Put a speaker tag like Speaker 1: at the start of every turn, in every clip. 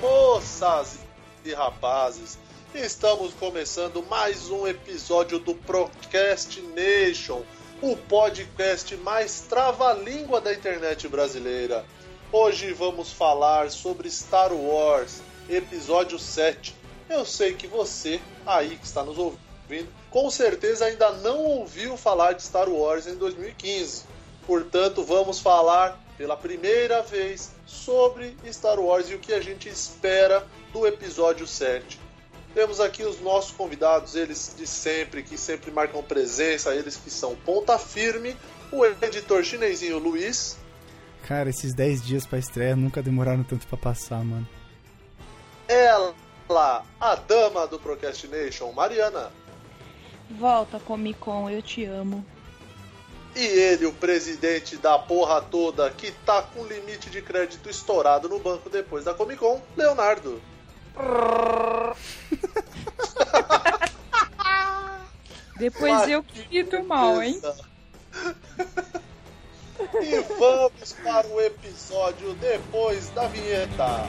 Speaker 1: moças e rapazes, estamos começando mais um episódio do Procrastination, o podcast mais trava-língua da internet brasileira. Hoje vamos falar sobre Star Wars, episódio 7. Eu sei que você, aí que está nos ouvindo, com certeza ainda não ouviu falar de Star Wars em 2015. Portanto, vamos falar pela primeira vez sobre Star Wars e o que a gente espera do episódio 7. Temos aqui os nossos convidados, eles de sempre, que sempre marcam presença, eles que são ponta firme, o editor chinesinho Luiz.
Speaker 2: Cara, esses 10 dias pra estreia nunca demoraram tanto pra passar, mano.
Speaker 1: Ela, a dama do Procrastination, Mariana.
Speaker 3: Volta, Comic Con, eu te amo.
Speaker 1: E ele, o presidente da porra toda, que tá com o limite de crédito estourado no banco depois da Comic Con, Leonardo.
Speaker 3: Depois
Speaker 1: Mas-
Speaker 3: eu que sinto mal, hein?
Speaker 1: e vamos para o episódio depois da vinheta.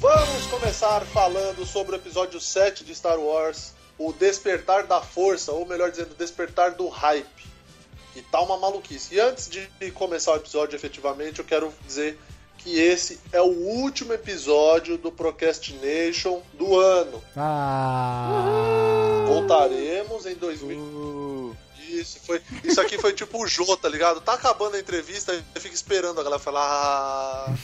Speaker 1: Vamos começar falando sobre o episódio 7 de Star Wars, o despertar da força, ou melhor dizendo, o despertar do hype. E tá uma maluquice. E antes de começar o episódio efetivamente, eu quero dizer que esse é o último episódio do Procrastination do ano.
Speaker 2: Ah!
Speaker 1: Voltaremos em 2000.
Speaker 2: Uh.
Speaker 1: Isso, foi, isso aqui foi tipo o Jô, tá ligado? Tá acabando a entrevista e fica esperando a galera falar. "Ah".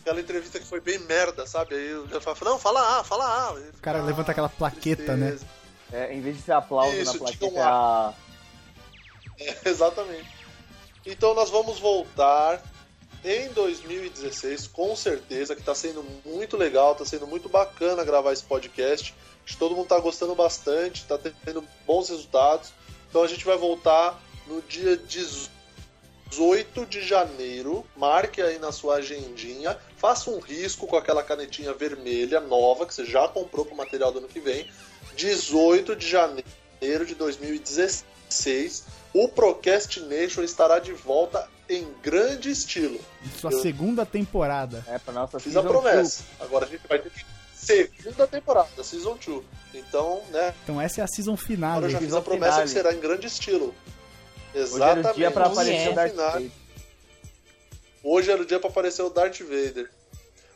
Speaker 1: Aquela entrevista que foi bem merda, sabe? Aí o cara fala, não, fala A, fala A. Ele
Speaker 2: O
Speaker 1: fica,
Speaker 2: cara
Speaker 1: "Ah,
Speaker 2: levanta aquela plaqueta, né?
Speaker 1: tristeza".
Speaker 4: É, em vez de ser aplauso
Speaker 1: Isso,
Speaker 4: na
Speaker 1: digam
Speaker 4: plaqueta, é a...
Speaker 1: Exatamente. Então nós vamos voltar em 2016, com certeza, que tá sendo muito legal, tá sendo muito bacana gravar esse podcast. Acho que todo mundo tá gostando bastante, tá tendo bons resultados. Então a gente vai voltar no dia 18 de janeiro. Marque aí na sua agendinha, faça um risco com aquela canetinha vermelha nova que você já comprou pro material do ano que vem. 18 de janeiro de 2016, o Procrastination estará de volta em grande estilo.
Speaker 2: Sua
Speaker 1: Eu-
Speaker 2: segunda temporada.
Speaker 4: é pra nossa
Speaker 1: Fiz a
Speaker 4: season
Speaker 1: promessa. Agora a gente vai ter que- segunda temporada, Season 2. Então, né,
Speaker 2: Então essa é a season
Speaker 1: agora
Speaker 2: finale.
Speaker 1: eu já fiz a
Speaker 4: Ah, season
Speaker 1: promessa
Speaker 4: finale.
Speaker 1: que será em grande estilo.
Speaker 4: two. Hoje era
Speaker 1: Exatamente.
Speaker 4: o dia pra
Speaker 3: Hoje
Speaker 4: aparecer
Speaker 3: é.
Speaker 4: o Darth
Speaker 1: Finale.
Speaker 4: Vader.
Speaker 1: Hoje era o dia pra aparecer o Darth Vader.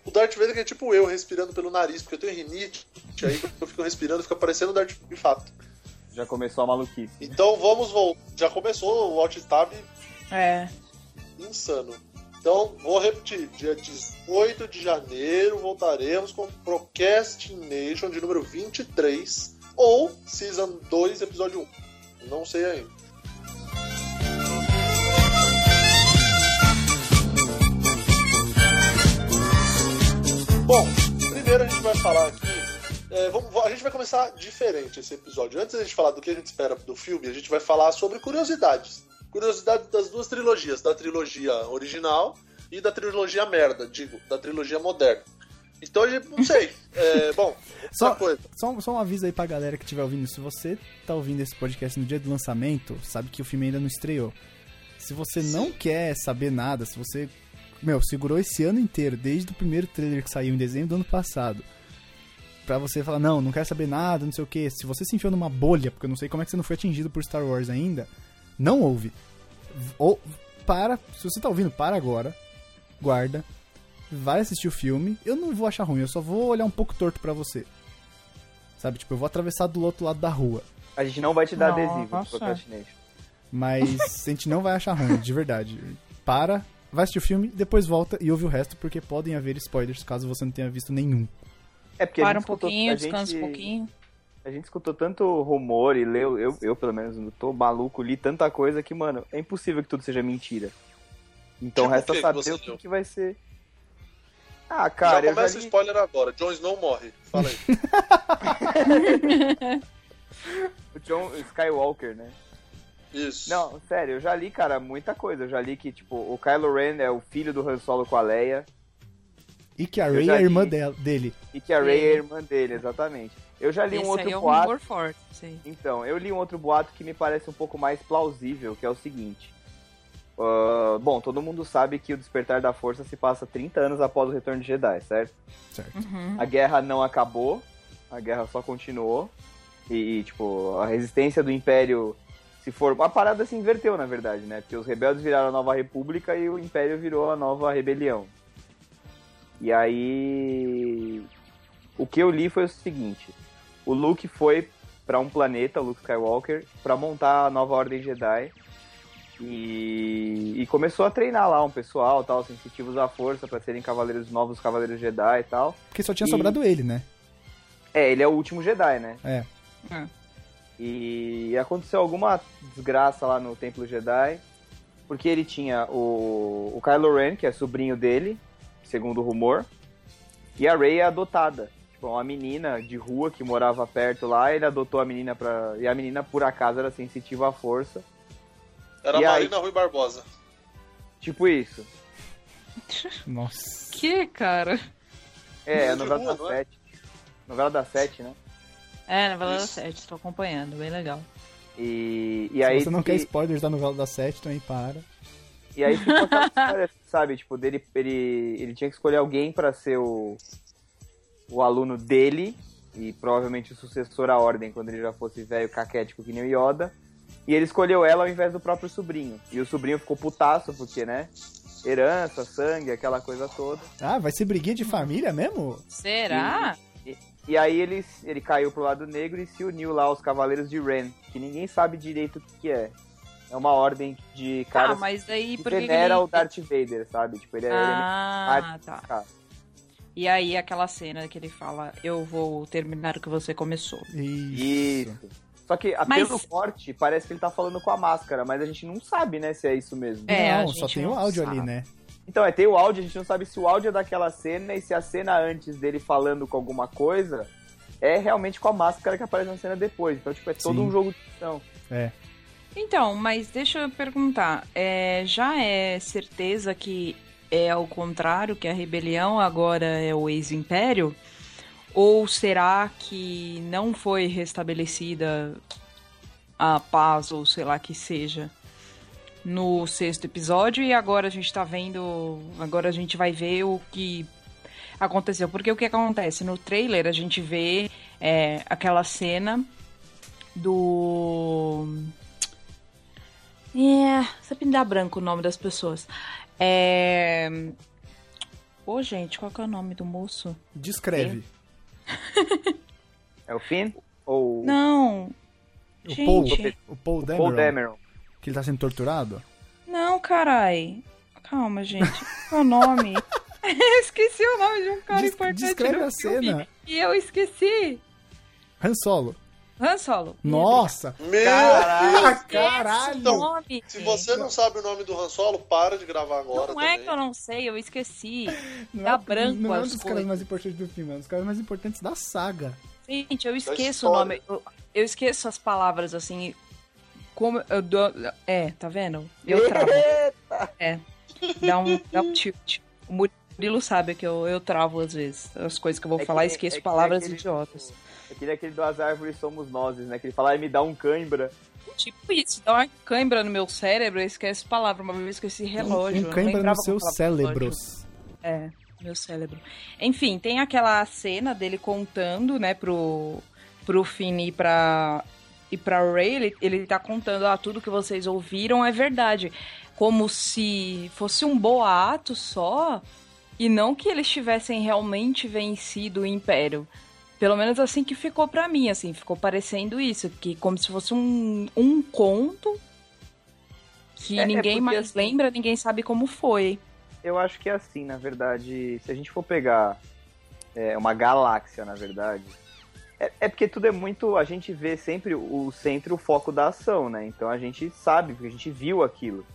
Speaker 1: O Darth Vader que é tipo eu, respirando pelo nariz, porque eu tenho rinite, aí eu fico respirando, fica parecendo o Darth de fato.
Speaker 4: Já começou a maluquice.
Speaker 1: Então vamos voltar. Já começou o Watch Tab
Speaker 3: É.
Speaker 1: insano. Então, vou repetir, dia 18 de janeiro voltaremos com Procrastination de número 23 ou Season 2, episódio 1. Não sei ainda. Bom, primeiro a gente vai falar aqui. é, vamos- a gente vai começar diferente esse episódio. Antes da gente falar do que a gente espera do filme, a gente vai falar sobre curiosidades. Curiosidades das duas trilogias, da trilogia original e da trilogia merda, digo, da trilogia moderna. Então a gente, não sei. é, bom,
Speaker 2: Só-
Speaker 1: essa coisa.
Speaker 2: Só, um- só um aviso aí pra galera que estiver ouvindo. Se você tá ouvindo esse podcast no dia do lançamento, sabe que o filme ainda não estreou. Se você não quer saber nada, se você. Meu, segurou esse ano inteiro, desde o primeiro trailer que saiu em dezembro do ano passado. Pra você falar, não, não quero saber nada, não sei o que. Se você se enfiou numa bolha, porque eu não sei como é que você não foi atingido por Star Wars ainda, não ouve. V- Ou para. Se você tá ouvindo, para agora. Guarda. Vai assistir o filme. Eu não vou achar ruim, eu só vou olhar um pouco torto pra você. Sabe, tipo, eu vou atravessar do outro lado da rua.
Speaker 4: A gente não vai te dar
Speaker 3: Nossa.
Speaker 4: adesivo do Procrastination.
Speaker 2: Mas a gente não vai achar ruim, de verdade. Para, vai assistir o filme, depois volta e ouve o resto, porque podem haver spoilers caso você não tenha visto nenhum.
Speaker 4: É porque a
Speaker 3: Para
Speaker 4: gente
Speaker 3: um
Speaker 4: escutou-
Speaker 3: pouquinho,
Speaker 4: a
Speaker 3: descansa
Speaker 4: gente-
Speaker 3: um pouquinho.
Speaker 4: A gente escutou tanto rumor e leu, eu, eu pelo menos não tô maluco, li tanta coisa que, mano, é impossível que tudo seja mentira. Então
Speaker 1: Tipo
Speaker 4: resta
Speaker 1: o que que
Speaker 4: saber
Speaker 1: você
Speaker 4: o que,
Speaker 1: leu?
Speaker 4: que vai ser. Ah, cara,
Speaker 1: já
Speaker 4: eu já
Speaker 1: começa o
Speaker 4: li...
Speaker 1: spoiler agora. Jon Snow morre. Fala aí.
Speaker 4: o John Skywalker, né?
Speaker 1: Isso.
Speaker 4: Não, sério, eu já li, cara, muita coisa. Eu já li que, tipo, o Kylo Ren é o filho do Han Solo com a Leia
Speaker 2: E que a
Speaker 4: Eu
Speaker 2: Ray é
Speaker 4: já
Speaker 2: a irmã
Speaker 4: li.
Speaker 2: dela- dele.
Speaker 4: e que a Rey é a irmã dele, exatamente. Eu já li
Speaker 5: Esse
Speaker 4: um outro
Speaker 5: aí é um
Speaker 4: boato.
Speaker 5: humor forte, sim.
Speaker 4: Então, eu li um outro boato que me parece um pouco mais plausível, que é o seguinte. Ah, bom, todo mundo sabe que o Despertar da Força se passa 30 anos após o Retorno de Jedi, certo?
Speaker 2: Certo.
Speaker 5: Uhum.
Speaker 4: A guerra não acabou, a guerra só continuou. E, e, tipo, a resistência do Império se for... A parada se inverteu, na verdade, né? Porque os rebeldes viraram a Nova República e o Império virou a Nova Rebelião. E aí... O que eu li foi o seguinte. O Luke foi pra um planeta, o Luke Skywalker, pra montar a nova Ordem Jedi. E, e começou a treinar lá um pessoal, tal, sensitivos à força, pra serem cavaleiros novos, cavaleiros Jedi e tal.
Speaker 2: Porque só tinha
Speaker 4: E-
Speaker 2: sobrado ele, né?
Speaker 4: É, ele é o último Jedi, né?
Speaker 2: É.
Speaker 5: É.
Speaker 4: E aconteceu alguma desgraça lá no Templo Jedi, porque ele tinha o, o Kylo Ren, que é sobrinho dele, segundo o rumor, e a Rey é adotada. Tipo, uma menina de rua que morava perto lá, ele adotou a menina pra... E a menina, por acaso, era sensitiva à força.
Speaker 1: Era
Speaker 4: e aí?
Speaker 1: Marina Rui Barbosa.
Speaker 4: Tipo isso.
Speaker 2: Nossa.
Speaker 5: Que, cara?
Speaker 4: É, a
Speaker 1: De
Speaker 4: novela
Speaker 1: rua,
Speaker 4: da
Speaker 1: não é?
Speaker 4: Sete. Novela da Sete, né?
Speaker 5: É, na Valada
Speaker 1: Isso.
Speaker 5: 7, tô acompanhando, bem legal.
Speaker 4: E, e
Speaker 2: Se
Speaker 4: aí...
Speaker 2: você não
Speaker 4: que-
Speaker 2: quer spoilers da novela da sete, também para.
Speaker 4: E aí ficou aquela história, sabe? Tipo, dele, ele, ele tinha que escolher alguém pra ser o, o aluno dele e provavelmente o sucessor à ordem quando ele já fosse velho, caquético que nem o Yoda. E ele escolheu ela ao invés do próprio sobrinho. E o sobrinho ficou putaço porque, né? Herança, sangue, aquela coisa toda.
Speaker 2: Ah, vai ser briguinha de família mesmo?
Speaker 5: Será?
Speaker 4: E aí ele, ele caiu pro lado negro e se uniu lá aos Cavaleiros de Ren, que ninguém sabe direito o que que é. É uma ordem de
Speaker 5: Tá,
Speaker 4: caras
Speaker 5: mas daí
Speaker 4: que
Speaker 5: por que que
Speaker 4: venera
Speaker 5: ele-
Speaker 4: o Darth Vader, sabe? Tipo, ele é, ele é
Speaker 5: Ah, tá.
Speaker 4: Cara.
Speaker 5: E aí aquela cena que ele fala, eu vou terminar o que você começou.
Speaker 2: Isso.
Speaker 4: Isso. Só que a
Speaker 5: Mas-
Speaker 4: pelo corte parece que ele tá falando com a máscara, mas a gente não sabe, né, se é isso mesmo.
Speaker 5: É, a
Speaker 2: não,
Speaker 5: gente
Speaker 2: só tem
Speaker 5: não
Speaker 2: o áudio
Speaker 5: sabe.
Speaker 2: ali, né?
Speaker 4: Então, é, tem o áudio, a gente não sabe se o áudio é daquela cena e se a cena antes dele falando com alguma coisa é realmente com a máscara que aparece na cena depois. Então, tipo, é todo
Speaker 2: Sim.
Speaker 4: um jogo de ficção.
Speaker 5: Então, mas deixa eu perguntar, é, já é certeza que é ao contrário, que a rebelião agora é o ex-império? Ou será que não foi restabelecida a paz, ou sei lá que seja, no sexto episódio e agora a gente tá vendo, agora a gente vai ver o que aconteceu? Porque o que acontece? No trailer a gente vê é, aquela cena do. É, sempre me dá branco o nome das pessoas. É. Ô, gente, qual que é o nome do moço?
Speaker 2: Descreve.
Speaker 4: É o Finn? Ou
Speaker 5: Não!
Speaker 2: O Paul,
Speaker 5: Gente.
Speaker 2: o Paul
Speaker 4: o
Speaker 2: Dameron,
Speaker 4: Paul Dameron? É
Speaker 2: que ele tá sendo torturado.
Speaker 5: Não, carai! Calma, gente. Qual é o nome? Eu esqueci o nome de um cara
Speaker 2: Des-
Speaker 5: importante
Speaker 2: descreve
Speaker 5: no
Speaker 2: a
Speaker 5: filme.
Speaker 2: cena.
Speaker 5: E eu esqueci!
Speaker 2: Han Solo.
Speaker 5: Han Solo.
Speaker 2: Nossa!
Speaker 1: Meu
Speaker 4: Caraca.
Speaker 1: Deus!
Speaker 2: Ah, caralho!
Speaker 5: Esquece o nome.
Speaker 1: Se você não sabe o nome do Han Solo, para de gravar agora
Speaker 5: Não é
Speaker 1: também.
Speaker 5: que eu não sei, eu esqueci.
Speaker 2: Não
Speaker 5: Dá
Speaker 2: é-
Speaker 5: branco
Speaker 2: Não é um
Speaker 5: as
Speaker 2: dos caras
Speaker 5: coisas.
Speaker 2: mais importantes do filme, é um dos caras mais importantes da saga.
Speaker 5: Gente, eu esqueço o
Speaker 1: história.
Speaker 5: nome. Eu, eu esqueço as palavras assim. Como eu dou. É, tá vendo? Eu travo. É. Dá um, dá um tilt. O Murilo sabe que eu, eu travo às vezes as coisas que eu vou
Speaker 4: É que
Speaker 5: falar e
Speaker 4: nem-
Speaker 5: esqueço
Speaker 4: é que nem
Speaker 5: palavras
Speaker 4: aquele-
Speaker 5: idiotas.
Speaker 4: É que nem aquele do As Árvores Somos Nozes, né? Que ele fala, ai, me dá um cãibra.
Speaker 5: Tipo isso, dá uma cãibra no meu cérebro, eu esqueço palavra. Uma vez eu esqueci relógio. eu
Speaker 2: um
Speaker 5: não
Speaker 2: cãibra
Speaker 5: lembrava
Speaker 2: nos seus
Speaker 5: como falava relógio.
Speaker 2: cérebros.
Speaker 5: É, meu cérebro. Enfim, tem aquela cena dele contando, né, pro, pro Finn e pra, e pra Ray, ele, ele tá contando, ah, tudo que vocês ouviram é verdade. Como se fosse um boato só, e não que eles tivessem realmente vencido o Império. Pelo menos assim que ficou pra mim, assim, ficou parecendo isso, que como se fosse um, um conto que
Speaker 4: É, é
Speaker 5: ninguém
Speaker 4: porque,
Speaker 5: mais
Speaker 4: assim,
Speaker 5: lembra, ninguém sabe como foi.
Speaker 4: Eu acho que é assim, na verdade. Se a gente for pegar é, uma galáxia, na verdade, É, é porque tudo é muito. A gente vê sempre o centro, o foco da ação, né? Então a gente sabe, porque a gente viu aquilo.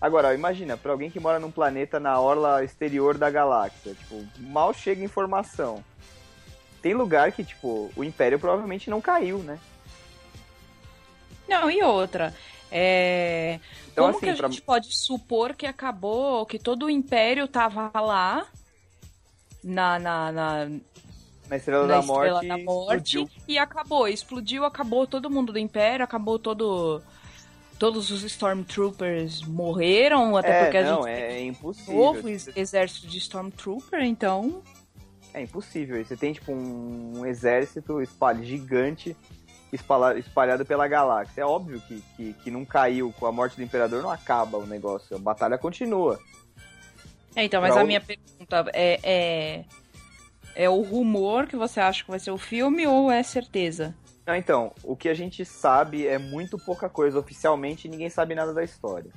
Speaker 4: Agora, ó, imagina, pra alguém que mora num planeta na orla exterior da galáxia, tipo, mal chega informação. Tem lugar que, tipo, o Império provavelmente não caiu, né?
Speaker 5: Não, e outra. É...
Speaker 4: Então,
Speaker 5: Como
Speaker 4: assim,
Speaker 5: que a
Speaker 4: pra-
Speaker 5: gente pode supor que acabou, que todo o império tava lá na, na, na,
Speaker 4: Na Estrela,
Speaker 5: na
Speaker 4: da,
Speaker 5: Estrela
Speaker 4: morte,
Speaker 5: da Morte
Speaker 4: explodiu.
Speaker 5: e acabou, explodiu, acabou todo mundo do Império, acabou todo. Todos os Stormtroopers morreram, até porque
Speaker 4: É,
Speaker 5: a
Speaker 4: não,
Speaker 5: gente
Speaker 4: é
Speaker 5: tem
Speaker 4: impossível.
Speaker 5: um novo ex- exército de Stormtrooper, então.
Speaker 4: É impossível. E Você tem, tipo, um, um exército espalha, gigante espala- espalhado pela galáxia. É óbvio que, que, que não caiu. Com a morte do Imperador não acaba o negócio. A batalha continua.
Speaker 5: É, então, mas
Speaker 4: Pra
Speaker 5: a
Speaker 4: onde-
Speaker 5: minha pergunta é, é. É o rumor que você acha que vai ser o filme ou é certeza?
Speaker 4: Não, então, o que a gente sabe é muito pouca coisa. Oficialmente, ninguém sabe nada da história.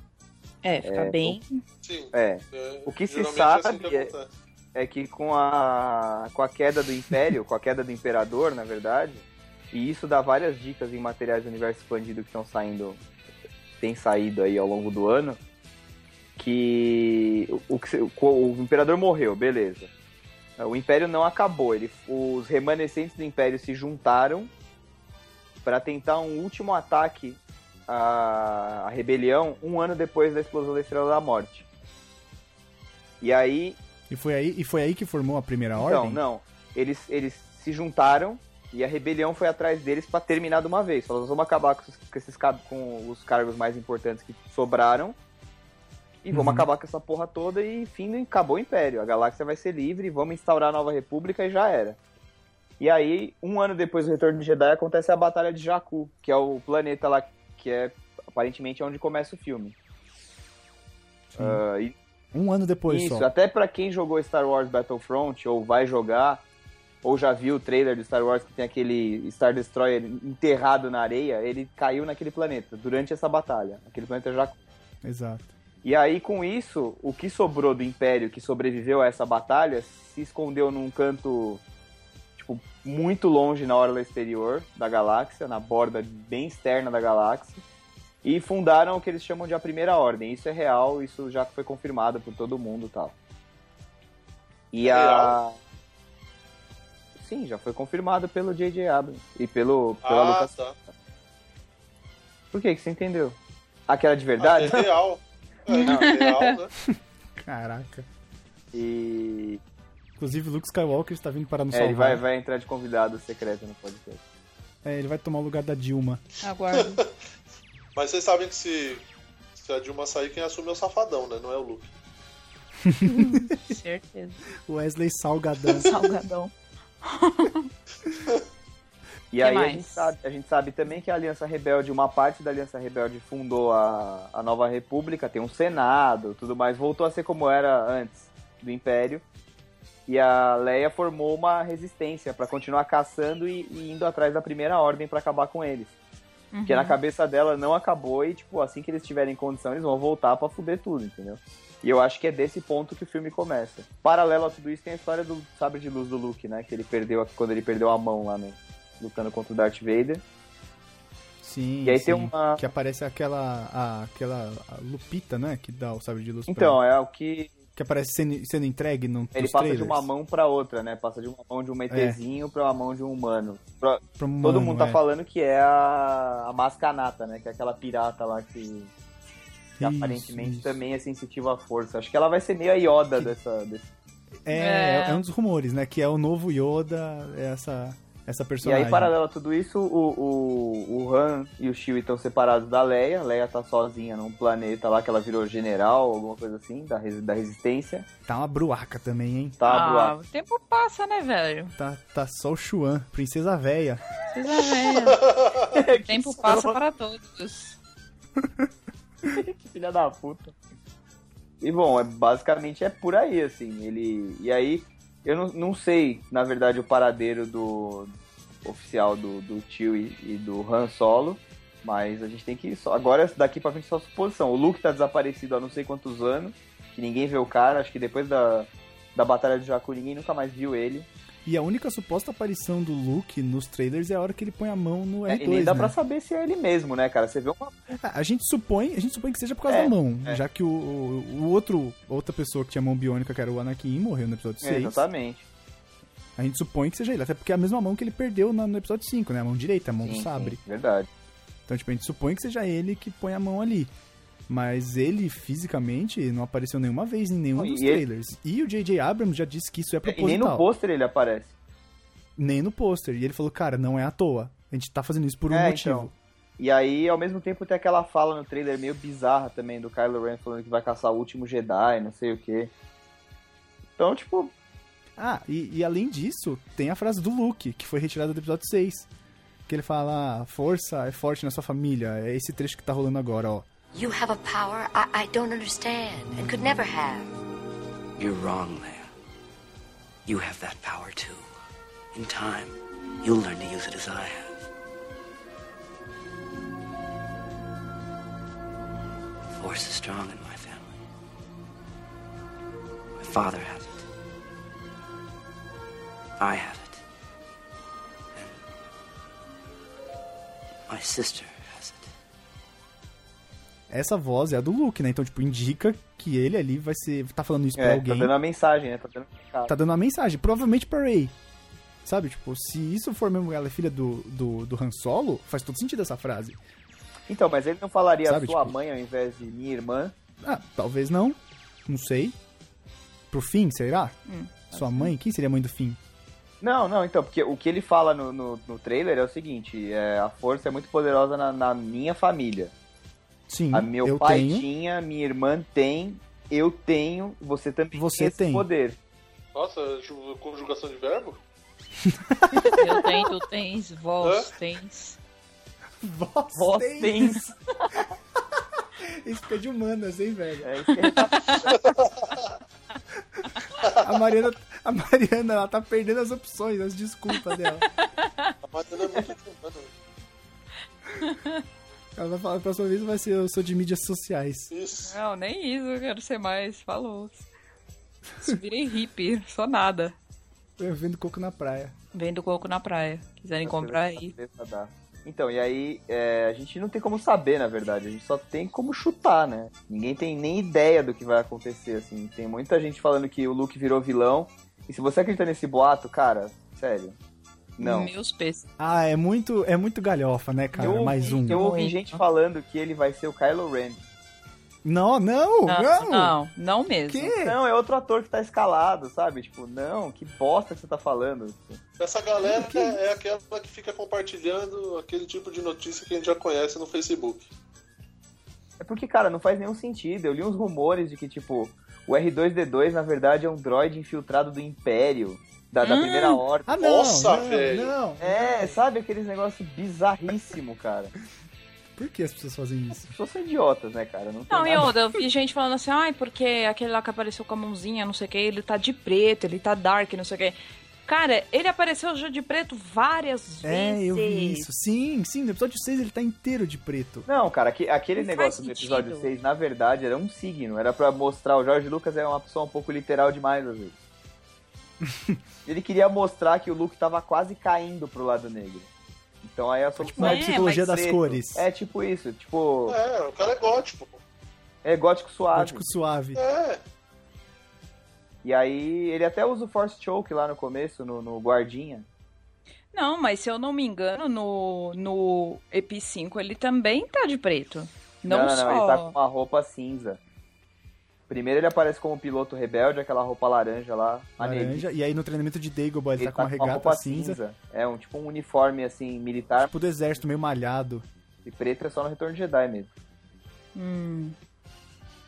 Speaker 5: É, fica
Speaker 4: É,
Speaker 5: bem.
Speaker 1: Sim.
Speaker 4: É,
Speaker 1: é,
Speaker 4: O que se
Speaker 1: geralmente
Speaker 4: sabe
Speaker 1: é assim que
Speaker 4: é-
Speaker 1: acontece.
Speaker 4: é que com a, com a queda do Império, com a queda do Imperador, na verdade, e isso dá várias dicas em materiais do universo expandido que estão saindo, tem saído aí ao longo do ano, que o, o que se- o- o Imperador morreu, beleza. O Império não acabou, ele, os remanescentes do Império se juntaram para tentar um último ataque à, à rebelião um ano depois da explosão da Estrela da Morte. E aí
Speaker 2: E foi aí, e foi aí que formou a primeira
Speaker 4: então,
Speaker 2: ordem?
Speaker 4: não. Eles, eles se juntaram e a rebelião foi atrás deles pra terminar de uma vez. Falou, nós vamos acabar com, esses- com esses, cab- com os cargos mais importantes que sobraram e vamos
Speaker 2: Uhum.
Speaker 4: acabar com essa porra toda e fim, do- acabou o Império. A galáxia vai ser livre, vamos instaurar a nova república e já era. E aí, um ano depois do retorno de Jedi, acontece a Batalha de Jakku, que é o planeta lá que é aparentemente onde começa o filme.
Speaker 2: Sim.
Speaker 4: Ah, e
Speaker 2: Um ano depois
Speaker 4: isso,
Speaker 2: só.
Speaker 4: até pra quem jogou Star Wars Battlefront ou vai jogar ou já viu o trailer do Star Wars que tem aquele Star Destroyer enterrado na areia, ele caiu naquele planeta durante essa batalha. Aquele planeta já é.
Speaker 2: Exato.
Speaker 4: e aí, com isso, o que sobrou do Império que sobreviveu a essa batalha se escondeu num canto, tipo, muito longe na orla exterior da galáxia, na borda bem externa da galáxia, e fundaram o que eles chamam de a Primeira Ordem. Isso é real, isso já foi confirmado por todo mundo e tal. E a. Sim, já foi confirmado pelo J.J. Abrams e pelo, pela
Speaker 1: Ah,
Speaker 4: Lucas.
Speaker 1: tá.
Speaker 4: Por que que você entendeu? Aquela de
Speaker 1: Ah,
Speaker 4: verdade?
Speaker 1: é real. É, real, né?
Speaker 2: Caraca.
Speaker 4: E
Speaker 2: Inclusive, Luke Skywalker está vindo para nos
Speaker 4: É,
Speaker 2: salvar.
Speaker 4: ele vai, vai entrar de convidado secreto no podcast.
Speaker 2: É, ele vai tomar o lugar da Dilma.
Speaker 5: Aguardo.
Speaker 1: Mas vocês sabem que se, se a Dilma sair, quem assume é o Safadão, né? Não é o Luke.
Speaker 5: certeza.
Speaker 2: Wesley Salgadão.
Speaker 5: Salgadão.
Speaker 4: E
Speaker 5: Que
Speaker 4: aí a
Speaker 5: mais?
Speaker 4: gente, sabe, a gente sabe também que a Aliança Rebelde, uma parte da Aliança Rebelde fundou a, a Nova República, tem um Senado, tudo mais, voltou a ser como era antes do Império. E a Leia formou uma resistência pra continuar caçando e, e indo atrás da Primeira Ordem pra acabar com eles.
Speaker 5: Uhum.
Speaker 4: Porque na cabeça dela não acabou e, tipo, assim que eles tiverem condição, eles vão voltar pra fuder tudo, entendeu? E eu acho que é desse ponto que o filme começa. Paralelo a tudo isso, tem a história do sabre de luz do Luke, né? Que ele perdeu quando ele perdeu a mão lá no. Lutando contra o Darth Vader.
Speaker 2: Sim.
Speaker 4: E aí
Speaker 2: sim.
Speaker 4: tem uma.
Speaker 2: Que aparece aquela. a- aquela a Lupita, né? Que dá o sabre de luz pra-
Speaker 4: Então, é o que.
Speaker 2: Que aparece sendo, sendo entregue num
Speaker 4: Ele
Speaker 2: nos
Speaker 4: passa
Speaker 2: trailers.
Speaker 4: de uma mão pra outra, né? Passa de uma mão de um ETzinho pra uma mão de um humano. Pra-
Speaker 2: Pra um
Speaker 4: Todo
Speaker 2: humano,
Speaker 4: mundo tá
Speaker 2: é.
Speaker 4: falando que é a, a Mascanata, né? Que é aquela pirata lá que, que
Speaker 2: Isso,
Speaker 4: aparentemente
Speaker 2: isso.
Speaker 4: também é sensitiva à força. Acho que ela vai ser meio a Yoda
Speaker 2: Que-
Speaker 4: dessa, desse
Speaker 2: É,
Speaker 5: É.
Speaker 2: é um dos rumores, né? Que é o novo Yoda, é essa, essa
Speaker 4: E
Speaker 2: personagem.
Speaker 4: aí, paralelo a tudo isso, o, o, o Han e o Chewie estão separados da Leia. Leia tá sozinha num planeta lá que ela virou general, alguma coisa assim, da, res- da resistência.
Speaker 2: Tá uma bruaca também, hein?
Speaker 4: Tá,
Speaker 5: ah,
Speaker 4: Bruá?
Speaker 5: o tempo passa, né, velho?
Speaker 2: Tá, tá só o Chuan, princesa véia.
Speaker 5: Vocês já veem.
Speaker 4: Que
Speaker 5: O tempo
Speaker 4: só-
Speaker 5: passa para todos.
Speaker 4: que filha da puta. E bom, é, basicamente é por aí, assim. Ele. E aí, eu não, não sei, na verdade, o paradeiro do oficial do, do tio e, e do Han Solo. Mas a gente tem que. Só, agora, daqui pra frente, só suposição. O Luke tá desaparecido há não sei quantos anos, que ninguém vê o cara. Acho que depois da, da Batalha de Jakku, ninguém nunca mais viu ele.
Speaker 2: E a única suposta aparição do Luke nos trailers é a hora que ele põe a mão no
Speaker 4: É,
Speaker 2: R2,
Speaker 4: e nem dá
Speaker 2: né? É,
Speaker 4: pra saber se é ele mesmo, né, cara? Você vê uma.
Speaker 2: A a gente supõe, a gente supõe que seja por causa
Speaker 4: É,
Speaker 2: da mão,
Speaker 4: é.
Speaker 2: já que o, o, o outro outra pessoa que tinha mão biônica, que era o Anakin, morreu no episódio
Speaker 4: É,
Speaker 2: 6.
Speaker 4: exatamente.
Speaker 2: a gente supõe que seja ele, até porque é a mesma mão que ele perdeu na- no episódio 5, né? A mão direita, a mão
Speaker 4: Sim,
Speaker 2: do sabre.
Speaker 4: sim, verdade.
Speaker 2: Então, tipo, a gente supõe que seja ele que põe a mão ali. Mas ele, fisicamente, não apareceu nenhuma vez em nenhum
Speaker 4: Não, e
Speaker 2: dos
Speaker 4: ele-
Speaker 2: trailers. E o J.J. Abrams já disse que isso é
Speaker 4: E
Speaker 2: proposital.
Speaker 4: nem no pôster ele aparece.
Speaker 2: Nem no pôster. E ele falou, cara, não é à toa. A gente tá fazendo isso por um
Speaker 4: É,
Speaker 2: motivo.
Speaker 4: E aí, ao mesmo tempo, tem aquela fala no trailer meio bizarra também do Kylo Ren falando que vai caçar o último Jedi, não sei o quê. Então, tipo,
Speaker 2: Ah, e, e além disso, tem a frase do Luke, que foi retirada do episódio 6. Que ele fala, "Ah, força é forte na sua família. É esse trecho que tá rolando agora, ó.
Speaker 6: You have a power I, I don't understand and could never have.
Speaker 7: You're wrong, Leia. You have that power too. In time, you'll learn to use it as I have. The Force is strong in my family. My father has it. I have it. And my sister has it.
Speaker 2: Essa voz é a do Luke, né? Então, tipo, indica que ele ali vai ser... Tá falando isso pra
Speaker 4: é, tá
Speaker 2: alguém.
Speaker 4: dando uma mensagem, né? Tá dando uma cara.
Speaker 2: tá dando uma mensagem, provavelmente pra Ray. Sabe, tipo, se isso for mesmo ela é filha do, do, do Han Solo, faz todo sentido essa frase.
Speaker 4: Então, mas ele não falaria
Speaker 2: Sabe,
Speaker 4: sua
Speaker 2: tipo-
Speaker 4: mãe ao invés de minha irmã.
Speaker 2: Ah, talvez não, não sei. Pro Finn, será? Sua mãe? Quem seria a mãe do Finn?
Speaker 4: Não, não, então, porque o que ele fala no, no, no trailer é o seguinte: é, a força é muito poderosa na, na minha família.
Speaker 2: Sim,
Speaker 4: A meu
Speaker 2: Hum, eu
Speaker 4: pai
Speaker 2: tenho.
Speaker 4: tinha, minha irmã tem, eu tenho, você também
Speaker 2: Você
Speaker 4: tem esse
Speaker 2: tem.
Speaker 4: poder.
Speaker 1: Nossa, ju- conjugação de verbo?
Speaker 5: Eu tenho, tu tens, vós tens.
Speaker 4: Vós
Speaker 2: Vocês!
Speaker 4: tem.
Speaker 2: Isso fica de humanas, hein, velho?
Speaker 4: É, isso que ele tá
Speaker 2: A Mariana, a Mariana, ela tá perdendo as opções, as desculpas dela.
Speaker 1: A Mariana é muito de humano.
Speaker 2: Ela vai falar, a próxima vez vai ser eu sou de mídias sociais.
Speaker 1: Isso.
Speaker 5: Não, nem isso, eu quero ser mais. Falou. Se Virei hippie, só nada.
Speaker 2: Eu vendo coco na praia.
Speaker 5: Vendo coco na praia. Quiserem
Speaker 4: Pra
Speaker 5: comprar
Speaker 4: saber
Speaker 5: aí.
Speaker 4: se dá pra dar. Então, e aí é, a gente não tem como saber, na verdade. A gente só tem como chutar, né? Ninguém tem nem ideia do que vai acontecer, assim. Tem muita gente falando que o Luke virou vilão. E se você acredita nesse boato, cara, sério. Não.
Speaker 5: Meus pés.
Speaker 2: Ah, é muito, é muito galhofa, né, cara?
Speaker 4: eu,
Speaker 2: Mais um.
Speaker 4: ouvi- eu ouvi
Speaker 5: Muito.
Speaker 4: gente falando que ele vai ser o Kylo Ren.
Speaker 2: Não, não,
Speaker 5: Não,
Speaker 2: não.
Speaker 5: não, não mesmo.
Speaker 2: Que?
Speaker 4: Não, é outro ator que tá escalado, sabe? Tipo, não, que bosta que você tá falando.
Speaker 1: Essa galera é aquela que fica compartilhando aquele tipo de notícia que a gente já conhece no Facebook.
Speaker 4: É porque, cara, não faz nenhum sentido. Eu li uns rumores de que, tipo, o R2D2, na verdade, é um droid infiltrado do Império, da, da
Speaker 5: Hum.
Speaker 4: Primeira Ordem.
Speaker 2: Ah, não.
Speaker 1: Nossa,
Speaker 2: não,
Speaker 1: velho.
Speaker 2: Não.
Speaker 4: É, sabe aqueles negócios bizarríssimo, cara.
Speaker 2: Por que as pessoas fazem isso?
Speaker 4: As pessoas são idiotas, né, cara? Não, tem
Speaker 5: Não,
Speaker 4: nada-
Speaker 5: e outra, eu vi gente falando assim, ai, porque aquele lá que apareceu com a mãozinha, não sei o que, ele tá de preto, ele tá dark, não sei o que. Cara, ele apareceu já de preto várias
Speaker 2: É,
Speaker 5: vezes.
Speaker 2: eu vi isso. Sim, sim, no episódio 6 ele tá inteiro de preto.
Speaker 4: Não, cara, aque- aquele
Speaker 5: Não
Speaker 4: negócio do
Speaker 5: faz
Speaker 4: episódio
Speaker 5: sentido.
Speaker 4: 6, na verdade, era um signo. Era pra mostrar. O Jorge Lucas é uma pessoa um pouco literal demais, às vezes. Ele queria mostrar que o Luke tava quase caindo pro lado negro. Então aí a
Speaker 2: Tipo,
Speaker 4: solução
Speaker 2: uma
Speaker 5: É,
Speaker 2: psicologia
Speaker 5: mas
Speaker 2: das
Speaker 4: preto.
Speaker 2: cores.
Speaker 4: É tipo isso, tipo.
Speaker 1: É, o cara é gótico. pô.
Speaker 4: É gótico suave.
Speaker 2: Gótico suave.
Speaker 1: É,
Speaker 4: E aí ele até usa o Force Choke lá no começo, no, no guardinha.
Speaker 5: Não, mas se eu não me engano, no, no EP5 ele também tá de preto. Não,
Speaker 4: não,
Speaker 5: só.
Speaker 4: ele tá com uma roupa cinza. Primeiro ele aparece como piloto rebelde, aquela roupa laranja lá. maneiríssima.
Speaker 2: Laranja. E aí no treinamento de Dagobah ele, tá, com uma regata
Speaker 4: roupa
Speaker 2: cinza.
Speaker 4: É um tipo um uniforme assim militar
Speaker 2: Tipo do exército, meio malhado.
Speaker 4: e preto é só no Retorno de Jedi mesmo.
Speaker 5: Hum,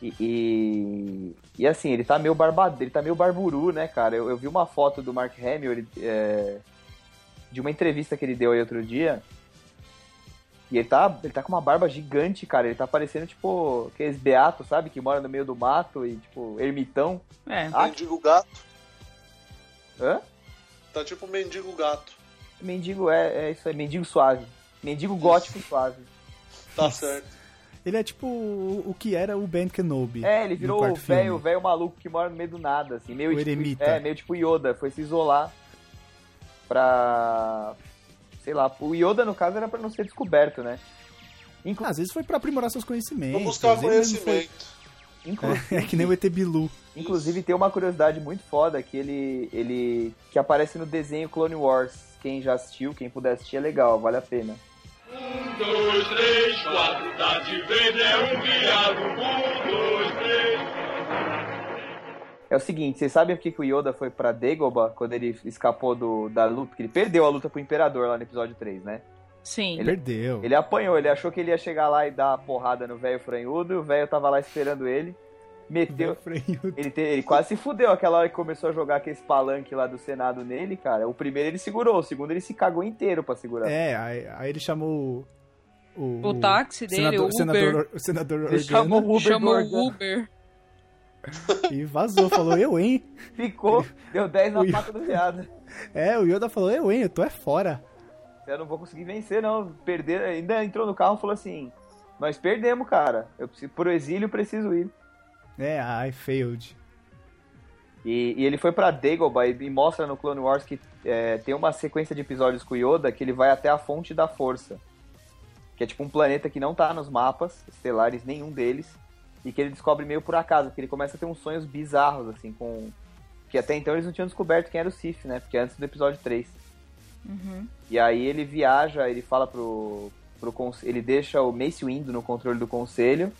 Speaker 4: E, e, e, assim, ele tá meio barbado, ele tá meio barburu, né, cara? Eu, eu vi uma foto do Mark Hamill ele, é, de uma entrevista que ele deu aí outro dia. E ele tá, ele tá com uma barba gigante, cara. Ele tá parecendo, tipo, aqueles beatos, sabe? Que mora no meio do mato e, tipo, ermitão.
Speaker 5: é.
Speaker 4: Ah.
Speaker 1: mendigo gato.
Speaker 4: Hã?
Speaker 1: Tá tipo mendigo gato.
Speaker 4: Mendigo é, é isso aí, mendigo suave. Mendigo gótico suave.
Speaker 1: Tá
Speaker 2: Nossa.
Speaker 1: certo.
Speaker 2: Ele é tipo o o que era o Ben Kenobi.
Speaker 4: É, ele
Speaker 2: no
Speaker 4: virou o
Speaker 2: quarto filme.
Speaker 4: velho, o velho maluco que mora no meio do nada, assim, meio
Speaker 2: O
Speaker 4: tipo,
Speaker 2: eremita.
Speaker 4: é, meio tipo Yoda, foi se isolar. pra. Sei lá, o Yoda, no caso, era pra não ser descoberto, né? Inclu-
Speaker 2: Ah, Às vezes foi pra aprimorar seus conhecimentos.
Speaker 1: Vou buscar
Speaker 2: ele mesmo foi-
Speaker 1: conhecimento.
Speaker 4: inclu-
Speaker 2: É que nem o ET Bilu.
Speaker 4: Inclusive tem uma curiosidade muito foda que ele, ele. que aparece no desenho Clone Wars. Quem já assistiu, quem puder assistir é legal, vale a pena.
Speaker 8: Um, dois, três, quatro, tá de vez, é um viado. Um, dois, três.
Speaker 4: É o seguinte, vocês sabem por que que o Yoda foi pra Dagobah quando ele escapou do, da luta? Porque ele perdeu a luta pro Imperador lá no episódio 3, né?
Speaker 5: Sim.
Speaker 4: Ele-
Speaker 2: Perdeu.
Speaker 4: Ele apanhou, ele achou que ele ia chegar lá e dar a porrada no velho franhudo, e o velho tava lá esperando ele. Meteu.
Speaker 2: Freio.
Speaker 4: Ele, te- ele quase se fudeu aquela hora que começou a jogar aquele palanque lá do Senado nele, cara. O primeiro ele segurou, o segundo ele se cagou inteiro pra segurar.
Speaker 2: É, aí, aí ele chamou o. O,
Speaker 5: O táxi dele,
Speaker 2: senador,
Speaker 5: o Uber,
Speaker 2: senador, o senador
Speaker 4: Ele
Speaker 2: Organa
Speaker 4: chamou o Uber
Speaker 5: chamou
Speaker 4: do Organa.
Speaker 5: o Uber.
Speaker 2: e vazou. Falou, eu, hein?
Speaker 4: Ficou, deu 10
Speaker 2: Ui.
Speaker 4: na pata do veado.
Speaker 2: É, o Yoda falou, eu, hein? Eu tô é fora.
Speaker 4: Eu não vou conseguir vencer, não. Perder. Ainda entrou no carro e falou assim: Nós perdemos, cara. Eu preciso, pro exílio eu preciso ir.
Speaker 2: É, I failed.
Speaker 4: E, e ele foi pra Dagobah e, e mostra no Clone Wars que é, tem uma sequência de episódios com o Yoda que ele vai até a fonte da força. Que é tipo um planeta que não tá nos mapas estelares, nenhum deles. E que ele descobre meio por acaso, porque ele começa a ter uns sonhos bizarros, assim, com. Que até então eles não tinham descoberto quem era o Sif, né? Porque é antes do episódio 3. E aí ele viaja, ele fala pro. pro conse- ele deixa o Mace Windu no controle do conselho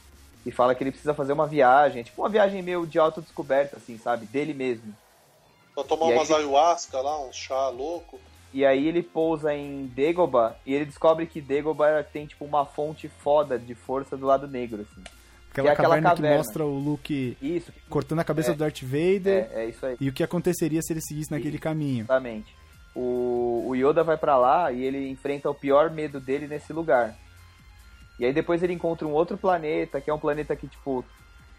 Speaker 4: e fala que ele precisa fazer uma viagem. É tipo uma viagem meio de autodescoberta, assim, sabe? Dele mesmo.
Speaker 1: Pra tomar
Speaker 4: E aí
Speaker 1: umas
Speaker 4: ele-
Speaker 1: ayahuasca lá, um chá louco.
Speaker 4: E aí ele pousa em Dagobah e ele descobre que Dagobah era- tem tipo uma fonte foda de força do lado negro, assim.
Speaker 2: Aquela,
Speaker 4: é aquela
Speaker 2: caverna, que
Speaker 4: caverna.
Speaker 2: mostra o Luke
Speaker 4: Isso,
Speaker 2: cortando a cabeça
Speaker 4: É.
Speaker 2: do Darth Vader
Speaker 4: é, é isso aí,
Speaker 2: e o que aconteceria se ele seguisse naquele caminho.
Speaker 4: exatamente. O, o Yoda vai pra lá e ele enfrenta o pior medo dele nesse lugar. E aí depois ele encontra um outro planeta, que é um planeta que, tipo,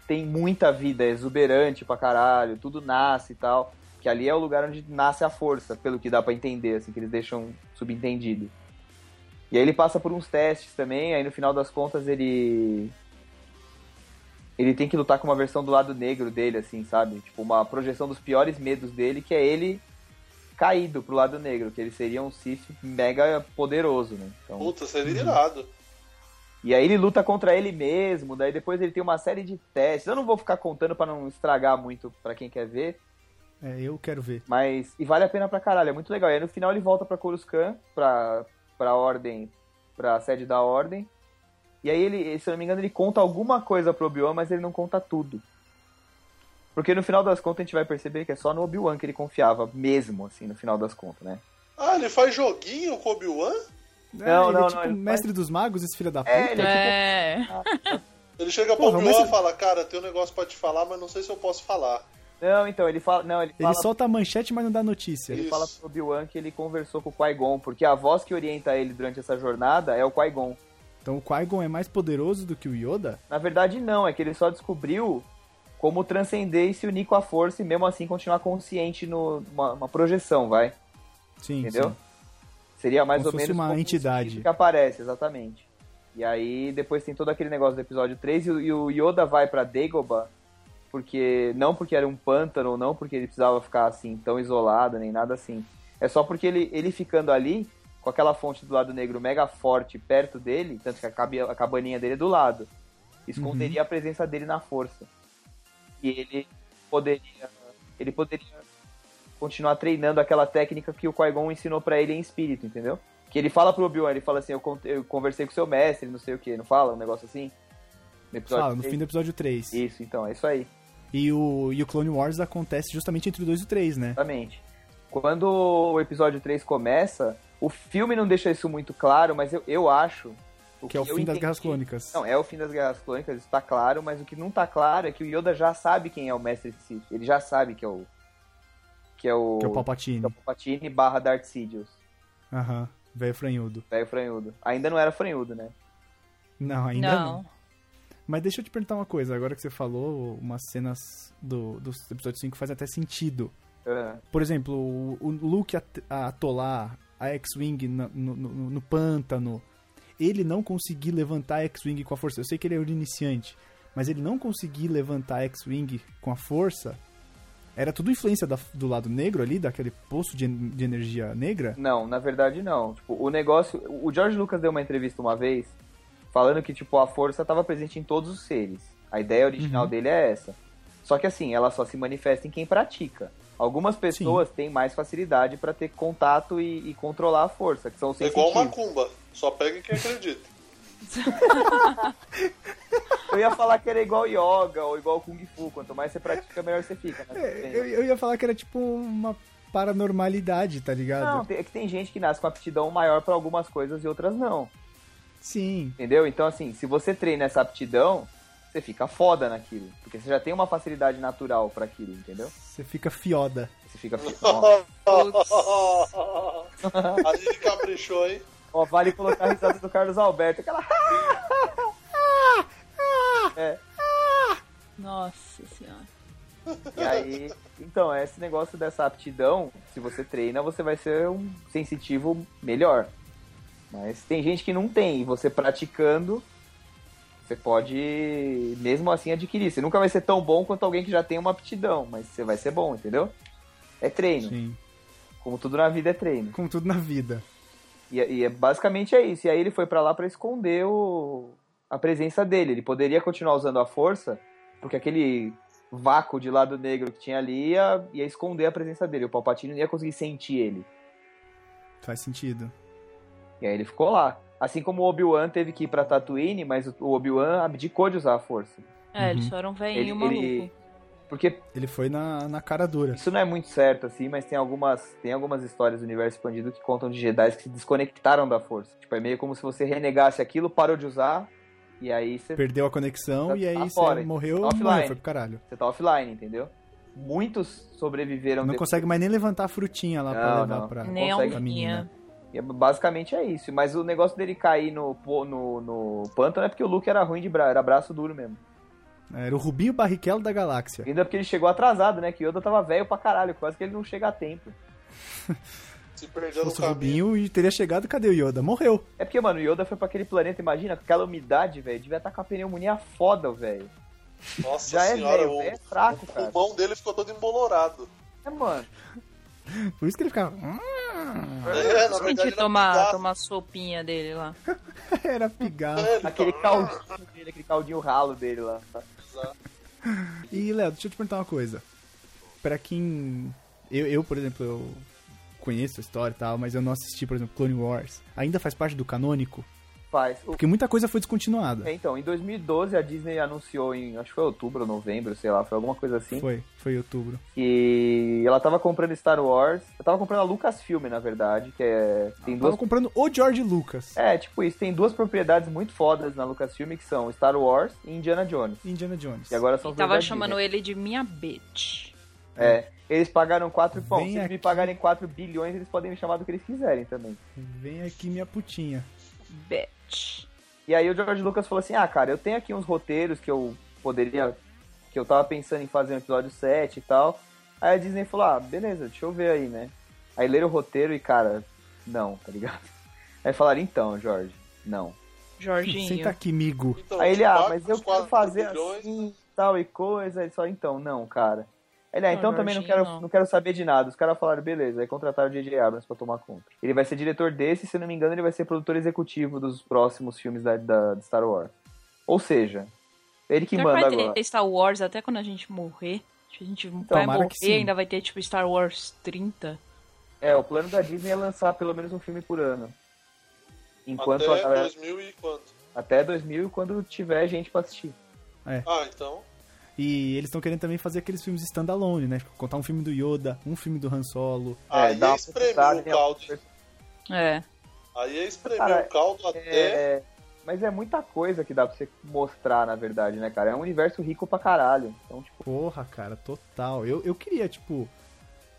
Speaker 4: tem muita vida, é exuberante pra caralho, tudo nasce e tal. Que ali é o lugar onde nasce a força, pelo que dá pra entender, assim, que eles deixam subentendido. E aí ele passa por uns testes também, aí no final das contas ele. Ele tem que lutar com uma versão do lado negro dele, assim, sabe? Tipo, uma projeção dos piores medos dele, que é ele caído pro lado negro, que ele seria um Sith mega poderoso, né? Então...
Speaker 1: Puta, seria irado.
Speaker 4: E aí ele luta contra ele mesmo, daí depois ele tem uma série de testes. Eu não vou ficar contando pra não estragar muito pra quem quer ver,
Speaker 2: É, eu quero ver.
Speaker 4: mas e vale a pena pra caralho, é muito legal. E aí no final ele volta pra Coruscant, pra para ordem, pra sede da ordem. E aí ele, se eu não me engano, ele conta alguma coisa pro Obi-Wan, mas ele não conta tudo. Porque no final das contas a gente vai perceber que é só no Obi-Wan que ele confiava mesmo, assim, no final das contas, né?
Speaker 1: Ah, ele faz joguinho com o Obi-Wan?
Speaker 4: Não,
Speaker 2: ele é
Speaker 4: não,
Speaker 2: tipo
Speaker 4: não, ele
Speaker 2: mestre dos magos, esse filho da puta.
Speaker 4: É, ele é tipo
Speaker 5: É.
Speaker 1: Ele chega pro
Speaker 2: Porra,
Speaker 1: Obi-Wan
Speaker 2: mas-
Speaker 1: e fala, cara, tem um negócio pra te falar, mas não sei se eu posso falar.
Speaker 4: Não, então ele fala, não, ele
Speaker 2: Ele
Speaker 4: fala
Speaker 2: solta a manchete, mas não dá notícia.
Speaker 4: Ele
Speaker 1: Isso.
Speaker 4: fala pro Obi-Wan que ele conversou com o Qui-Gon, porque a voz que orienta ele durante essa jornada é o Qui-Gon.
Speaker 2: Então o Qui-Gon é mais poderoso do que o Yoda?
Speaker 4: Na verdade, não, é que ele só descobriu como transcender e se unir com a força e mesmo assim continuar consciente numa uma projeção, vai.
Speaker 2: Sim,
Speaker 4: Entendeu?
Speaker 2: sim.
Speaker 4: Seria mais
Speaker 2: Como
Speaker 4: ou
Speaker 2: se fosse
Speaker 4: menos
Speaker 2: uma
Speaker 4: como um
Speaker 2: entidade.
Speaker 4: espírito que aparece, exatamente. E aí depois tem todo aquele negócio do episódio 3 e, o- e o Yoda vai pra Dagobah porque não porque era um pântano, não porque ele precisava ficar assim tão isolado, nem nada assim. É só porque ele, ele ficando ali com aquela fonte do lado negro mega forte perto dele, tanto que a, cabe- a cabaninha dele é do lado, esconderia a presença dele na força. E ele poderia ele poderia continuar treinando aquela técnica que o Qui-Gon ensinou pra ele em espírito, entendeu? Que ele fala pro Obi-Wan, ele fala assim, eu, con- eu conversei com seu mestre, não sei o que, não fala? Um negócio assim? No episódio
Speaker 2: Fala, no
Speaker 4: três.
Speaker 2: fim do episódio 3. E...
Speaker 4: Isso, então, é isso aí,
Speaker 2: o, e o Clone Wars acontece justamente entre o 2 e o 3, né?
Speaker 4: exatamente. Quando o episódio 3 começa, o filme não deixa isso muito claro, mas eu, eu acho...
Speaker 2: Que é o fim
Speaker 4: eu
Speaker 2: das
Speaker 4: entendi-
Speaker 2: Guerras Clônicas.
Speaker 4: Não, é o fim das Guerras Clônicas, isso tá claro, mas o que não tá claro é que o Yoda já sabe quem é o mestre Sith. Ele já sabe que é o... Que é o...
Speaker 2: Que é o
Speaker 4: que é o
Speaker 2: Palpatine.
Speaker 4: Palpatine barra Darth Sidious.
Speaker 2: Aham. Velho franhudo.
Speaker 4: Velho franhudo. Ainda não era franhudo, né?
Speaker 2: Não, ainda não.
Speaker 5: Não.
Speaker 2: Mas deixa eu te perguntar uma coisa. Agora que você falou, umas cenas do, do episódio 5 faz até sentido.
Speaker 4: Ah,
Speaker 2: Por exemplo, o, o Luke at- a- atolar a X-Wing na- no, no- no- no pântano. Ele não conseguir levantar a X-Wing com a força. Eu sei que ele é um iniciante, mas ele não conseguir levantar a X-Wing com a força Era tudo influência da- do lado negro ali, daquele poço de, en- de energia negra?
Speaker 4: Não, na verdade não. Tipo, o negócio. O George Lucas deu uma entrevista uma vez falando que, tipo, a força estava presente em todos os seres. A ideia
Speaker 2: Uhum.
Speaker 4: original dele é essa. Só que assim, ela só se manifesta em quem pratica. Algumas pessoas têm mais facilidade para ter contato e, e controlar a força, que são os
Speaker 1: É igual
Speaker 4: sensitivos.
Speaker 1: macumba, só pega quem acredita.
Speaker 4: Eu ia falar que era igual yoga ou igual kung fu. Quanto mais você pratica, melhor você fica. né? Mas tudo bem.
Speaker 2: É, Eu, eu ia falar que era tipo uma paranormalidade, tá ligado?
Speaker 4: Não, tem- é que tem gente que nasce com aptidão maior para algumas coisas e outras não.
Speaker 2: Sim.
Speaker 4: Entendeu? Então, assim, se você treina essa aptidão, você fica foda naquilo. Porque você já tem uma facilidade natural pra aquilo, entendeu?
Speaker 2: Você fica fioda.
Speaker 4: Você fica. Ó,
Speaker 1: A gente caprichou, hein?
Speaker 4: ó, vale colocar a risada do Carlos Alberto. Aquela. É,
Speaker 5: Nossa senhora.
Speaker 4: e aí. Então, é esse negócio dessa aptidão. Se você treina, você vai ser um sensitivo melhor. Mas tem gente que não tem. E você praticando, você pode, mesmo assim, adquirir. Você nunca vai ser tão bom quanto alguém que já tem uma aptidão. Mas você vai ser bom, entendeu? É treino.
Speaker 2: Sim.
Speaker 4: Como tudo na vida é treino.
Speaker 2: Como tudo na vida.
Speaker 4: E, e é, basicamente é isso. E aí ele foi pra lá pra esconder o, a presença dele. Ele poderia continuar usando a força, porque aquele vácuo de lado negro que tinha ali ia, ia esconder a presença dele. O Palpatine não ia conseguir sentir ele.
Speaker 2: Faz sentido.
Speaker 4: E aí ele ficou lá. Assim como o Obi-Wan teve que ir pra Tatooine, mas o- o Obi-Wan abdicou de usar a força.
Speaker 2: Uhum.
Speaker 5: É, eles foram
Speaker 4: Ele-
Speaker 5: veinho maluco.
Speaker 4: ele- Porque
Speaker 2: Ele foi na, na cara dura.
Speaker 4: isso não é muito certo, assim, mas tem algumas, tem algumas histórias do universo expandido que contam de Jedi que se desconectaram da força. Tipo, é meio como se você renegasse aquilo, parou de usar, e aí você,
Speaker 2: Perdeu a conexão
Speaker 4: Tá-
Speaker 2: e aí
Speaker 4: tá
Speaker 2: você
Speaker 4: fora,
Speaker 2: morreu,
Speaker 4: tá offline.
Speaker 2: morreu, foi pro caralho.
Speaker 4: você tá offline, entendeu? Muitos sobreviveram.
Speaker 2: Não
Speaker 4: depois.
Speaker 2: consegue mais nem levantar a frutinha lá pra
Speaker 4: Então Não,
Speaker 2: levar
Speaker 4: não.
Speaker 2: pra,
Speaker 5: Nem a
Speaker 2: pra
Speaker 4: consegue.
Speaker 5: unha.
Speaker 2: menina.
Speaker 4: E é- Basicamente é isso. Mas o negócio dele cair no, pô- no, no pântano é porque o Luke era ruim de bra... era braço duro mesmo.
Speaker 2: Era o Rubinho Barrichello da galáxia.
Speaker 4: Ainda porque ele chegou atrasado, né? Que Yoda tava velho pra caralho, quase que ele não chega a tempo.
Speaker 1: Se perdeu
Speaker 2: Se
Speaker 1: no
Speaker 2: fosse o
Speaker 1: caminho.
Speaker 2: Rubinho e teria chegado, cadê o Yoda? Morreu.
Speaker 4: É porque, mano, o Yoda foi pra aquele planeta, imagina, com aquela umidade, velho. Devia estar com a pneumonia foda, velho.
Speaker 1: Nossa
Speaker 4: Já é
Speaker 1: senhora,
Speaker 4: velho,
Speaker 1: o,
Speaker 4: velho é fraco,
Speaker 1: o
Speaker 4: cara.
Speaker 1: pulmão dele ficou todo embolorado.
Speaker 4: É, mano.
Speaker 2: Por isso que ele ficava. "Hum",
Speaker 1: É, na
Speaker 5: Tem que
Speaker 1: verdade,
Speaker 5: tomar,
Speaker 1: era um gato,
Speaker 5: tomar a sopinha dele lá.
Speaker 2: Era pigarro.
Speaker 1: né? Ele
Speaker 4: Aquele
Speaker 1: tá-
Speaker 4: caldinho dele, aquele caldinho ralo dele lá. tá?
Speaker 2: E, Léo, deixa eu te perguntar uma coisa. Pra quem. Eu, eu, por exemplo, eu conheço a história e tal, mas eu não assisti, por exemplo, Clone Wars. Ainda faz parte do canônico?
Speaker 4: Faz. O-
Speaker 2: Porque muita coisa foi descontinuada.
Speaker 4: É, então, em 2012 a Disney anunciou em, acho que foi outubro ou novembro, sei lá, foi alguma coisa assim,
Speaker 2: Foi, foi em outubro.
Speaker 4: que ela tava comprando Star Wars, eu tava comprando a Lucasfilm, na verdade, que é, tem duas
Speaker 2: Tava comprando o George Lucas.
Speaker 4: É, tipo isso, tem duas propriedades muito fodas na Lucasfilm, que são Star Wars e Indiana Jones.
Speaker 2: Indiana Jones.
Speaker 4: E agora são
Speaker 5: E tava
Speaker 4: propriedades
Speaker 5: chamando
Speaker 4: Disney.
Speaker 5: ele de minha bitch.
Speaker 4: É, eles pagaram 4 bom,
Speaker 2: Vem
Speaker 4: se eles me
Speaker 2: aqui.
Speaker 4: pagarem 4 bilhões, eles podem me chamar do que eles quiserem também.
Speaker 2: Vem aqui minha putinha.
Speaker 5: Bitch.
Speaker 4: E aí o George Lucas falou assim: "Ah, cara, eu tenho aqui uns roteiros que eu poderia que eu tava pensando em fazer um episódio 7 e tal". Aí a Disney falou: "Ah, beleza, deixa eu ver aí, né?". Aí leram o roteiro e cara, não, tá ligado? Aí falaram: "Então, George, não".
Speaker 5: Jorginho.
Speaker 2: Senta aqui, migo.
Speaker 1: Então,
Speaker 4: Aí ele, ah,
Speaker 1: quatro-
Speaker 4: mas eu quero
Speaker 1: quatro
Speaker 4: fazer
Speaker 1: bilhões.
Speaker 4: assim, tal e coisa. Ele só, então, não, cara. Ele, ah,
Speaker 5: Não,
Speaker 4: então também não
Speaker 5: Jorginho,
Speaker 4: quero,
Speaker 5: não.
Speaker 4: não quero saber de nada. Os caras falaram, beleza. Aí contrataram o J.J. Abrams pra tomar conta. Ele vai ser diretor desse, se não me engano, ele vai ser produtor executivo dos próximos filmes da, da- de Star Wars. Ou seja, ele que
Speaker 5: Será
Speaker 4: manda
Speaker 5: vai ter
Speaker 4: agora.
Speaker 5: Star Wars até quando a gente morrer? Acho que A gente vai
Speaker 2: tomara
Speaker 5: morrer
Speaker 2: que
Speaker 5: e
Speaker 2: sim.
Speaker 5: ainda vai ter tipo Star Wars 30.
Speaker 4: É, o plano da Disney é lançar pelo menos um filme por ano. Enquanto
Speaker 1: até
Speaker 4: a galera-
Speaker 1: 2000 e quanto?
Speaker 4: até 2000 e quando tiver gente pra assistir.
Speaker 1: Ah, então.
Speaker 2: E eles estão querendo também fazer aqueles filmes standalone, né? Contar um filme do Yoda, um filme do Han Solo.
Speaker 1: Aí
Speaker 4: É, dá uma
Speaker 1: espremeu
Speaker 4: procurada,
Speaker 1: o
Speaker 4: tem algum
Speaker 1: caldo.
Speaker 5: É.
Speaker 1: Aí espremeu
Speaker 4: Cara,
Speaker 1: o caldo até.
Speaker 4: É, mas é muita coisa que dá pra você mostrar, na verdade, né, cara? É um universo rico pra caralho. Então, tipo,
Speaker 2: Porra, cara, total. Eu, eu queria, tipo,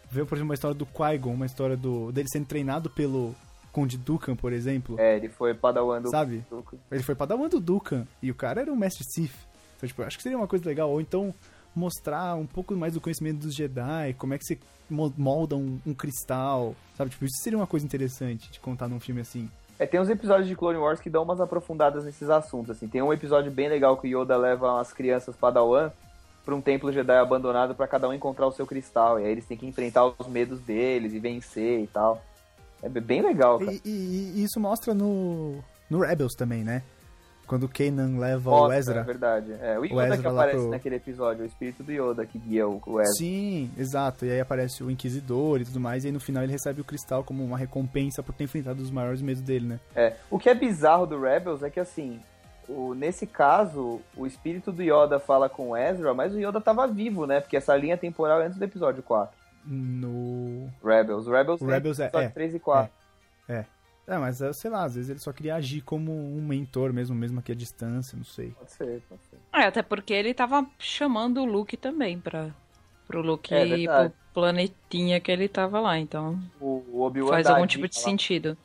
Speaker 2: ver, por exemplo, uma história do Qui-Gon, uma história do dele sendo treinado pelo Conde Dukan, por exemplo.
Speaker 4: é, ele foi padawan do...
Speaker 2: Sabe?
Speaker 4: do-
Speaker 2: Ele foi padawan do Dukan e o cara era um mestre Sith. Então, tipo, eu acho que seria uma coisa legal. Ou então mostrar um pouco mais do conhecimento dos Jedi, como é que se mo- molda um, um cristal, sabe? Tipo, isso seria uma coisa interessante de contar num filme assim.
Speaker 4: É, tem uns episódios de Clone Wars que dão umas aprofundadas nesses assuntos, assim. Tem um episódio bem legal que o Yoda leva umas crianças padawan pra um templo Jedi abandonado pra cada um encontrar o seu cristal. E aí eles têm que enfrentar os medos deles e vencer e tal. É bem legal, cara.
Speaker 2: E, e- e isso mostra no, no Rebels também, né? Quando o Kanan leva o
Speaker 4: Mostra, É
Speaker 2: Ezra.
Speaker 4: verdade. É, o Yoda que
Speaker 2: Ezra lá
Speaker 4: aparece
Speaker 2: pro-
Speaker 4: naquele episódio, o espírito do Yoda que guia o, o Ezra.
Speaker 2: Sim, exato. E aí aparece o Inquisidor e tudo mais. E aí no final ele recebe o cristal como uma recompensa por ter enfrentado os maiores medos dele, né?
Speaker 4: É, o que é bizarro do Rebels é que, assim, o- nesse caso, o espírito do Yoda fala com o Ezra, mas o Yoda tava vivo, né? Porque essa linha temporal é antes do episódio 4.
Speaker 2: No.
Speaker 4: Rebels. O Rebels,
Speaker 2: O Rebels é-
Speaker 4: episódio
Speaker 2: é,
Speaker 4: 3 e 4.
Speaker 2: É, mas eu sei lá, às vezes ele só queria agir como um mentor mesmo, mesmo aqui à distância, não sei.
Speaker 4: Pode ser, pode ser.
Speaker 5: É, até porque ele tava chamando o Luke também pra, pro Luke
Speaker 4: É
Speaker 5: ir
Speaker 4: verdade.
Speaker 5: pro planetinha que ele tava lá, então
Speaker 4: O, o Obi-Wan
Speaker 5: faz
Speaker 4: dá
Speaker 5: algum
Speaker 4: a
Speaker 5: tipo de
Speaker 4: dica tá lá.
Speaker 5: sentido.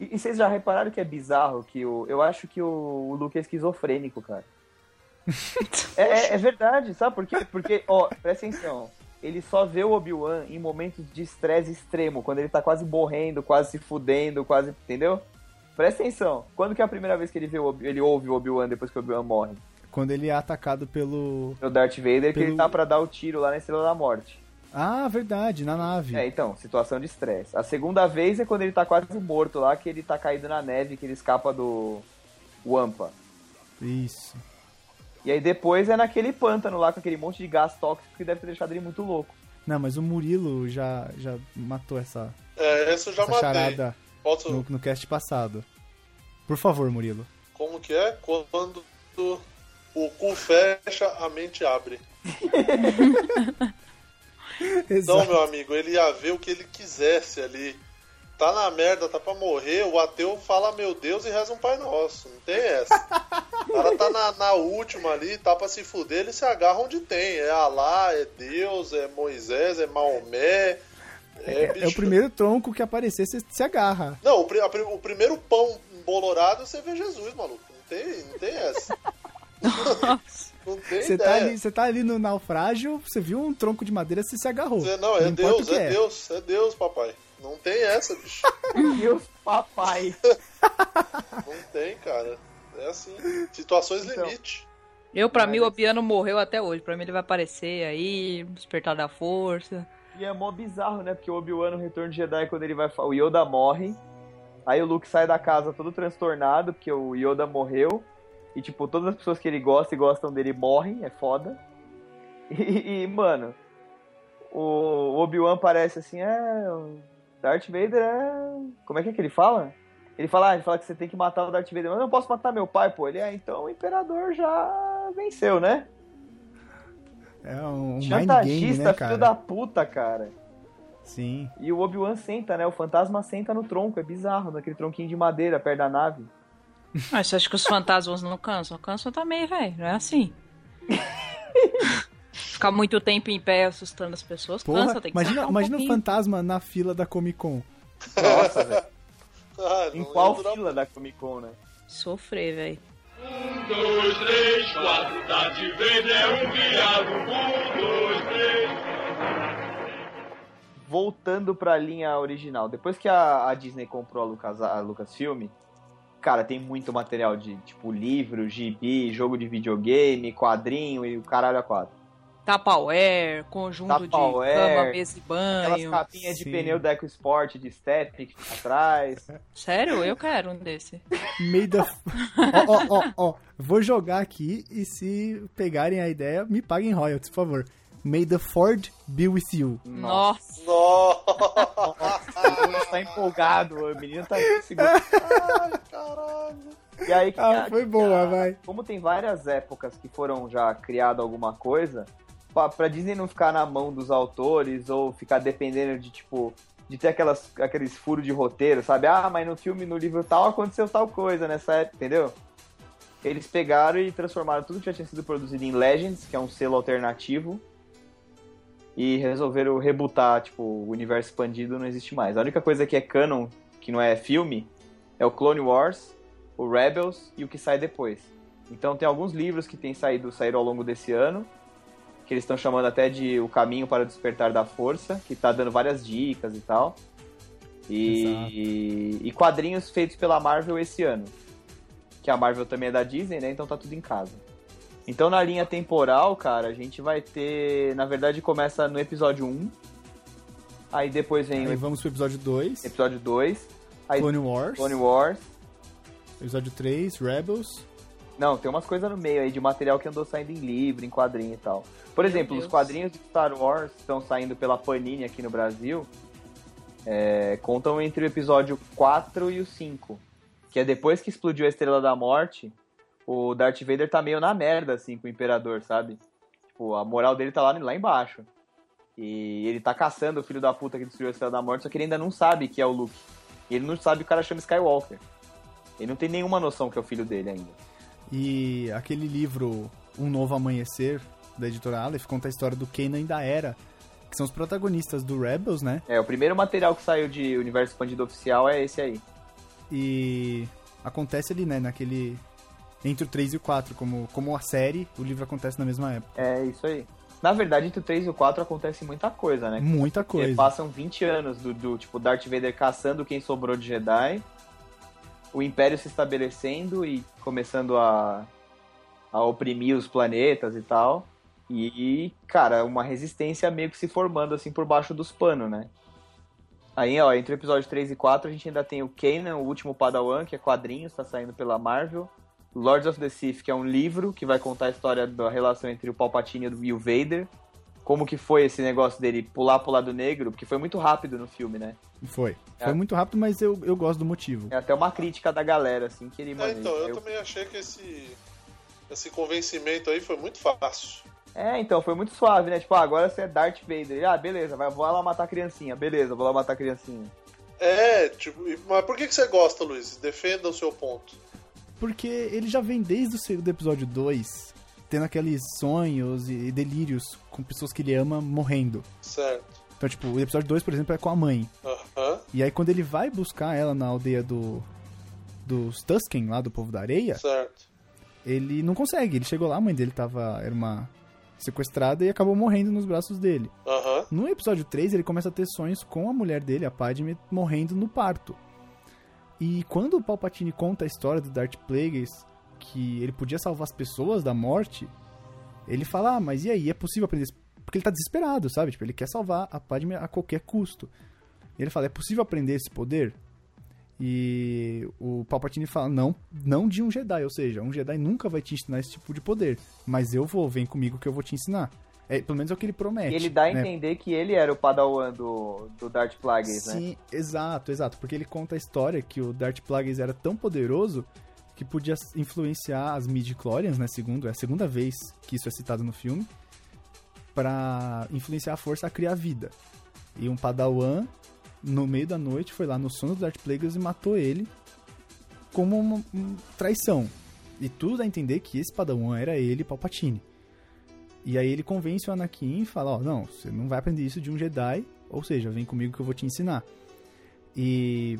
Speaker 4: E, e vocês já repararam que é bizarro que o. Eu acho que o, o Luke é esquizofrênico, cara. é, é- é verdade, sabe por quê? Porque, ó, presta atenção. Ele só vê o Obi-Wan em momentos de estresse extremo, quando ele tá quase morrendo, quase se fudendo, quase. Entendeu? Presta atenção. Quando que é a primeira vez que ele, vê o Obi- ele ouve o Obi-Wan depois que o Obi-Wan morre?
Speaker 2: Quando ele é atacado pelo.
Speaker 4: O Darth Vader, que
Speaker 2: Pelo-
Speaker 4: ele tá pra dar o tiro lá na Estrela da Morte.
Speaker 2: Ah, verdade, na nave.
Speaker 4: É, então, situação de estresse. A segunda vez é quando ele tá quase morto lá, que ele tá caído na neve, que ele escapa do Wampa.
Speaker 2: Isso.
Speaker 4: E aí depois é naquele pântano lá, com aquele monte de gás tóxico que deve ter deixado ele muito louco.
Speaker 2: Não, mas o Murilo já, já matou essa,
Speaker 1: É, essa eu já
Speaker 2: essa
Speaker 1: matei.
Speaker 2: charada
Speaker 1: Posso.
Speaker 2: no, no cast passado. Por favor, Murilo.
Speaker 1: Como que é? Quando o cu fecha, a mente abre. Então, meu amigo, ele ia ver o que ele quisesse ali. Tá na merda, tá pra morrer, o ateu fala meu Deus e reza um Pai Nosso. Não tem essa. O cara tá na, na última ali, tá pra se fuder, ele se agarra onde tem. É Alá, é Deus, é Moisés, é Maomé. É,
Speaker 2: É o
Speaker 1: bicho-
Speaker 2: primeiro tronco que aparecer, você se agarra.
Speaker 1: Não, o, pri- a pri- o primeiro pão embolorado você vê Jesus, maluco. Não tem, não tem essa. não tem
Speaker 2: Você
Speaker 1: ideia.
Speaker 2: tá, ali, você tá ali no naufrágio, você viu um tronco de madeira, você se agarrou.
Speaker 1: Você- não, é
Speaker 2: importa o
Speaker 1: Deus,
Speaker 2: que
Speaker 1: é, Deus, é Deus, papai. Não tem essa, bicho.
Speaker 4: Meu Deus, papai.
Speaker 1: Não tem, cara. É assim. Situações
Speaker 4: Então.
Speaker 1: limite.
Speaker 5: Eu, pra mim, o
Speaker 4: Mas-
Speaker 5: Obiano morreu até hoje. Pra mim, ele vai aparecer aí, despertar da força.
Speaker 4: E é mó bizarro, né? Porque o Obi-Wan no Retorno de Jedi, quando ele vai... fa- O Yoda morre. Aí o Luke sai da casa todo transtornado, porque o Yoda morreu. E, tipo, todas as pessoas que ele gosta e gostam dele morrem. É foda. E, e, mano... O o Obi-Wan parece assim, é... o Darth Vader é... Como é que é que ele fala? Ele fala, ah, ele fala que você tem que matar o Darth Vader. Mas eu não posso matar meu pai, pô. Ele, é, então o Imperador já venceu, né?
Speaker 2: é. É um um mind game,
Speaker 4: Chantagista,
Speaker 2: né,
Speaker 4: filho
Speaker 2: cara?
Speaker 4: da puta, cara.
Speaker 2: Sim.
Speaker 4: E o Obi-Wan senta, né? O fantasma senta no tronco, é bizarro, naquele tronquinho de madeira perto da nave.
Speaker 5: Ah, você acha que os fantasmas não cansam? Cansam também, velho. Não é assim. Ficar muito tempo em pé assustando as pessoas
Speaker 2: Porra,
Speaker 5: cansa. Tem que
Speaker 2: imagina,
Speaker 5: parar um
Speaker 2: imagina o
Speaker 5: pouquinho.
Speaker 2: fantasma na fila da Comic Con.
Speaker 4: Nossa, velho.
Speaker 1: Ah,
Speaker 4: Em
Speaker 1: não ia
Speaker 4: qual
Speaker 1: durar-
Speaker 4: fila da Comic Con, né?
Speaker 5: Sofrer, velho.
Speaker 8: Um, dois, três, quatro, tá de vez, é um viado. Um, dois, três.
Speaker 4: Voltando pra linha original. Depois que a, a Disney comprou a, Lucas, a Lucasfilm, cara, tem muito material de, tipo, livro, gibi, jogo de videogame, quadrinho e o caralho a quatro.
Speaker 5: Tupperware, conjunto
Speaker 4: Tupperware,
Speaker 5: de cama, mesa e
Speaker 4: Aquelas
Speaker 5: banho.
Speaker 4: capinhas de
Speaker 2: sim.
Speaker 4: pneu da EcoSport, de Step, que fica atrás.
Speaker 5: Sério? Eu quero um desse.
Speaker 2: Meio da. Ó, ó, ó, ó. Vou jogar aqui e se pegarem a ideia, me paguem royalties, por favor. May the Ford be with you.
Speaker 5: Nossa.
Speaker 1: Nossa!
Speaker 4: O Bruno tá empolgado, o menino tá segurando.
Speaker 1: Caralho!
Speaker 4: E aí, que
Speaker 2: Ah, foi boa, vai.
Speaker 4: como tem várias épocas que foram já criado alguma coisa, pra, pra Disney não ficar na mão dos autores ou ficar dependendo de, tipo, de ter aquelas, aqueles furos de roteiro, sabe? Ah, mas no filme, no livro tal, aconteceu tal coisa nessa época, entendeu? Eles pegaram e transformaram tudo que já tinha sido produzido em Legends, que é um selo alternativo, e resolveram rebutar, tipo, o universo expandido não existe mais. A única coisa que é canon, que não é filme, é o Clone Wars, o Rebels e o que sai depois. Então tem alguns livros que têm saído, saíram ao longo desse ano, que eles estão chamando até de O Caminho para o Despertar da Força, que tá dando várias dicas e tal.
Speaker 2: Exato.
Speaker 4: E, e quadrinhos feitos pela Marvel esse ano. Que a Marvel também é da Disney, né? Então tá tudo em casa. Então, na linha temporal, cara, a gente vai ter. Na verdade, começa no episódio 1. Aí depois vem
Speaker 2: Aí
Speaker 4: o
Speaker 2: vamos pro episódio 2,
Speaker 4: episódio 2. Aí
Speaker 2: Clone Wars,
Speaker 4: Clone Wars.
Speaker 2: episódio 3, Rebels.
Speaker 4: Não, tem umas coisas no meio aí de material que andou saindo em livro, em quadrinho e tal. Por exemplo, os
Speaker 5: Deus.
Speaker 4: quadrinhos de Star Wars que estão saindo pela Panini aqui no Brasil. é, contam entre o episódio 4 e o 5. Que é depois que explodiu a Estrela da Morte, o Darth Vader tá meio na merda, assim, com o Imperador, sabe? Tipo, a moral dele tá lá, lá embaixo. E ele tá caçando o filho da puta que destruiu a Estrela da Morte, só que ele ainda não sabe que é o Luke. E ele não sabe que o cara chama Skywalker. Ele não tem nenhuma noção que é o filho dele ainda.
Speaker 2: E aquele livro Um Novo Amanhecer, da editora Aleph, conta a história do Kanan e da Era, que são os protagonistas do Rebels, né?
Speaker 4: É, o primeiro material que saiu de Universo Expandido Oficial é esse aí.
Speaker 2: E acontece ali, né, naquele... Entre o 3 e o 4, como, como a série, o livro acontece na mesma época.
Speaker 4: É isso aí. Na verdade, entre o 3 e o 4 acontece muita coisa, né?
Speaker 2: Muita
Speaker 4: Porque
Speaker 2: coisa.
Speaker 4: passam 20 anos do, do, tipo Darth Vader caçando quem sobrou de Jedi, o Império se estabelecendo e começando a, a oprimir os planetas e tal. E, cara, uma resistência meio que se formando assim por baixo dos panos, né? Aí, ó, entre o episódio 3 e 4 a gente ainda tem o Kanan, o último Padawan, que é quadrinhos, tá saindo pela Marvel. Lords of the Sith, que é um livro que vai contar a história da relação entre o Palpatine e o Vader como que foi esse negócio dele pular pro lado negro, porque foi muito rápido no filme, né?
Speaker 2: Foi.
Speaker 4: É.
Speaker 2: Foi muito rápido, mas eu, eu gosto do motivo.
Speaker 4: É até uma crítica da galera, assim, que ele, mano,
Speaker 1: É, então, eu
Speaker 4: eu-
Speaker 1: também achei que esse, esse convencimento aí foi muito fácil.
Speaker 4: É, então, foi muito suave, né? Tipo, ah, agora você é Darth Vader. Ele, ah, beleza, vai, vou lá matar a criancinha. Beleza, vou lá matar a criancinha.
Speaker 1: É, tipo, e- mas por que, que você gosta, Luiz? Defenda o seu ponto.
Speaker 2: Porque ele já vem desde o segundo episódio 2, tendo aqueles sonhos e e delírios com pessoas que ele ama morrendo.
Speaker 1: Certo.
Speaker 2: Então, tipo, o episódio 2, por exemplo, é com a mãe.
Speaker 1: Aham,
Speaker 2: E aí, quando ele vai buscar ela na aldeia do. dos Tusken, lá do povo da
Speaker 4: É.
Speaker 2: areia,
Speaker 1: certo.
Speaker 2: ele não consegue. Ele chegou lá, a mãe dele tava. era uma. sequestrada e acabou morrendo nos braços dele.
Speaker 1: Aham,
Speaker 2: No episódio 3, ele começa a ter sonhos com a mulher dele, a Padme, morrendo no parto. E quando o Palpatine conta a história do Darth Plagueis, que ele podia salvar as pessoas da morte, ele fala, ah, mas e aí, é possível aprender isso? Porque ele tá desesperado, sabe? Tipo, ele quer salvar a Padme a qualquer custo. Ele fala, é possível aprender esse poder? E o Palpatine fala, não, não de um Jedi, ou seja, um Jedi nunca vai te ensinar esse tipo de poder. Mas eu vou, vem comigo que eu vou te ensinar. É, pelo menos é o que ele promete.
Speaker 4: E ele dá a
Speaker 2: né?
Speaker 4: entender que ele era o Padawan do, do Darth Plagueis, né?
Speaker 2: Sim, exato, exato. Porque ele conta a história que o Darth Plagueis era tão poderoso que podia s- influenciar as midi-chlorians, né? Segundo, é a segunda vez que isso é citado no filme, pra influenciar a força a criar vida. E um padawan, no meio da noite, foi lá no sono do Darth Plagueis e matou ele como uma, uma traição. E tudo dá a entender que esse padawan era ele, Palpatine. E aí ele convence o Anakin e fala, ó, não, você não vai aprender isso de um Jedi, ou seja, vem comigo que eu vou te ensinar. E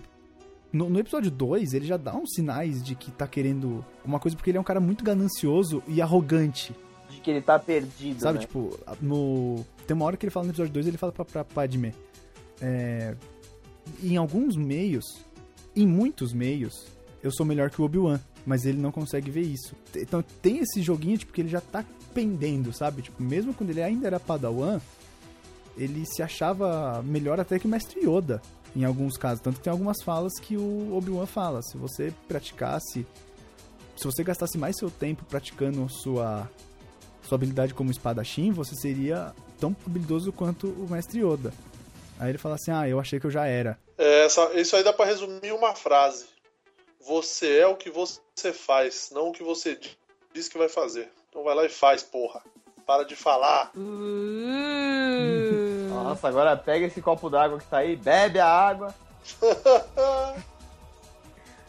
Speaker 2: no, no episódio 2, ele já dá uns sinais de que tá querendo uma coisa, porque ele é um cara muito ganancioso e arrogante,
Speaker 4: De que ele tá perdido,
Speaker 2: sabe?
Speaker 4: né?
Speaker 2: Tipo, no... tem uma hora que ele fala no episódio 2, ele fala pra, pra Padme, é, em alguns meios, em muitos meios, eu sou melhor que o Obi-Wan, mas ele não consegue ver isso. T- Então tem esse joguinho, tipo, que ele já tá pendendo, sabe? Tipo, mesmo quando ele ainda era Padawan, ele se achava melhor até que o Mestre Yoda, em alguns casos. Tanto que tem algumas falas que o Obi-Wan fala. Se você praticasse, se você gastasse mais seu tempo praticando sua, sua habilidade como espadachim, você seria tão habilidoso quanto o Mestre Yoda. Aí ele fala assim, ah, eu achei que eu já era.
Speaker 1: É, essa- isso aí dá pra resumir em uma frase. Você é o que você faz, não o que você di- diz que vai fazer. Então vai lá e faz, porra. Para de falar.
Speaker 2: tipo,
Speaker 4: Nossa, agora pega esse copo d'água que tá aí, bebe a água.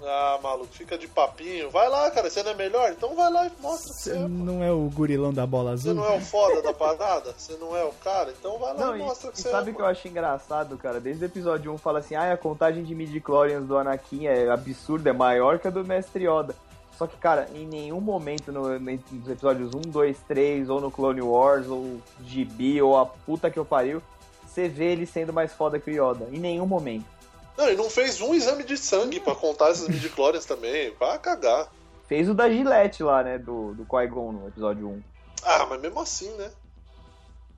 Speaker 1: ah, maluco, fica de papinho. Vai lá, cara, você não é melhor? Então vai lá e mostra que você
Speaker 2: Você
Speaker 1: é. pô.
Speaker 2: não é o gurilão da bola
Speaker 1: Você
Speaker 2: azul?
Speaker 1: não é o foda da parada? Você não é o cara? Então vai lá
Speaker 4: Não,
Speaker 1: e
Speaker 4: e,
Speaker 1: mostra que
Speaker 4: e
Speaker 1: você
Speaker 4: sabe
Speaker 1: é.
Speaker 4: o que eu acho engraçado, cara? Desde o episódio 1 fala assim, ah, a contagem de midi-chlorians do Anakin é absurda, é maior que a do Mestre Yoda. Só que, cara, em nenhum momento no, no- nos episódios 1, 2, 3, ou no Clone Wars, ou GB, ou a puta que eu pariu, você vê ele sendo mais foda que o Yoda. Em nenhum momento.
Speaker 1: Não, ele não fez um exame de sangue pra contar essas midi-chlorians também. Vai cagar.
Speaker 4: Fez o da Gillette lá, né? Do, do Qui-Gon no episódio 1.
Speaker 1: Ah, mas mesmo assim, né?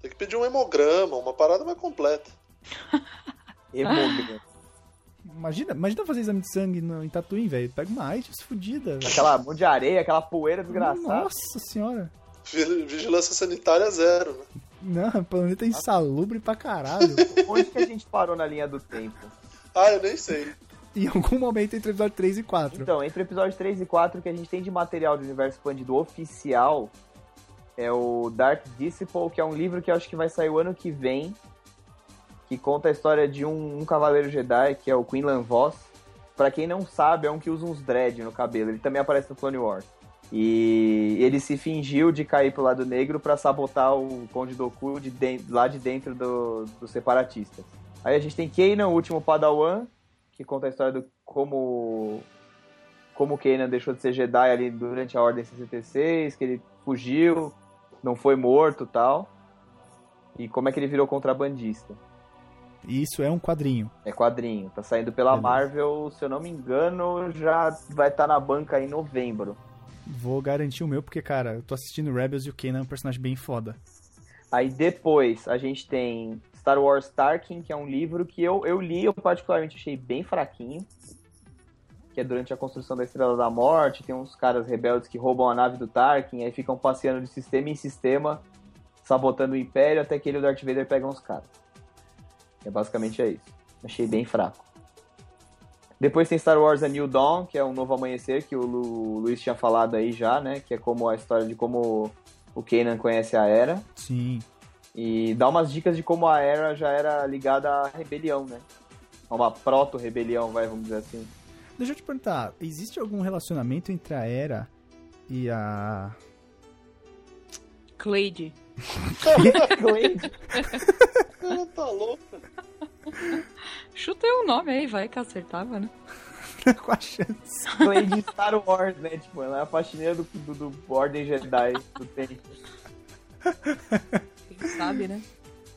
Speaker 1: Tem que pedir um hemograma, uma parada mais completa.
Speaker 4: Hemograma.
Speaker 2: Imagina, imagina fazer exame de sangue no, em Tatooine, velho. Pega uma AIDS fodida, velho.
Speaker 4: aquela mão de areia, aquela poeira desgraçada.
Speaker 2: Nossa senhora.
Speaker 1: Vigil- Vigilância sanitária zero, né?
Speaker 2: Não, o planeta é insalubre pra caralho.
Speaker 4: Onde que a gente parou na linha do tempo?
Speaker 1: Ah, eu nem sei.
Speaker 2: em algum momento entre o episódio 3 e 4.
Speaker 4: Então, entre o episódio 3 e 4, o que a gente tem de material do universo expandido oficial é o Dark Disciple, que é um livro que eu acho que vai sair o ano que vem, que conta a história de um, um cavaleiro Jedi, que é o Quinlan Voss. Pra quem não sabe, é um que usa uns dread no cabelo. Ele também aparece no Clone Wars. E ele se fingiu de cair pro lado negro pra sabotar o Conde Doku de den- lá de dentro do- dos separatistas. Aí a gente tem Kanan, o último Padawan, que conta a história do como como o Kanan deixou de ser Jedi ali durante a Ordem 66, que ele fugiu, não foi morto tal. E como é que ele virou contrabandista.
Speaker 2: E isso é um quadrinho.
Speaker 4: É quadrinho, tá saindo pela
Speaker 2: Beleza.
Speaker 4: Marvel, se eu não me engano, já vai estar na banca em novembro.
Speaker 2: Vou garantir o meu, porque, cara, eu tô assistindo Rebels e o Kanan é um personagem bem foda.
Speaker 4: Aí depois a gente tem Star Wars Tarkin, que é um livro que eu, eu li, eu particularmente achei bem fraquinho. Que é durante a construção da Estrela da Morte, tem uns caras rebeldes que roubam a nave do Tarkin, aí ficam passeando de sistema em sistema, sabotando o Império, até que ele e o Darth Vader pegam os caras. É basicamente é isso. Achei bem fraco. Depois tem Star Wars A New Dawn, que é um novo amanhecer, que o Lu- Luiz tinha falado aí já, né? Que é como a história de como o Kanan conhece a Era.
Speaker 2: Sim.
Speaker 4: E dá umas dicas de como a Era já era ligada à rebelião, né? A uma proto-rebelião, vai, vamos dizer assim.
Speaker 2: Deixa eu te perguntar, existe algum relacionamento entre a Era e a.
Speaker 5: Cleide.
Speaker 1: Ela tá louca.
Speaker 5: Chutei o nome aí, vai que acertava, né?
Speaker 2: com a chance?
Speaker 4: Clay de Star Wars, né? Tipo, ela é a faxineira do, do, do Ordem Jedi do tempo.
Speaker 5: Quem sabe, né?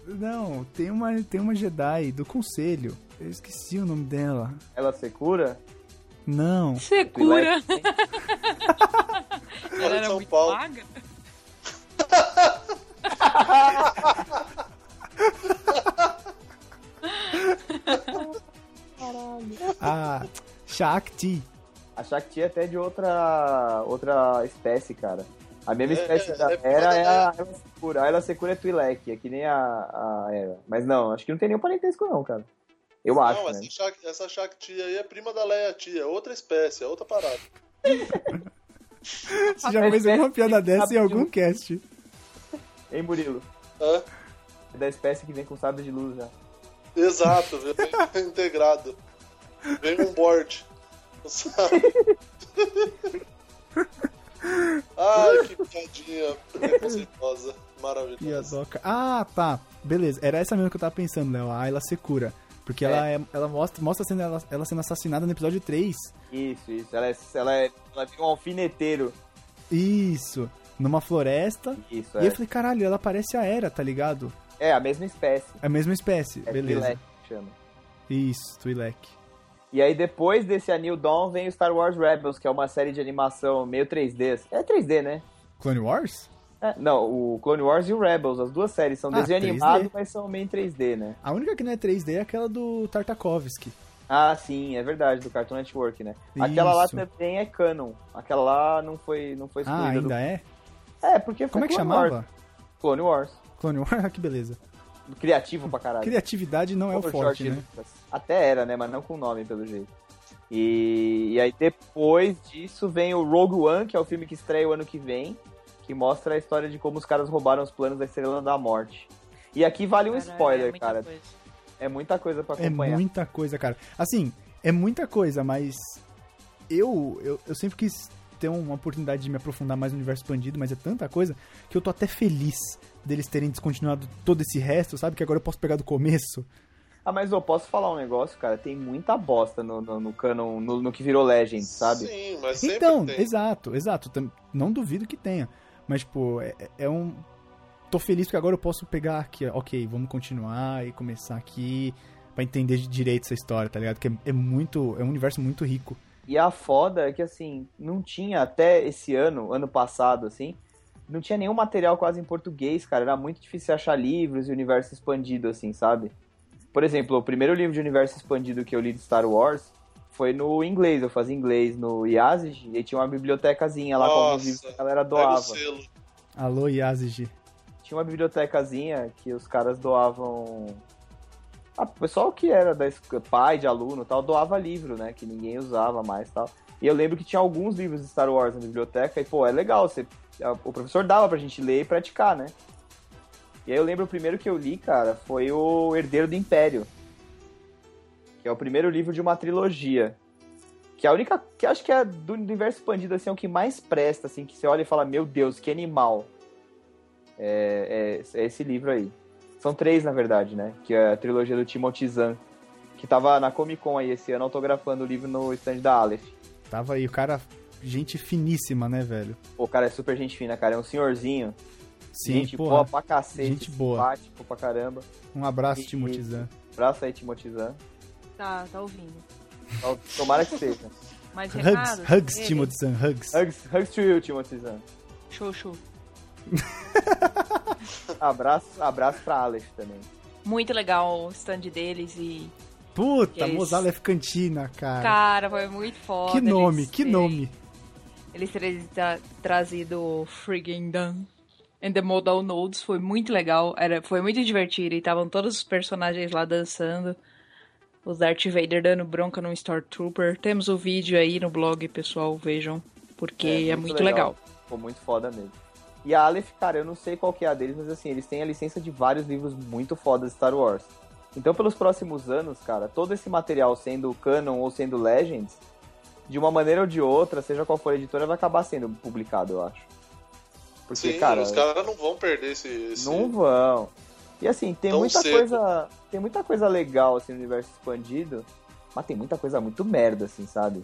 Speaker 2: Não, tem uma, tem uma Jedi do Conselho. Eu esqueci o nome dela.
Speaker 4: Ela se cura?
Speaker 2: Não.
Speaker 5: Secura.
Speaker 1: Fora
Speaker 5: Ela
Speaker 1: de
Speaker 5: era
Speaker 1: São
Speaker 5: muito
Speaker 1: Paulo.
Speaker 5: magra.
Speaker 2: A Shakti.
Speaker 4: A Shakti é até de outra, outra espécie, cara. A mesma
Speaker 1: É,
Speaker 4: espécie
Speaker 1: é,
Speaker 4: da
Speaker 1: é
Speaker 4: Era é
Speaker 1: foda,
Speaker 4: a Ela Secura. A Ela Secura é Twi'lek, é que nem a, a Era. Mas não, acho que não tem nenhum parentesco não, cara. Eu acho,
Speaker 1: Não,
Speaker 4: né?
Speaker 1: essa, Shak- essa Shakti aí é prima da Leia Tia, é outra espécie, é outra parada.
Speaker 2: Você já fez alguma piada dessa em
Speaker 4: um
Speaker 2: algum cast.
Speaker 4: Hein, Murilo?
Speaker 1: Hã?
Speaker 4: É da espécie que vem com sábio de luz já.
Speaker 1: Exato, vem integrado. Vem um board. Sabe? Ai, que piadinha preconceituosa. Maravilhosa.
Speaker 2: Piadoca. Ah, tá. Beleza. Era essa mesmo que eu tava pensando, Léo. A Ayla Secura. Porque ela, é- ela mostra, mostra sendo ela, ela sendo assassinada no episódio 3.
Speaker 4: Isso, isso. Ela é, ela é, ela vira um alfineteiro.
Speaker 2: Isso. Numa floresta.
Speaker 4: Isso,
Speaker 2: E
Speaker 4: é.
Speaker 2: eu falei, caralho, ela parece a Era, tá ligado?
Speaker 4: É a mesma espécie.
Speaker 2: É a mesma espécie.
Speaker 4: É
Speaker 2: Beleza.
Speaker 4: Twi'lek que chama.
Speaker 2: Isso, Twi'lek.
Speaker 4: E aí depois desse A New Dawn vem o Star Wars Rebels, que é uma série de animação meio 3D. É 3D, né?
Speaker 2: Clone Wars?
Speaker 4: É, Não, o Clone Wars e o Rebels, as duas séries são
Speaker 2: Ah,
Speaker 4: desenho
Speaker 2: 3D.
Speaker 4: animado, mas são meio em 3D, né?
Speaker 2: A única que não é 3D é aquela do Tartakovsky.
Speaker 4: Ah, sim, é verdade, do Cartoon Network, né? Aquela lá
Speaker 2: Isso.
Speaker 4: também é canon. Aquela lá não foi, não foi
Speaker 2: Ah,
Speaker 4: excluída. do-
Speaker 2: ainda é?
Speaker 4: É, porque foi
Speaker 2: Como é que
Speaker 4: Clone Wars.
Speaker 2: chamava?
Speaker 4: Clone Wars.
Speaker 2: Clone Wars? Ah, que beleza.
Speaker 4: Criativo pra caralho.
Speaker 2: Criatividade não é o
Speaker 4: Como
Speaker 2: forte,
Speaker 4: George
Speaker 2: né?
Speaker 4: Lucas. Até era, né? Mas não com nome, pelo jeito. E, e aí depois disso vem o Rogue One, que é o filme que estreia o ano que vem, que mostra a história de como os caras roubaram os planos da Estrela da Morte. E aqui vale um
Speaker 5: Caralho,
Speaker 4: spoiler,
Speaker 5: é muita
Speaker 4: cara.
Speaker 5: coisa.
Speaker 4: É muita coisa pra
Speaker 2: É
Speaker 4: acompanhar.
Speaker 2: muita coisa, cara. Assim, é muita coisa, mas eu, eu, eu sempre quis ter uma oportunidade de me aprofundar mais no universo expandido, mas é tanta coisa que eu tô até feliz deles terem descontinuado todo esse resto, sabe? Que agora eu posso pegar do começo.
Speaker 4: Ah, mas eu posso falar um negócio, cara? Tem muita bosta no, no, no canon, no, no que virou Legend, sabe?
Speaker 1: Sim, mas sempre
Speaker 2: Então,
Speaker 1: tem.
Speaker 2: exato, exato. Tam- Não duvido que tenha. Mas, tipo, é, é um. Tô feliz porque agora eu posso pegar aqui, ó, ok, vamos continuar e começar aqui pra entender de direito essa história, tá ligado? Que é, é muito. É um universo muito rico.
Speaker 4: E a foda é que, assim, não tinha até esse ano, ano passado, assim, não tinha nenhum material quase em português, cara. Era muito difícil achar livros e universo expandido, assim, sabe? Por exemplo, o primeiro livro de universo expandido que eu li de Star Wars foi no inglês. Eu fazia inglês no IASG e tinha uma bibliotecazinha lá com alguns
Speaker 1: Nossa,
Speaker 4: livros que a galera
Speaker 1: Pega o
Speaker 4: doava
Speaker 1: selo.
Speaker 2: Alô, Yazigi.
Speaker 4: tinha uma bibliotecazinha que os caras doavam. Ah, o pessoal que era da es- pai de aluno e tal, doava livro, né? Que ninguém usava mais e tal. E eu lembro que tinha alguns livros de Star Wars na biblioteca, e pô, é legal, você, a- o professor dava pra gente ler e praticar, né? E aí eu lembro o primeiro que eu li, cara, foi o Herdeiro do Império. Que é o primeiro livro de uma trilogia. Que é a única. Que acho que é do universo expandido, assim, é o que mais presta, assim, que você olha e fala, meu Deus, que animal é, é esse livro aí. São três, na verdade, né? Que é a trilogia do Timothy Zahn, que tava na Comic Con aí esse ano autografando o livro no stand da Aleph.
Speaker 2: Tava aí, o cara, gente finíssima, né, velho?
Speaker 4: O cara é super gente fina, cara. É um senhorzinho.
Speaker 2: Sim,
Speaker 4: gente
Speaker 2: porra.
Speaker 4: boa pra cacete.
Speaker 2: Gente boa.
Speaker 4: Simpático pra caramba.
Speaker 2: Um abraço,
Speaker 4: E-
Speaker 2: Timothy Zahn.
Speaker 4: Abraço aí, Timothy Zahn.
Speaker 5: Tá, tá ouvindo.
Speaker 4: Então, Tomara que seja.
Speaker 5: Mais
Speaker 2: Hugs,
Speaker 5: recados?
Speaker 2: hugs,
Speaker 5: Ei,
Speaker 2: Timothy Zahn, hugs.
Speaker 4: Hugs, hugs to you, Timothy Zahn.
Speaker 5: Show, show.
Speaker 4: Abraço, abraço pra Aleph também.
Speaker 5: Muito legal o stand deles e...
Speaker 2: Puta,
Speaker 5: Que isso.
Speaker 2: Mozalef Cantina, cara.
Speaker 5: Cara, foi muito foda.
Speaker 2: Que nome,
Speaker 5: eles
Speaker 2: que
Speaker 5: terem-
Speaker 2: nome.
Speaker 5: Eles terem tra- trazido o Friggin' Dan and the Modal Nodes. Foi muito legal. Era, foi muito divertido. E estavam todos os personagens lá dançando. Os Darth Vader dando bronca num Stormtrooper. Temos o vídeo aí no blog, pessoal. Vejam. Porque é, muito, legal.
Speaker 4: Ficou muito foda mesmo. E a Aleph, cara, eu não sei qual que é a deles, mas assim, eles têm a licença de vários livros muito fodas de Star Wars. Então, pelos próximos anos, cara, todo esse material sendo canon ou sendo Legends, de uma maneira ou de outra, seja qual for a editora, vai acabar sendo publicado, eu acho. Porque,
Speaker 1: Sim,
Speaker 4: cara, é
Speaker 1: os caras não vão perder esse. esse-
Speaker 4: não vão. E assim, tem
Speaker 1: Tão
Speaker 4: muita
Speaker 1: cedo.
Speaker 4: coisa. Tem muita coisa legal assim no universo expandido, mas tem muita coisa muito merda, assim, sabe?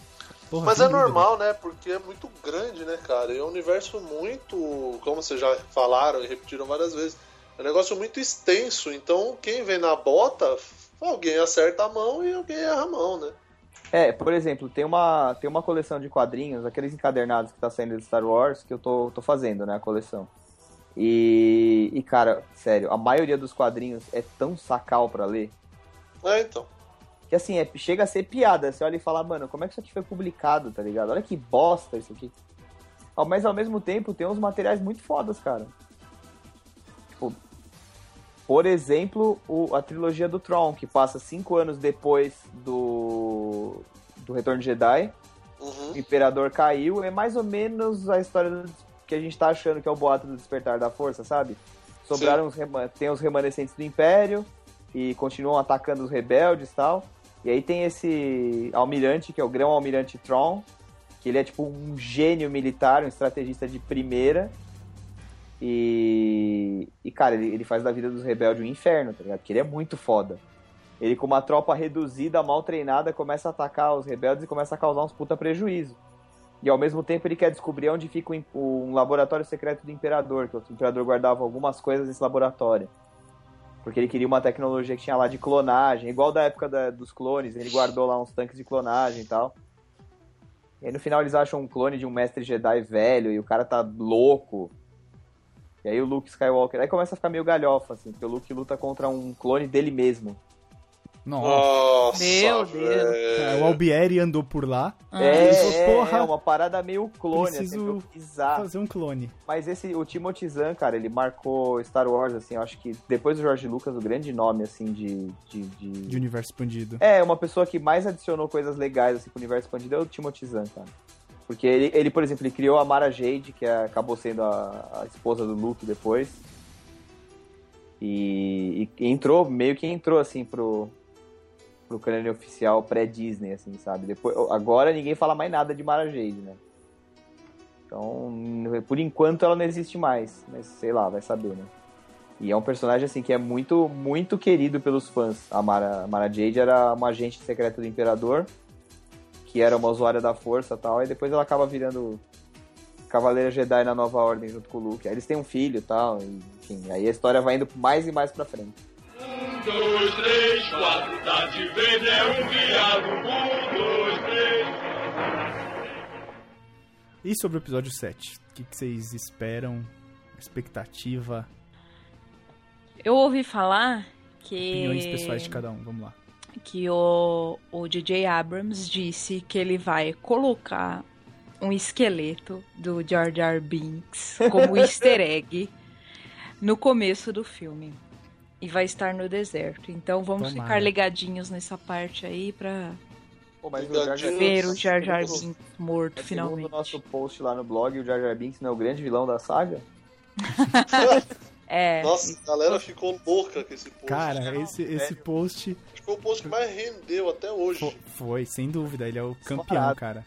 Speaker 2: Porra,
Speaker 1: Mas
Speaker 2: sem
Speaker 1: é
Speaker 2: dúvida.
Speaker 1: normal, né? Porque é muito grande, né, cara? E é um universo muito, como vocês já falaram e repetiram várias vezes, é um negócio muito extenso. Então, quem vem na bota, alguém acerta a mão e alguém erra a mão, né?
Speaker 4: É, por exemplo, tem uma, tem uma coleção de quadrinhos, aqueles encadernados que tá saindo de Star Wars, que eu tô, tô fazendo, né, a coleção. E, e, cara, sério, a maioria dos quadrinhos é tão sacal pra ler,
Speaker 1: É, então.
Speaker 4: que assim, é, chega a ser piada. Você olha e fala, mano, como é que isso aqui foi publicado, tá ligado? Olha que bosta isso aqui. Ao- Mas ao mesmo tempo tem uns materiais muito fodas, cara. Tipo, por exemplo, o- a trilogia do Tron, que passa cinco anos depois do, do Retorno de Jedi
Speaker 1: Uhum.
Speaker 4: o imperador caiu, é mais ou menos a história do- que a gente tá achando que é o boato do despertar da força, sabe? Sobraram os reman- tem os remanescentes do império e continuam atacando os rebeldes e tal. E aí tem esse almirante, que é o grão almirante Tron, que ele é tipo um gênio militar, um estrategista de primeira. E, e cara, ele, ele faz da vida dos rebeldes um inferno, tá ligado? Porque ele é muito foda. Ele, com uma tropa reduzida, mal treinada, começa a atacar os rebeldes e começa a causar uns puta prejuízo. E ao mesmo tempo ele quer descobrir onde fica o im- o- um laboratório secreto do imperador, que o imperador guardava algumas coisas nesse laboratório. Porque ele queria uma tecnologia que tinha lá de clonagem, igual da época da- dos clones, ele guardou lá uns tanques de clonagem e tal. E aí no final eles acham um clone de um mestre Jedi velho e o cara tá louco. E aí o Luke Skywalker. Aí começa a ficar meio galhofa, assim, porque o Luke luta contra um clone dele mesmo.
Speaker 2: Nossa.
Speaker 1: Nossa,
Speaker 5: Meu Deus.
Speaker 1: velho.
Speaker 2: Cara, o Albieri andou por lá.
Speaker 4: É,
Speaker 2: Ele falou,
Speaker 4: é,
Speaker 2: Ah, "Porra,
Speaker 4: é uma parada meio clone,
Speaker 2: preciso
Speaker 4: assim, meio bizarro.
Speaker 2: Fazer um clone.
Speaker 4: Mas esse, o Timothy Zahn, cara, ele marcou Star Wars, assim, eu acho que depois do George Lucas, o grande nome, assim, de... de, de-
Speaker 2: De universo expandido.
Speaker 4: É, uma pessoa que mais adicionou coisas legais, assim, pro universo expandido é o Timothy Zahn, cara. Porque ele, ele, por exemplo, ele criou a Mara Jade, que é- acabou sendo a, a esposa do Luke depois. E, e entrou, meio que entrou, assim, pro, pro cânone oficial pré-Disney, assim, sabe? Depois, agora ninguém fala mais nada de Mara Jade, né? Então, n- por enquanto ela não existe mais, mas sei lá, vai saber, né? E é um personagem, assim, que é muito, muito querido pelos fãs. A Mara, a Mara Jade era uma agente secreta do Imperador, que era uma usuária da força e tal, e depois ela acaba virando Cavaleira Jedi na Nova Ordem junto com o Luke. Aí eles têm um filho e tal, e, enfim, aí a história vai indo mais e mais pra frente.
Speaker 8: Um, dois, três, quatro, Darth Vader é um viado. Um, dois, três.
Speaker 2: E sobre o episódio 7? O que, que vocês esperam? Expectativa?
Speaker 5: Eu ouvi falar que.
Speaker 2: Opiniões pessoais de cada um, vamos lá.
Speaker 5: que o, o DJ Abrams disse que ele vai colocar um esqueleto do Jar Jar Binks como easter egg no começo do filme. E vai estar no deserto. Então vamos
Speaker 2: Tomara.
Speaker 5: ficar ligadinhos nessa parte aí pra
Speaker 4: Pô, mas o
Speaker 1: Verdade.
Speaker 4: Jar Jar
Speaker 1: Eu-
Speaker 5: ver o Jar Jar
Speaker 1: eu-
Speaker 5: Binks morto
Speaker 4: Mas Segundo
Speaker 5: finalmente.
Speaker 4: o nosso post lá no blog, o Jar Jar Binks não é o grande vilão da saga?
Speaker 5: É,
Speaker 1: Nossa, a galera ficou louca com esse post.
Speaker 2: Cara, esse, esse post
Speaker 1: Acho que foi o post que mais rendeu até hoje.
Speaker 2: fo- foi, sem dúvida, ele é o campeão,
Speaker 4: Disparado.
Speaker 2: cara.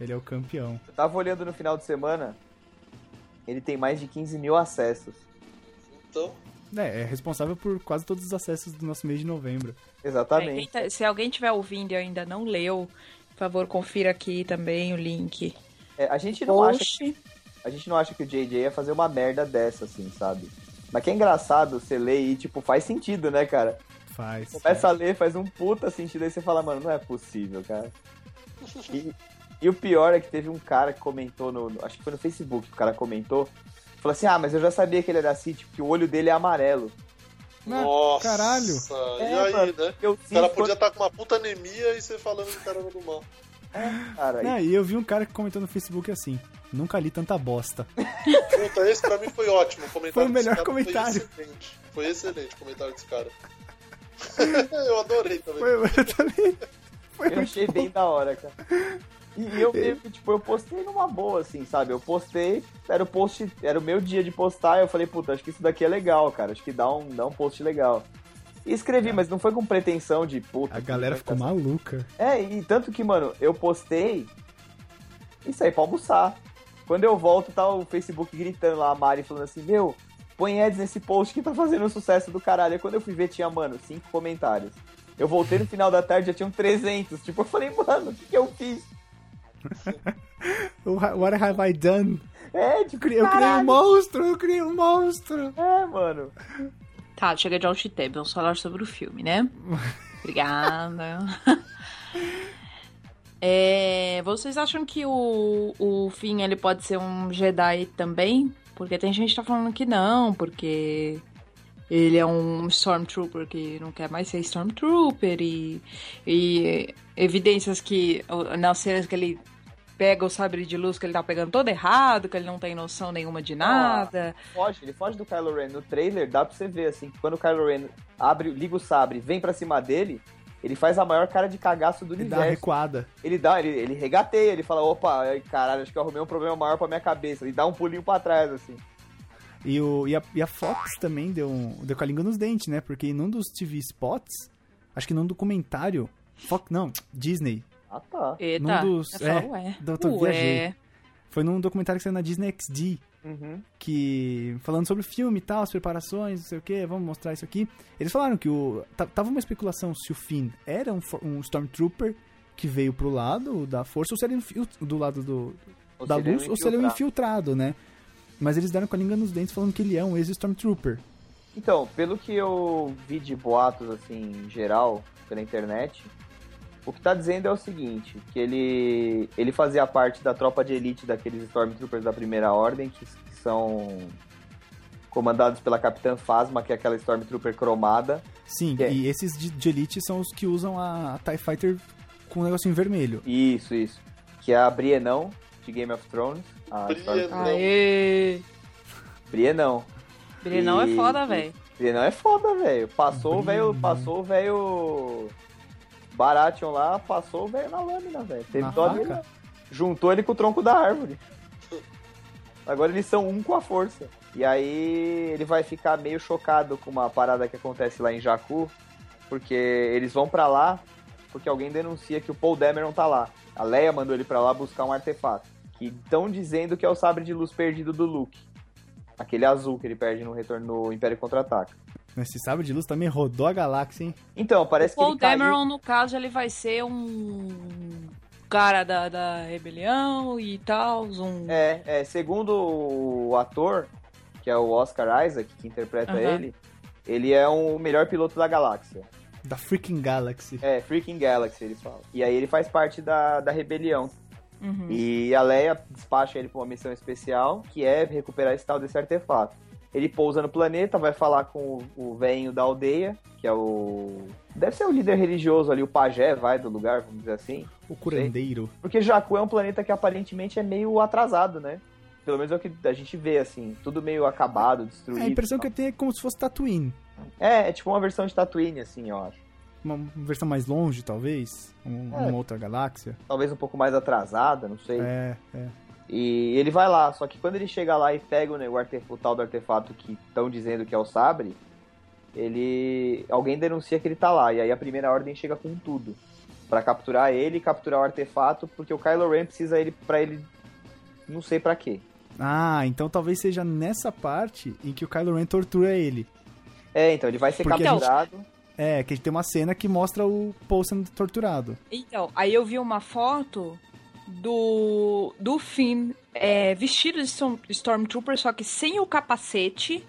Speaker 2: Ele é o campeão.
Speaker 4: Eu tava olhando no final de semana, ele tem mais de 15 mil acessos.
Speaker 1: Então,
Speaker 2: É, é responsável por quase todos os acessos do nosso mês de novembro.
Speaker 5: é, quem
Speaker 4: Exatamente.
Speaker 5: tá- se alguém tiver ouvindo e ainda não leu, por favor, confira aqui também o link.
Speaker 4: É, a, gente não acha,
Speaker 5: Post.
Speaker 4: a gente não acha que o JJ ia fazer uma merda dessa, assim, sabe? Mas que é engraçado você ler e, tipo, faz sentido, né, cara?
Speaker 2: Faz.
Speaker 4: Começa a ler, faz um puta sentido, aí você fala, mano, não é possível, cara. E, e o pior é que teve um cara que comentou no. no- Acho que foi no Facebook que o cara comentou. Falou assim, ah, mas eu já sabia que ele era assim, tipo, que o olho dele é amarelo.
Speaker 2: Não,
Speaker 1: nossa.
Speaker 2: caralho.
Speaker 1: E
Speaker 4: É,
Speaker 1: aí,
Speaker 4: mano.
Speaker 1: né?
Speaker 4: Eu
Speaker 1: O cara
Speaker 4: sinto
Speaker 1: podia estar com uma puta anemia e você falando que o cara era do mal.
Speaker 4: cara.
Speaker 2: Não, e eu vi um cara que comentou no Facebook assim: nunca li tanta bosta.
Speaker 1: Puta, esse pra mim foi ótimo. O comentário
Speaker 2: Foi o melhor
Speaker 1: desse cara
Speaker 2: comentário.
Speaker 1: Foi excelente. Foi excelente o comentário desse cara. eu adorei também.
Speaker 2: Foi, eu também. Foi
Speaker 4: Eu achei bem da hora, cara. E
Speaker 2: É.
Speaker 4: eu mesmo, tipo, eu postei numa boa, assim, sabe? Eu postei, era o post, era o meu dia de postar, eu falei, puta, acho que isso daqui é legal, cara. Acho que dá um, dá um post legal. E escrevi, mas não foi com pretensão de puta.
Speaker 2: É. A galera ficou
Speaker 4: mal.
Speaker 2: maluca.
Speaker 4: É, e tanto que, mano, eu postei e saí pra almoçar. Quando eu volto, tá o Facebook gritando lá, a Mari falando assim, meu, põe ads nesse post que tá fazendo um sucesso do caralho. Aí quando eu fui ver, tinha, mano, cinco comentários. Eu voltei no final da tarde, já tinham 300. Tipo, eu falei, mano, o que, que eu fiz?
Speaker 2: O ha- What have I done?
Speaker 4: É,
Speaker 2: Eu
Speaker 4: tipo,
Speaker 2: criei, eu criei um monstro, eu criei um monstro.
Speaker 4: é, mano.
Speaker 5: Tá, chega de alt-tab, vamos falar sobre o filme, né? Obrigada. É, vocês acham que o, o Finn ele pode ser um Jedi também? Porque tem gente que tá falando que não, porque ele é um Stormtrooper que não quer mais ser Stormtrooper e, e evidências que nas cenas que ele pega o sabre de luz que ele tá pegando todo errado, que ele não tem noção nenhuma de nada.
Speaker 4: Foge, ele foge do Kylo Ren. No trailer, dá pra você ver, assim, que quando o Kylo Ren abre, liga o sabre, vem pra cima dele, ele faz a maior cara de cagaço do
Speaker 2: Ele dá uma
Speaker 4: universo.
Speaker 2: recuada.
Speaker 4: Ele dá, ele, ele regateia, ele fala, opa, ai, caralho, acho que eu arrumei um problema maior pra minha cabeça. Ele dá um pulinho pra trás, assim.
Speaker 2: E, o, e, a, e a Fox também deu, um- deu com a língua nos dentes, né? Porque num dos TV spots, acho que num documentário. Fox, não, Disney.
Speaker 4: Ah, tá.
Speaker 5: Eita,
Speaker 2: Num dos-
Speaker 5: eu falo,
Speaker 2: é,
Speaker 5: ué.
Speaker 2: eu tô- viajei. Foi num documentário que saiu na Disney XD.
Speaker 4: Uhum.
Speaker 2: que falando sobre o filme e tal, as preparações, não sei o que, vamos mostrar isso aqui. Eles falaram que o ta- tava uma especulação se o Finn era um, fo- um stormtrooper que veio pro lado da força ou se ele é infil- do lado do,
Speaker 4: Ou
Speaker 2: da
Speaker 4: se ele
Speaker 2: luz
Speaker 4: é um
Speaker 2: ou se ele é um
Speaker 4: infiltrado.
Speaker 2: infiltrado, né? Mas eles deram com a língua nos dentes falando que ele é um ex-stormtrooper.
Speaker 4: Então, pelo que eu vi de boatos, assim, em geral, pela internet, o que tá dizendo é o seguinte, que ele, ele fazia parte da tropa de elite daqueles Stormtroopers da Primeira Ordem, que, que são comandados pela Capitã Phasma, que é aquela Stormtrooper cromada.
Speaker 2: Sim,
Speaker 4: É.
Speaker 2: e esses de, de elite são os que usam a, a TIE Fighter com o negócio em vermelho.
Speaker 4: Isso, isso. Que é a Brienão, de Game of Thrones. A Stormtrooper-
Speaker 1: Não.
Speaker 5: Aê!
Speaker 4: Brienão.
Speaker 5: Brenão é
Speaker 4: E-
Speaker 5: foda,
Speaker 4: e-
Speaker 5: velho.
Speaker 4: Não é foda, velho. Passou o velho.
Speaker 2: Brilho.
Speaker 4: Passou o velho. Baratheon lá, passou o velho na lâmina, velho. Teve
Speaker 2: Na
Speaker 4: dó
Speaker 2: faca?
Speaker 4: dele, não. Juntou ele com o tronco da árvore. Agora eles são um com a força. E aí ele vai ficar meio chocado com uma parada que acontece lá em Jakku, porque eles vão pra lá porque alguém denuncia que o Paul Dameron tá lá. A Leia mandou ele pra lá buscar um artefato. Que estão dizendo que é o sabre de luz perdido do Luke. Aquele azul que ele perde no retorno no Império Contra-Ataca.
Speaker 2: Esse sabre de luz também rodou a galáxia, hein?
Speaker 4: Então, parece
Speaker 5: O
Speaker 4: que
Speaker 5: Paul
Speaker 4: ele caiu.
Speaker 5: Dameron, no caso, ele vai ser um cara da, da rebelião e tal, um...
Speaker 4: É, é, segundo o ator, que é o Oscar Isaac, que interpreta
Speaker 5: Aham.
Speaker 4: ele, ele é o melhor piloto da galáxia.
Speaker 2: Da freaking galaxy.
Speaker 4: É, Freaking Galaxy, eles falam. E aí ele faz parte da, da rebelião. E a Leia despacha ele pra uma missão especial, que é recuperar esse tal desse artefato. Ele pousa no planeta, vai falar com o, o velhinho da aldeia, que é o. Deve ser o líder religioso ali, o pajé, vai, do lugar, vamos dizer assim.
Speaker 2: O curandeiro.
Speaker 4: Porque Jakku é um planeta que aparentemente é meio atrasado, né? Pelo menos é o que a gente vê, assim, tudo meio acabado, destruído.
Speaker 2: A impressão
Speaker 4: e
Speaker 2: que
Speaker 4: tal.
Speaker 2: eu tenho é como se fosse Tatooine.
Speaker 4: É, é tipo uma versão de Tatooine, assim, eu acho.
Speaker 2: Uma versão mais longe, talvez. Um-
Speaker 4: É.
Speaker 2: Uma outra galáxia.
Speaker 4: Talvez um pouco mais atrasada, não sei.
Speaker 2: É, é.
Speaker 4: E ele vai lá, só que quando ele chega lá e pega né, o, ne- o, arte- o tal do artefato que estão dizendo que é o sabre, ele. alguém denuncia que ele tá lá. E aí a primeira ordem chega com tudo. Pra capturar ele e capturar o artefato, porque o Kylo Ren precisa ele pra ele. Não sei pra quê.
Speaker 2: Ah, então talvez seja nessa parte em que o Kylo Ren tortura ele.
Speaker 4: É, então, ele vai ser
Speaker 2: Porque a gente-
Speaker 4: capturado.
Speaker 2: É, que tem uma cena que mostra o Paul sendo torturado.
Speaker 5: Então, aí eu vi uma foto do, do Finn é, vestido de Storm- Stormtrooper, só que sem o capacete,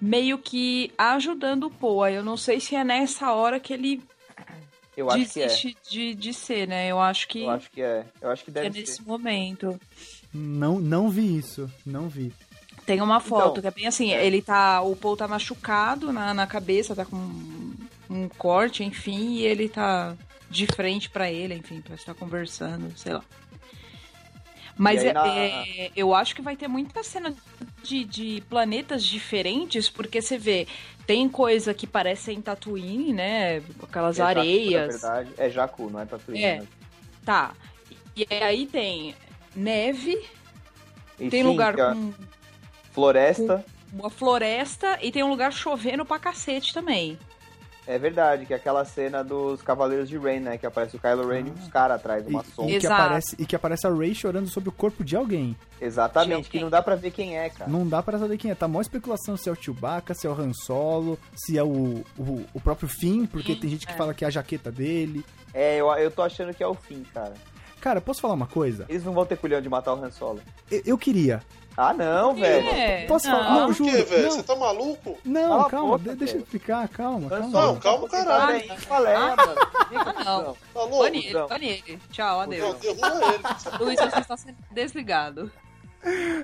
Speaker 5: meio que ajudando o Poa. Eu não sei se é nessa hora que ele
Speaker 4: Eu acho que é.
Speaker 5: desiste de, de ser, né? Eu acho que,
Speaker 4: Eu acho que é. Eu acho que
Speaker 5: que é
Speaker 4: deve ser.
Speaker 5: nesse momento.
Speaker 2: Não, não vi isso. Não vi.
Speaker 5: Tem uma foto
Speaker 4: Então,
Speaker 5: que é bem assim, ele tá. O Paul tá machucado na, na cabeça, tá com um, um corte, enfim, e ele tá de frente pra ele, enfim, parece que tá conversando, sei lá. Mas
Speaker 4: E aí
Speaker 5: é-
Speaker 4: na-
Speaker 5: é- eu acho que vai ter muita cena de, de planetas diferentes, porque você vê, tem coisa que parecem Tatooine, né? Aquelas
Speaker 4: É Jakku, na
Speaker 5: areias.
Speaker 4: verdade. É Jacu, não é Tatooine.
Speaker 5: É.
Speaker 4: né?
Speaker 5: Tá. E aí tem neve,
Speaker 4: E
Speaker 5: tem
Speaker 4: sim,
Speaker 5: lugar
Speaker 4: que é
Speaker 5: com
Speaker 4: Floresta.
Speaker 5: uma floresta e tem um lugar chovendo pra cacete também.
Speaker 4: É verdade, que é aquela cena dos Cavaleiros de Rain, né? Que aparece o Kylo Ren e
Speaker 2: Ah.
Speaker 4: os caras atrás,
Speaker 2: E,
Speaker 4: uma sombra.
Speaker 2: e que
Speaker 5: Exato.
Speaker 2: aparece, e que aparece a Ray chorando sobre o corpo de alguém.
Speaker 4: Exatamente,
Speaker 5: Tinha
Speaker 4: que
Speaker 5: alguém.
Speaker 4: não dá pra ver quem é, cara.
Speaker 2: Não dá pra saber quem é. Tá mó especulação se é o Chewbacca, se é o Han Solo, se é o, o, o próprio Finn, porque tem gente que fala que é a jaqueta dele.
Speaker 4: É, eu, eu tô achando que é o fim, cara.
Speaker 2: Cara, posso falar uma coisa?
Speaker 4: Eles não vão ter culhão de matar o Han Solo.
Speaker 2: Eu, eu queria.
Speaker 4: Ah, não, velho.
Speaker 5: É,
Speaker 2: Posso falar? Não,
Speaker 5: não.
Speaker 1: Por
Speaker 2: juro.
Speaker 1: quê, velho?
Speaker 2: não.
Speaker 1: Você tá maluco?
Speaker 2: Não,
Speaker 4: Cala a
Speaker 2: calma,
Speaker 4: boca, é
Speaker 2: de- deixa eu
Speaker 4: velho.
Speaker 2: explicar, calma,
Speaker 4: Han
Speaker 2: calma.
Speaker 4: Solo,
Speaker 1: Não, calma,
Speaker 4: depositado
Speaker 5: caralho.
Speaker 4: aí em Valéria, mano. Fica
Speaker 5: Ah, não.
Speaker 4: com isso, não.
Speaker 1: Tá louco?
Speaker 5: Bane ele,
Speaker 4: Não.
Speaker 5: bane ele. Tchau,
Speaker 1: Não,
Speaker 5: adeus.
Speaker 1: derruba ele.
Speaker 5: Luiz, você está sendo desligado.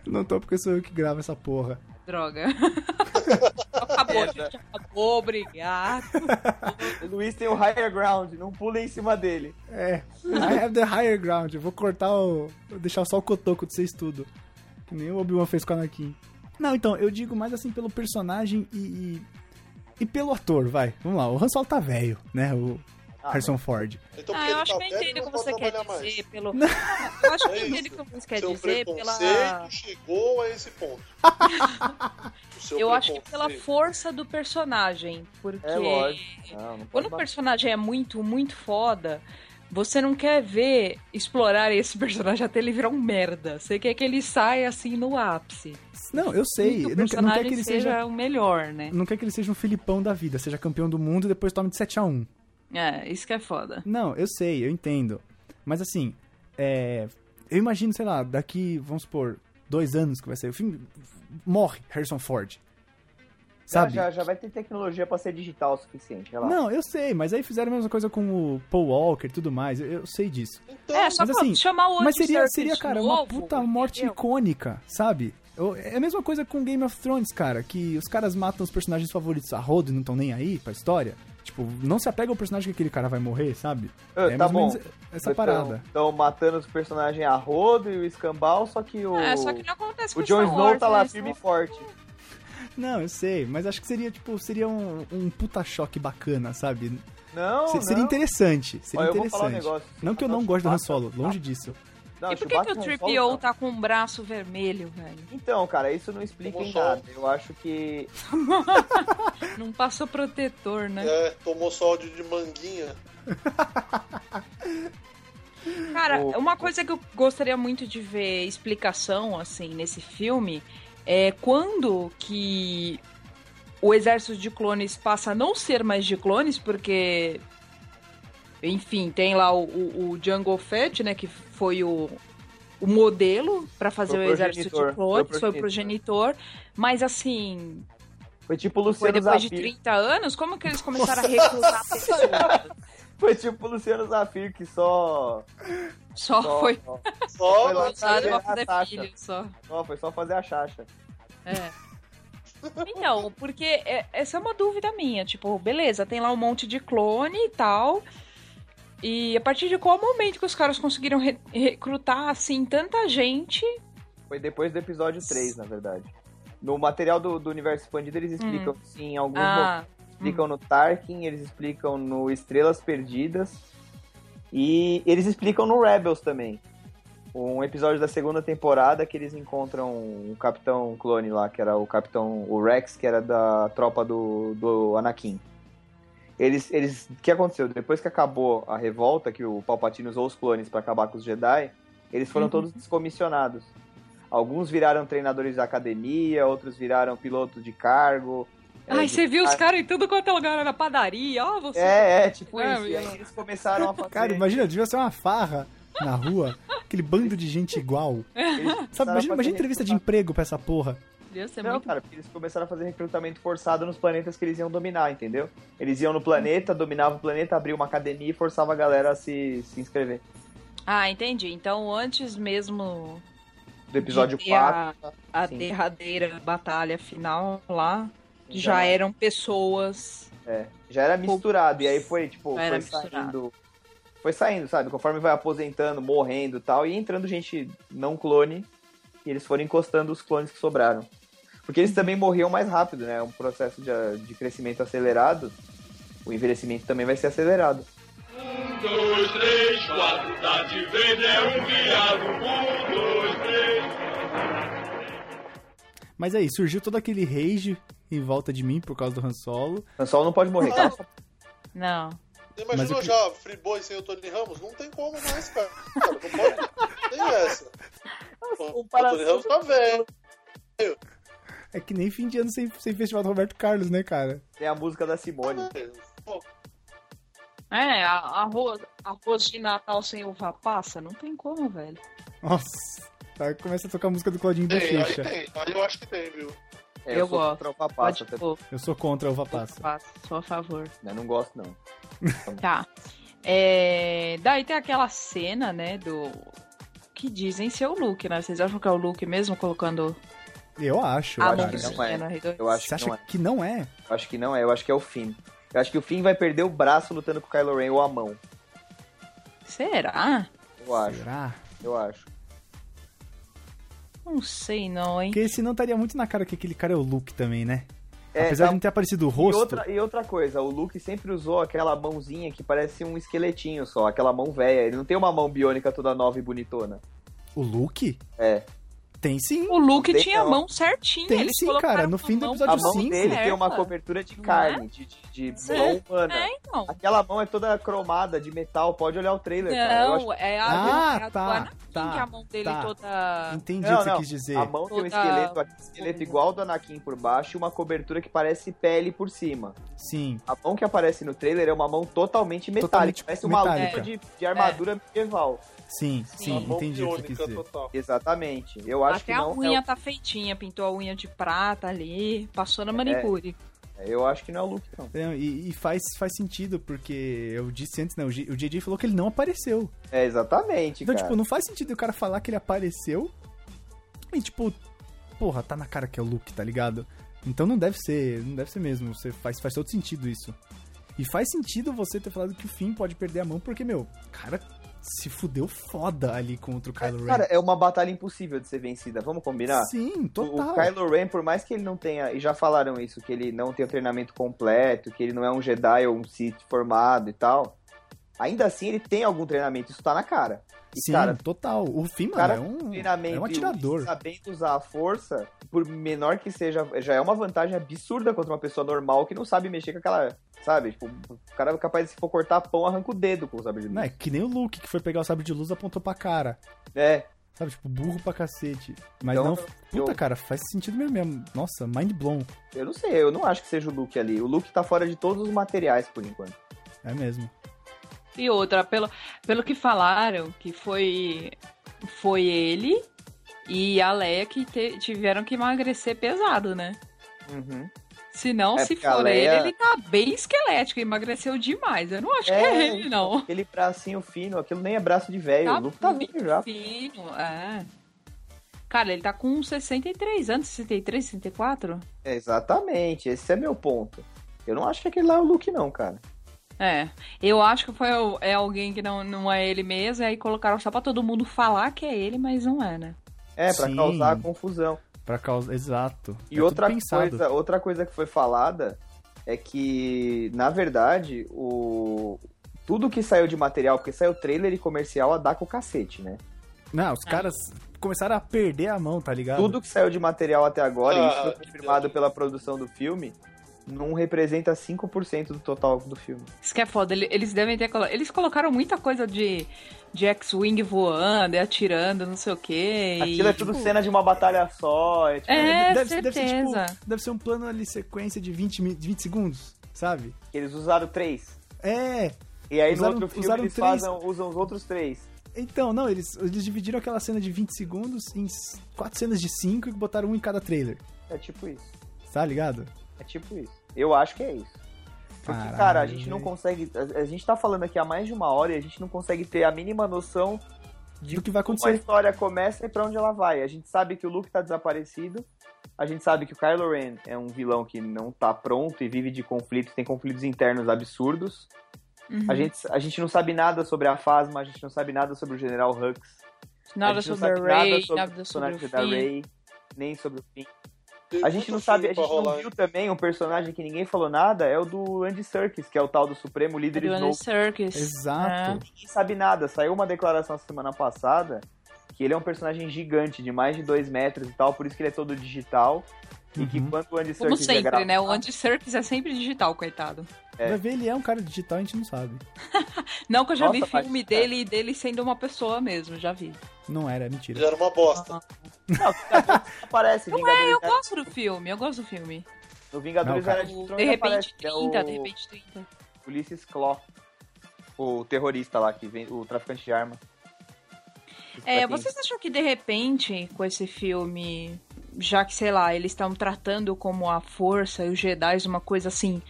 Speaker 2: Não tô porque sou eu que gravo essa porra.
Speaker 5: Droga.
Speaker 1: É,
Speaker 5: acabou,
Speaker 1: né?
Speaker 5: gente. Acabou, obrigado.
Speaker 1: Então,
Speaker 4: O Luiz tem o higher ground, não pulem em cima dele.
Speaker 2: É. I have the higher ground. Eu vou cortar o. Vou deixar só o cotoco de vocês tudo. Que nem o Obi-Wan fez com a Anakin. Não, então, eu digo mais assim pelo personagem e. e... e pelo ator, vai. Vamos lá, o Han Solo tá velho, né? O
Speaker 4: Ah,
Speaker 2: Harrison Ford.
Speaker 1: Então, porque
Speaker 5: Ah, eu
Speaker 1: ele
Speaker 5: acho
Speaker 1: tá
Speaker 5: que eu
Speaker 1: velho,
Speaker 5: entendo o
Speaker 1: não
Speaker 5: que
Speaker 1: pode
Speaker 5: você quer
Speaker 1: trabalhar
Speaker 5: dizer
Speaker 1: mais.
Speaker 5: pelo. Eu acho que eu
Speaker 1: É
Speaker 5: entendo o
Speaker 1: isso.
Speaker 5: que você quer
Speaker 1: Seu
Speaker 5: dizer
Speaker 1: preconceito
Speaker 5: pela.
Speaker 1: chegou a esse ponto. O seu
Speaker 5: Eu acho que pela
Speaker 1: preconceito.
Speaker 5: força do personagem. Porque.
Speaker 4: É lógico. Não,
Speaker 5: Quando
Speaker 4: não pode
Speaker 5: o
Speaker 4: matar.
Speaker 5: personagem é muito, muito foda, você não quer ver explorar esse personagem até ele virar um merda. Você quer que ele saia assim no ápice.
Speaker 2: Não, eu sei.
Speaker 5: que
Speaker 2: eu Não,
Speaker 5: o
Speaker 2: quer- não
Speaker 5: personagem
Speaker 2: quer que ele
Speaker 5: seja,
Speaker 2: seja.
Speaker 5: o melhor, né?
Speaker 2: Não quer que ele seja um Filipão da vida, seja campeão do mundo e depois tome de 7 a 1
Speaker 5: É, isso que é foda.
Speaker 2: Não, eu sei, eu entendo. Mas assim, é, eu imagino, sei lá, daqui, vamos supor, dois anos que vai sair o filme, morre Harrison Ford. Sabe?
Speaker 4: Já, já, já vai ter tecnologia pra ser digital o suficiente, relaxa.
Speaker 2: Não, eu sei, mas aí fizeram a mesma coisa com o Paul Walker e tudo mais, eu, eu sei disso.
Speaker 1: Então,
Speaker 5: É, só
Speaker 2: mas
Speaker 5: pra
Speaker 2: assim,
Speaker 5: chamar o
Speaker 2: mas
Speaker 5: Andy
Speaker 2: seria,
Speaker 5: Serkis
Speaker 2: seria,
Speaker 5: de
Speaker 2: cara, uma
Speaker 5: novo,
Speaker 2: puta morte
Speaker 5: entendeu? É,
Speaker 2: icônica, sabe? Eu- é a mesma coisa com Game of Thrones, cara, que os caras matam os personagens favoritos a rodo e não estão nem aí pra história. Tipo, não se apega ao personagem que aquele cara vai morrer, sabe?
Speaker 4: Ah,
Speaker 2: é
Speaker 4: tá
Speaker 2: mais ou
Speaker 4: bom.
Speaker 2: menos essa parada.
Speaker 4: Estão matando os personagens a rodo e o escambau, só que o.
Speaker 5: É, só que não acontece com
Speaker 4: O Jon
Speaker 5: Star
Speaker 4: Snow
Speaker 5: Wars,
Speaker 4: tá lá
Speaker 5: né?
Speaker 4: firme e forte.
Speaker 2: Não, eu sei, mas acho que seria, tipo, seria um, um puta choque bacana, sabe?
Speaker 4: Não,
Speaker 2: Se- seria
Speaker 4: não.
Speaker 2: interessante, seria
Speaker 4: Olha, eu vou
Speaker 2: interessante.
Speaker 4: falar um negócio.
Speaker 2: Não que eu não
Speaker 4: Nossa,
Speaker 2: goste do Han
Speaker 4: Chewbacca-
Speaker 2: Solo, longe disso.
Speaker 4: Não,
Speaker 5: E por que,
Speaker 4: Chewbacca
Speaker 5: que o
Speaker 4: e Han Solo,
Speaker 5: Tripio
Speaker 4: não.
Speaker 5: tá com o braço vermelho, velho?
Speaker 4: Então, cara, isso não explica
Speaker 1: Como
Speaker 4: em
Speaker 1: só-
Speaker 4: nada. Eu acho que.
Speaker 5: Não passou protetor, né?
Speaker 1: é, tomou sol de, de manguinha.
Speaker 5: Cara,
Speaker 4: O-
Speaker 5: uma coisa que eu gostaria muito de ver explicação, assim, nesse filme é quando que o exército de clones passa a não ser mais de clones, porque. Enfim, tem lá o, o, o Jungle Fett, né? Que foi o, o modelo pra fazer
Speaker 4: Foi
Speaker 5: o
Speaker 4: o
Speaker 5: exército de
Speaker 4: progenitor,
Speaker 5: clones,
Speaker 4: foi
Speaker 5: foi
Speaker 4: o
Speaker 5: o progenitor. Mas assim,
Speaker 4: Foi tipo o
Speaker 5: foi
Speaker 4: Luciano
Speaker 5: depois de
Speaker 4: Zappi.
Speaker 5: 30 anos, como que eles começaram a recrutar pessoas?
Speaker 4: Foi tipo o Luciano Zafir que só.
Speaker 5: Só
Speaker 4: só
Speaker 5: foi
Speaker 4: só-
Speaker 1: Só
Speaker 4: Foi lá
Speaker 5: usado
Speaker 4: fazer
Speaker 5: pra
Speaker 4: a
Speaker 5: fazer
Speaker 4: taxa.
Speaker 5: filho, só.
Speaker 4: só- foi só fazer a chacha.
Speaker 5: É. Então, porque é- essa é uma dúvida minha. Tipo, beleza, tem lá um monte de clone e tal. E a partir de qual momento que os caras conseguiram re- recrutar, assim, tanta gente?
Speaker 4: Foi depois do episódio 3, na verdade. No material do, do universo expandido, eles explicam sim em alguns momentos.
Speaker 5: Hum. Ah,
Speaker 4: explicam no Tarkin, eles explicam no Estrelas Perdidas e eles explicam no Rebels também. Um episódio da segunda temporada que eles encontram um capitão clone lá, que era o capitão o Rex, que era da tropa do, do Anakin. Eles, eles, o que aconteceu? Depois que acabou a revolta, que o Palpatine usou os clones para acabar com os Jedi, eles
Speaker 5: Uhum.
Speaker 4: foram todos descomissionados. Alguns viraram treinadores da academia, outros viraram pilotos de cargo. eh,
Speaker 5: Ai,
Speaker 4: de
Speaker 5: você viu os
Speaker 4: car-
Speaker 5: caras em tudo quanto é lugar na padaria, ó, você.
Speaker 4: é, é, tipo
Speaker 5: Não,
Speaker 4: isso. E aí
Speaker 5: não.
Speaker 4: eles começaram a fazer.
Speaker 2: Cara, imagina, devia ser uma farra na rua, aquele bando de gente igual.
Speaker 4: eles começaram
Speaker 2: Sabe,
Speaker 4: a
Speaker 2: imagina,
Speaker 4: fazer
Speaker 2: imagina entrevista de
Speaker 4: recrutamento-
Speaker 2: emprego pra essa porra.
Speaker 5: Deus, é
Speaker 4: Não,
Speaker 5: muito...
Speaker 4: cara, porque eles começaram a fazer recrutamento forçado nos planetas que eles iam dominar, entendeu? Eles iam no planeta, dominavam o planeta, abriam uma academia e forçava a galera a se, se inscrever.
Speaker 5: Ah, entendi. Então, antes mesmo
Speaker 4: Do episódio
Speaker 5: De ter a-
Speaker 4: 4.
Speaker 5: a
Speaker 4: Sim.
Speaker 5: derradeira batalha final lá, já
Speaker 4: era.
Speaker 5: eram pessoas.
Speaker 4: É, já era misturado. E aí foi, tipo,
Speaker 5: Já era
Speaker 4: foi
Speaker 5: misturado.
Speaker 4: saindo. Foi saindo, sabe? Conforme vai aposentando, morrendo e tal, e entrando gente não clone, e eles foram encostando os clones que sobraram. Porque
Speaker 5: Uhum.
Speaker 4: eles também morriam mais rápido, né? Um processo de, de crescimento acelerado, o envelhecimento também vai ser acelerado.
Speaker 8: Um, dois, três, quatro, tá de vez, é um viado. Um, dois, três.
Speaker 2: Mas aí, surgiu todo aquele rage em volta de mim por causa do Han Solo.
Speaker 4: O Sol não pode morrer, tá? cara.
Speaker 5: Não.
Speaker 2: Mas o
Speaker 1: Imaginou
Speaker 2: que-
Speaker 1: já Friboi sem o Tony Ramos? Não tem como mais, cara. Cara, Não pode. Tem essa. O Tony Ramos tá velho.
Speaker 2: É que nem fim de ano sem, sem festival do Roberto Carlos, né, cara?
Speaker 4: Tem a música da Simone.
Speaker 1: Pô,
Speaker 5: É, a- arroz, arroz de Natal sem uva passa, não tem como, velho.
Speaker 2: Nossa. Aí começa a tocar a música do Claudinho
Speaker 1: Tem, aí
Speaker 2: Bochecha.
Speaker 1: tem. Aí eu acho que tem, viu?
Speaker 4: É,
Speaker 5: Eu
Speaker 4: sou
Speaker 5: gosto.
Speaker 4: contra o
Speaker 5: Pode
Speaker 4: papasso, até-
Speaker 5: pôr,
Speaker 2: Eu sou contra a uva
Speaker 5: passa.
Speaker 2: passa.
Speaker 5: só a favor.
Speaker 4: né? Não gosto, não.
Speaker 5: Tá. É, daí tem aquela cena, né, do... Que dizem ser o Luke, né? Vocês acham que é o Luke mesmo colocando
Speaker 2: Eu acho,
Speaker 5: a
Speaker 4: acho
Speaker 2: cara.
Speaker 4: que não
Speaker 5: mãozinha
Speaker 4: é.
Speaker 5: no R2?
Speaker 4: Eu acho
Speaker 2: Você
Speaker 4: que não
Speaker 2: acha
Speaker 4: é.
Speaker 2: que não é?
Speaker 4: Eu acho que não é, eu acho que é o Finn. Eu acho que o Finn vai perder o braço lutando com o Kylo Ren ou a mão.
Speaker 5: Será?
Speaker 4: Eu acho,
Speaker 2: Será?
Speaker 4: eu acho.
Speaker 5: Não sei não, hein?
Speaker 2: Porque senão estaria muito na cara que aquele cara é o Luke também, né?
Speaker 4: É,
Speaker 2: Apesar
Speaker 4: tá-
Speaker 2: de não ter aparecido o
Speaker 4: e,
Speaker 2: rosto.
Speaker 4: outra, e outra coisa, o Luke sempre usou aquela mãozinha que parece um esqueletinho só, aquela mão velha. Ele não tem uma mão biônica toda nova e bonitona.
Speaker 2: O Luke?
Speaker 4: É.
Speaker 2: Tem sim.
Speaker 5: O Luke
Speaker 4: Tem
Speaker 5: tinha a
Speaker 4: não.
Speaker 5: mão certinha.
Speaker 2: Tem
Speaker 5: eles
Speaker 2: sim,
Speaker 5: colocaram
Speaker 2: cara, no
Speaker 5: a
Speaker 2: fim do
Speaker 5: mão
Speaker 2: episódio
Speaker 4: A
Speaker 2: de
Speaker 4: mão
Speaker 2: cinco.
Speaker 4: dele
Speaker 5: né?
Speaker 4: tem uma
Speaker 5: certa.
Speaker 4: cobertura de
Speaker 5: Não
Speaker 4: carne, de, de, de
Speaker 5: É.
Speaker 4: mão humana.
Speaker 5: É, então.
Speaker 4: Aquela mão é toda cromada, de metal. Pode olhar o trailer, cara. Eu acho
Speaker 5: Não, é a,
Speaker 2: Ah,
Speaker 5: é a do
Speaker 2: tá,
Speaker 5: Anakin,
Speaker 2: tá,
Speaker 5: que a mão dele
Speaker 2: tá.
Speaker 5: toda... assim,
Speaker 2: Entendi o que
Speaker 4: Ah. Não,
Speaker 2: você
Speaker 4: não.
Speaker 2: quis dizer.
Speaker 4: A mão tem um
Speaker 5: Toda- Uhum.
Speaker 4: esqueleto, aqui, esqueleto é igual ao do Anakin por baixo e uma cobertura que parece pele por cima.
Speaker 2: Sim.
Speaker 4: A mão que aparece no trailer é uma mão totalmente metálica,
Speaker 2: Totalmente
Speaker 4: parece uma
Speaker 2: metálica.
Speaker 4: luva de, de armadura medieval.
Speaker 2: Sim,
Speaker 5: né?
Speaker 2: sim,
Speaker 1: Uma mão
Speaker 2: entendi o que você quis
Speaker 1: biônica
Speaker 2: dizer.
Speaker 1: total.
Speaker 4: Exatamente. Eu acho
Speaker 5: Até
Speaker 4: que não
Speaker 5: a
Speaker 4: é
Speaker 5: unha tá feitinha, pintou a unha de prata ali, passou
Speaker 4: É.
Speaker 5: na manicure.
Speaker 4: o- eu acho que não é o Luke não.
Speaker 2: Não, Né? E, e faz, faz sentido, porque eu disse antes, né? O, G- o JJ falou que ele não apareceu.
Speaker 4: É exatamente,
Speaker 2: Então,
Speaker 4: cara.
Speaker 2: tipo, não faz sentido o cara falar que ele apareceu e, tipo, porra, tá na cara que é o Luke, tá ligado? Então não deve ser, não deve ser mesmo. Você faz, faz todo sentido isso. E faz sentido você ter falado que o Finn pode perder a mão, porque, meu, o cara se fudeu foda ali contra o Kylo Ren.
Speaker 4: Cara, é uma batalha impossível de ser vencida. Vamos combinar?
Speaker 2: Sim,
Speaker 4: O
Speaker 2: total.
Speaker 4: Kylo Ren, por mais que ele não tenha, e já falaram isso, que ele não tem o treinamento completo, que ele não é um Jedi ou um Sith formado e tal, ainda assim ele tem algum treinamento, isso tá na cara. E,
Speaker 2: Sim,
Speaker 4: cara,
Speaker 2: total. O Finn, mano,
Speaker 4: cara
Speaker 2: é um,
Speaker 4: treinamento
Speaker 2: é um
Speaker 4: e
Speaker 2: atirador.
Speaker 4: sabendo usar a força, por menor que seja, já é uma vantagem absurda contra uma pessoa normal que não sabe mexer com aquela, sabe? Tipo, o cara é capaz de, se for cortar pão, arranca o dedo com o sabre de
Speaker 2: Não,
Speaker 4: luz.
Speaker 2: é que nem o Luke, que foi pegar o sabre de luz e apontou pra cara.
Speaker 4: É,
Speaker 2: Sabe, tipo, burro pra cacete. Mas
Speaker 4: Então,
Speaker 2: não... Puta,
Speaker 4: eu-
Speaker 2: cara, faz sentido mesmo, mesmo. Nossa, mind blown.
Speaker 4: eu não sei, eu não acho que seja o Luke ali. O Luke tá fora de todos os materiais, por enquanto.
Speaker 2: É mesmo.
Speaker 5: E outra, pelo, pelo que falaram, que foi, foi ele
Speaker 2: Uhum.
Speaker 5: e a Leia que te- tiveram que emagrecer pesado, né? Se não,
Speaker 4: É
Speaker 5: se
Speaker 4: porque
Speaker 5: for
Speaker 4: a Leia-
Speaker 5: ele, ele tá bem esquelético, emagreceu demais. Eu não acho que
Speaker 4: É,
Speaker 5: é ele, não.
Speaker 4: Aquele bracinho fino, aquilo nem é braço de velho.
Speaker 5: Tá
Speaker 4: o Luke tá
Speaker 5: muito
Speaker 4: velho já.
Speaker 5: fino, é. Cara, ele tá com 63 anos, 63, 64?
Speaker 4: Exatamente, esse é meu ponto. Eu não acho que aquele lá é o Luke, não, cara.
Speaker 5: É. Eu acho que foi o- é alguém que não, não é ele mesmo, e aí colocaram só pra todo mundo falar que é ele, mas não é, né?
Speaker 4: É, pra
Speaker 2: Sim.
Speaker 4: causar confusão.
Speaker 2: Pra causa. Exato. É
Speaker 4: E
Speaker 2: tudo
Speaker 4: outra,
Speaker 2: pensado.
Speaker 4: coisa, outra coisa que foi falada é que, na verdade, o. Tudo que saiu de material, porque saiu trailer e comercial a dar com o cacete, né?
Speaker 2: Não, os caras começaram a perder a mão, tá ligado?
Speaker 4: Tudo que saiu de material até agora, e isso
Speaker 1: Ah,
Speaker 4: foi
Speaker 2: então.
Speaker 4: confirmado pela produção do filme, não representa 5% do total do filme.
Speaker 5: Isso que é foda, ele- eles devem ter colo- Eles colocaram muita coisa de, de X-Wing voando e atirando, não sei o quê.
Speaker 4: Aquilo
Speaker 5: e-
Speaker 4: é tudo
Speaker 2: tipo-
Speaker 4: cena de uma batalha só. É, tipo,
Speaker 5: É,
Speaker 2: deve, deve ser, tipo,
Speaker 5: certeza.
Speaker 2: deve ser um plano ali, sequência de 20, mi- de 20 segundos, sabe?
Speaker 4: Eles usaram três.
Speaker 2: É,
Speaker 4: E aí
Speaker 2: Usaram-
Speaker 4: no outro filme
Speaker 2: usaram
Speaker 4: eles
Speaker 2: três.
Speaker 4: fazem- usam os outros três.
Speaker 2: então, não, eles, eles dividiram aquela cena de 20 segundos em s- quatro cenas de 5 e botaram um em cada trailer,
Speaker 4: É tipo isso.
Speaker 2: tá ligado?
Speaker 4: É tipo isso. Eu acho que é isso. Porque,
Speaker 2: Caralho,
Speaker 4: cara, a gente não
Speaker 2: velho.
Speaker 4: consegue. A, a gente tá falando aqui há mais de uma hora e a gente não consegue ter a mínima noção de
Speaker 2: Do que vai
Speaker 4: como a
Speaker 2: acontecer.
Speaker 4: história começa e pra onde ela vai. A gente sabe que o Luke tá desaparecido. A gente sabe que o Kylo Ren é um vilão que não tá pronto e vive de conflitos, tem conflitos internos absurdos.
Speaker 5: Uhum.
Speaker 4: A, gente, a gente não sabe nada sobre a Fasma, a gente não sabe nada sobre o General Hux.
Speaker 5: Nada
Speaker 4: a gente não
Speaker 5: sobre a
Speaker 4: sabe
Speaker 5: Ray,
Speaker 4: nada sobre o
Speaker 5: nada sobre o
Speaker 4: personagem da
Speaker 5: Finn.
Speaker 4: Rey, nem sobre o Finn.
Speaker 1: Tem
Speaker 4: A gente
Speaker 1: muito filme
Speaker 4: não sabe, a
Speaker 1: pra
Speaker 4: gente não
Speaker 5: né?
Speaker 1: rolar,
Speaker 4: viu
Speaker 1: hein?
Speaker 4: também um personagem que ninguém falou nada, é o do Andy Serkis, que é o tal do Supremo Líder
Speaker 5: Do
Speaker 4: Snow.
Speaker 5: Andy Serkis.
Speaker 2: Exato.
Speaker 4: Ninguém sabe nada. Saiu uma declaração semana passada que ele é um personagem gigante, de mais de 2 metros e tal, por isso que ele é todo digital. E que
Speaker 2: Uhum.
Speaker 4: quando o Andy
Speaker 5: Como
Speaker 4: Serkis ia
Speaker 5: sempre,
Speaker 4: gravar,
Speaker 5: né? O Andy Serkis é sempre digital, coitado.
Speaker 4: É.
Speaker 2: Vai ver, ele é um cara digital, a gente não sabe.
Speaker 5: Não que eu já
Speaker 4: Nossa,
Speaker 5: vi filme
Speaker 4: mas-
Speaker 5: dele e dele sendo uma pessoa mesmo, já vi.
Speaker 2: Não era, é mentira.
Speaker 1: Ele era uma bosta.
Speaker 4: Ah, aparece. Não Vingadores,
Speaker 5: é, Eu gosto do filme, eu gosto do filme.
Speaker 4: No Vingadores
Speaker 2: Não, cara.
Speaker 4: Era de
Speaker 5: O
Speaker 4: Ultron
Speaker 5: de
Speaker 4: ele
Speaker 5: repente
Speaker 4: aparece, que é
Speaker 5: 30,
Speaker 4: o
Speaker 5: de repente 30.
Speaker 4: Ulisses Claw, o terrorista lá, que vem, o traficante de arma.
Speaker 5: É,
Speaker 4: Pra quem-
Speaker 5: vocês acham que de repente, com esse filme, já que, sei lá, eles estão tratando como a força e os Jedi uma coisa assim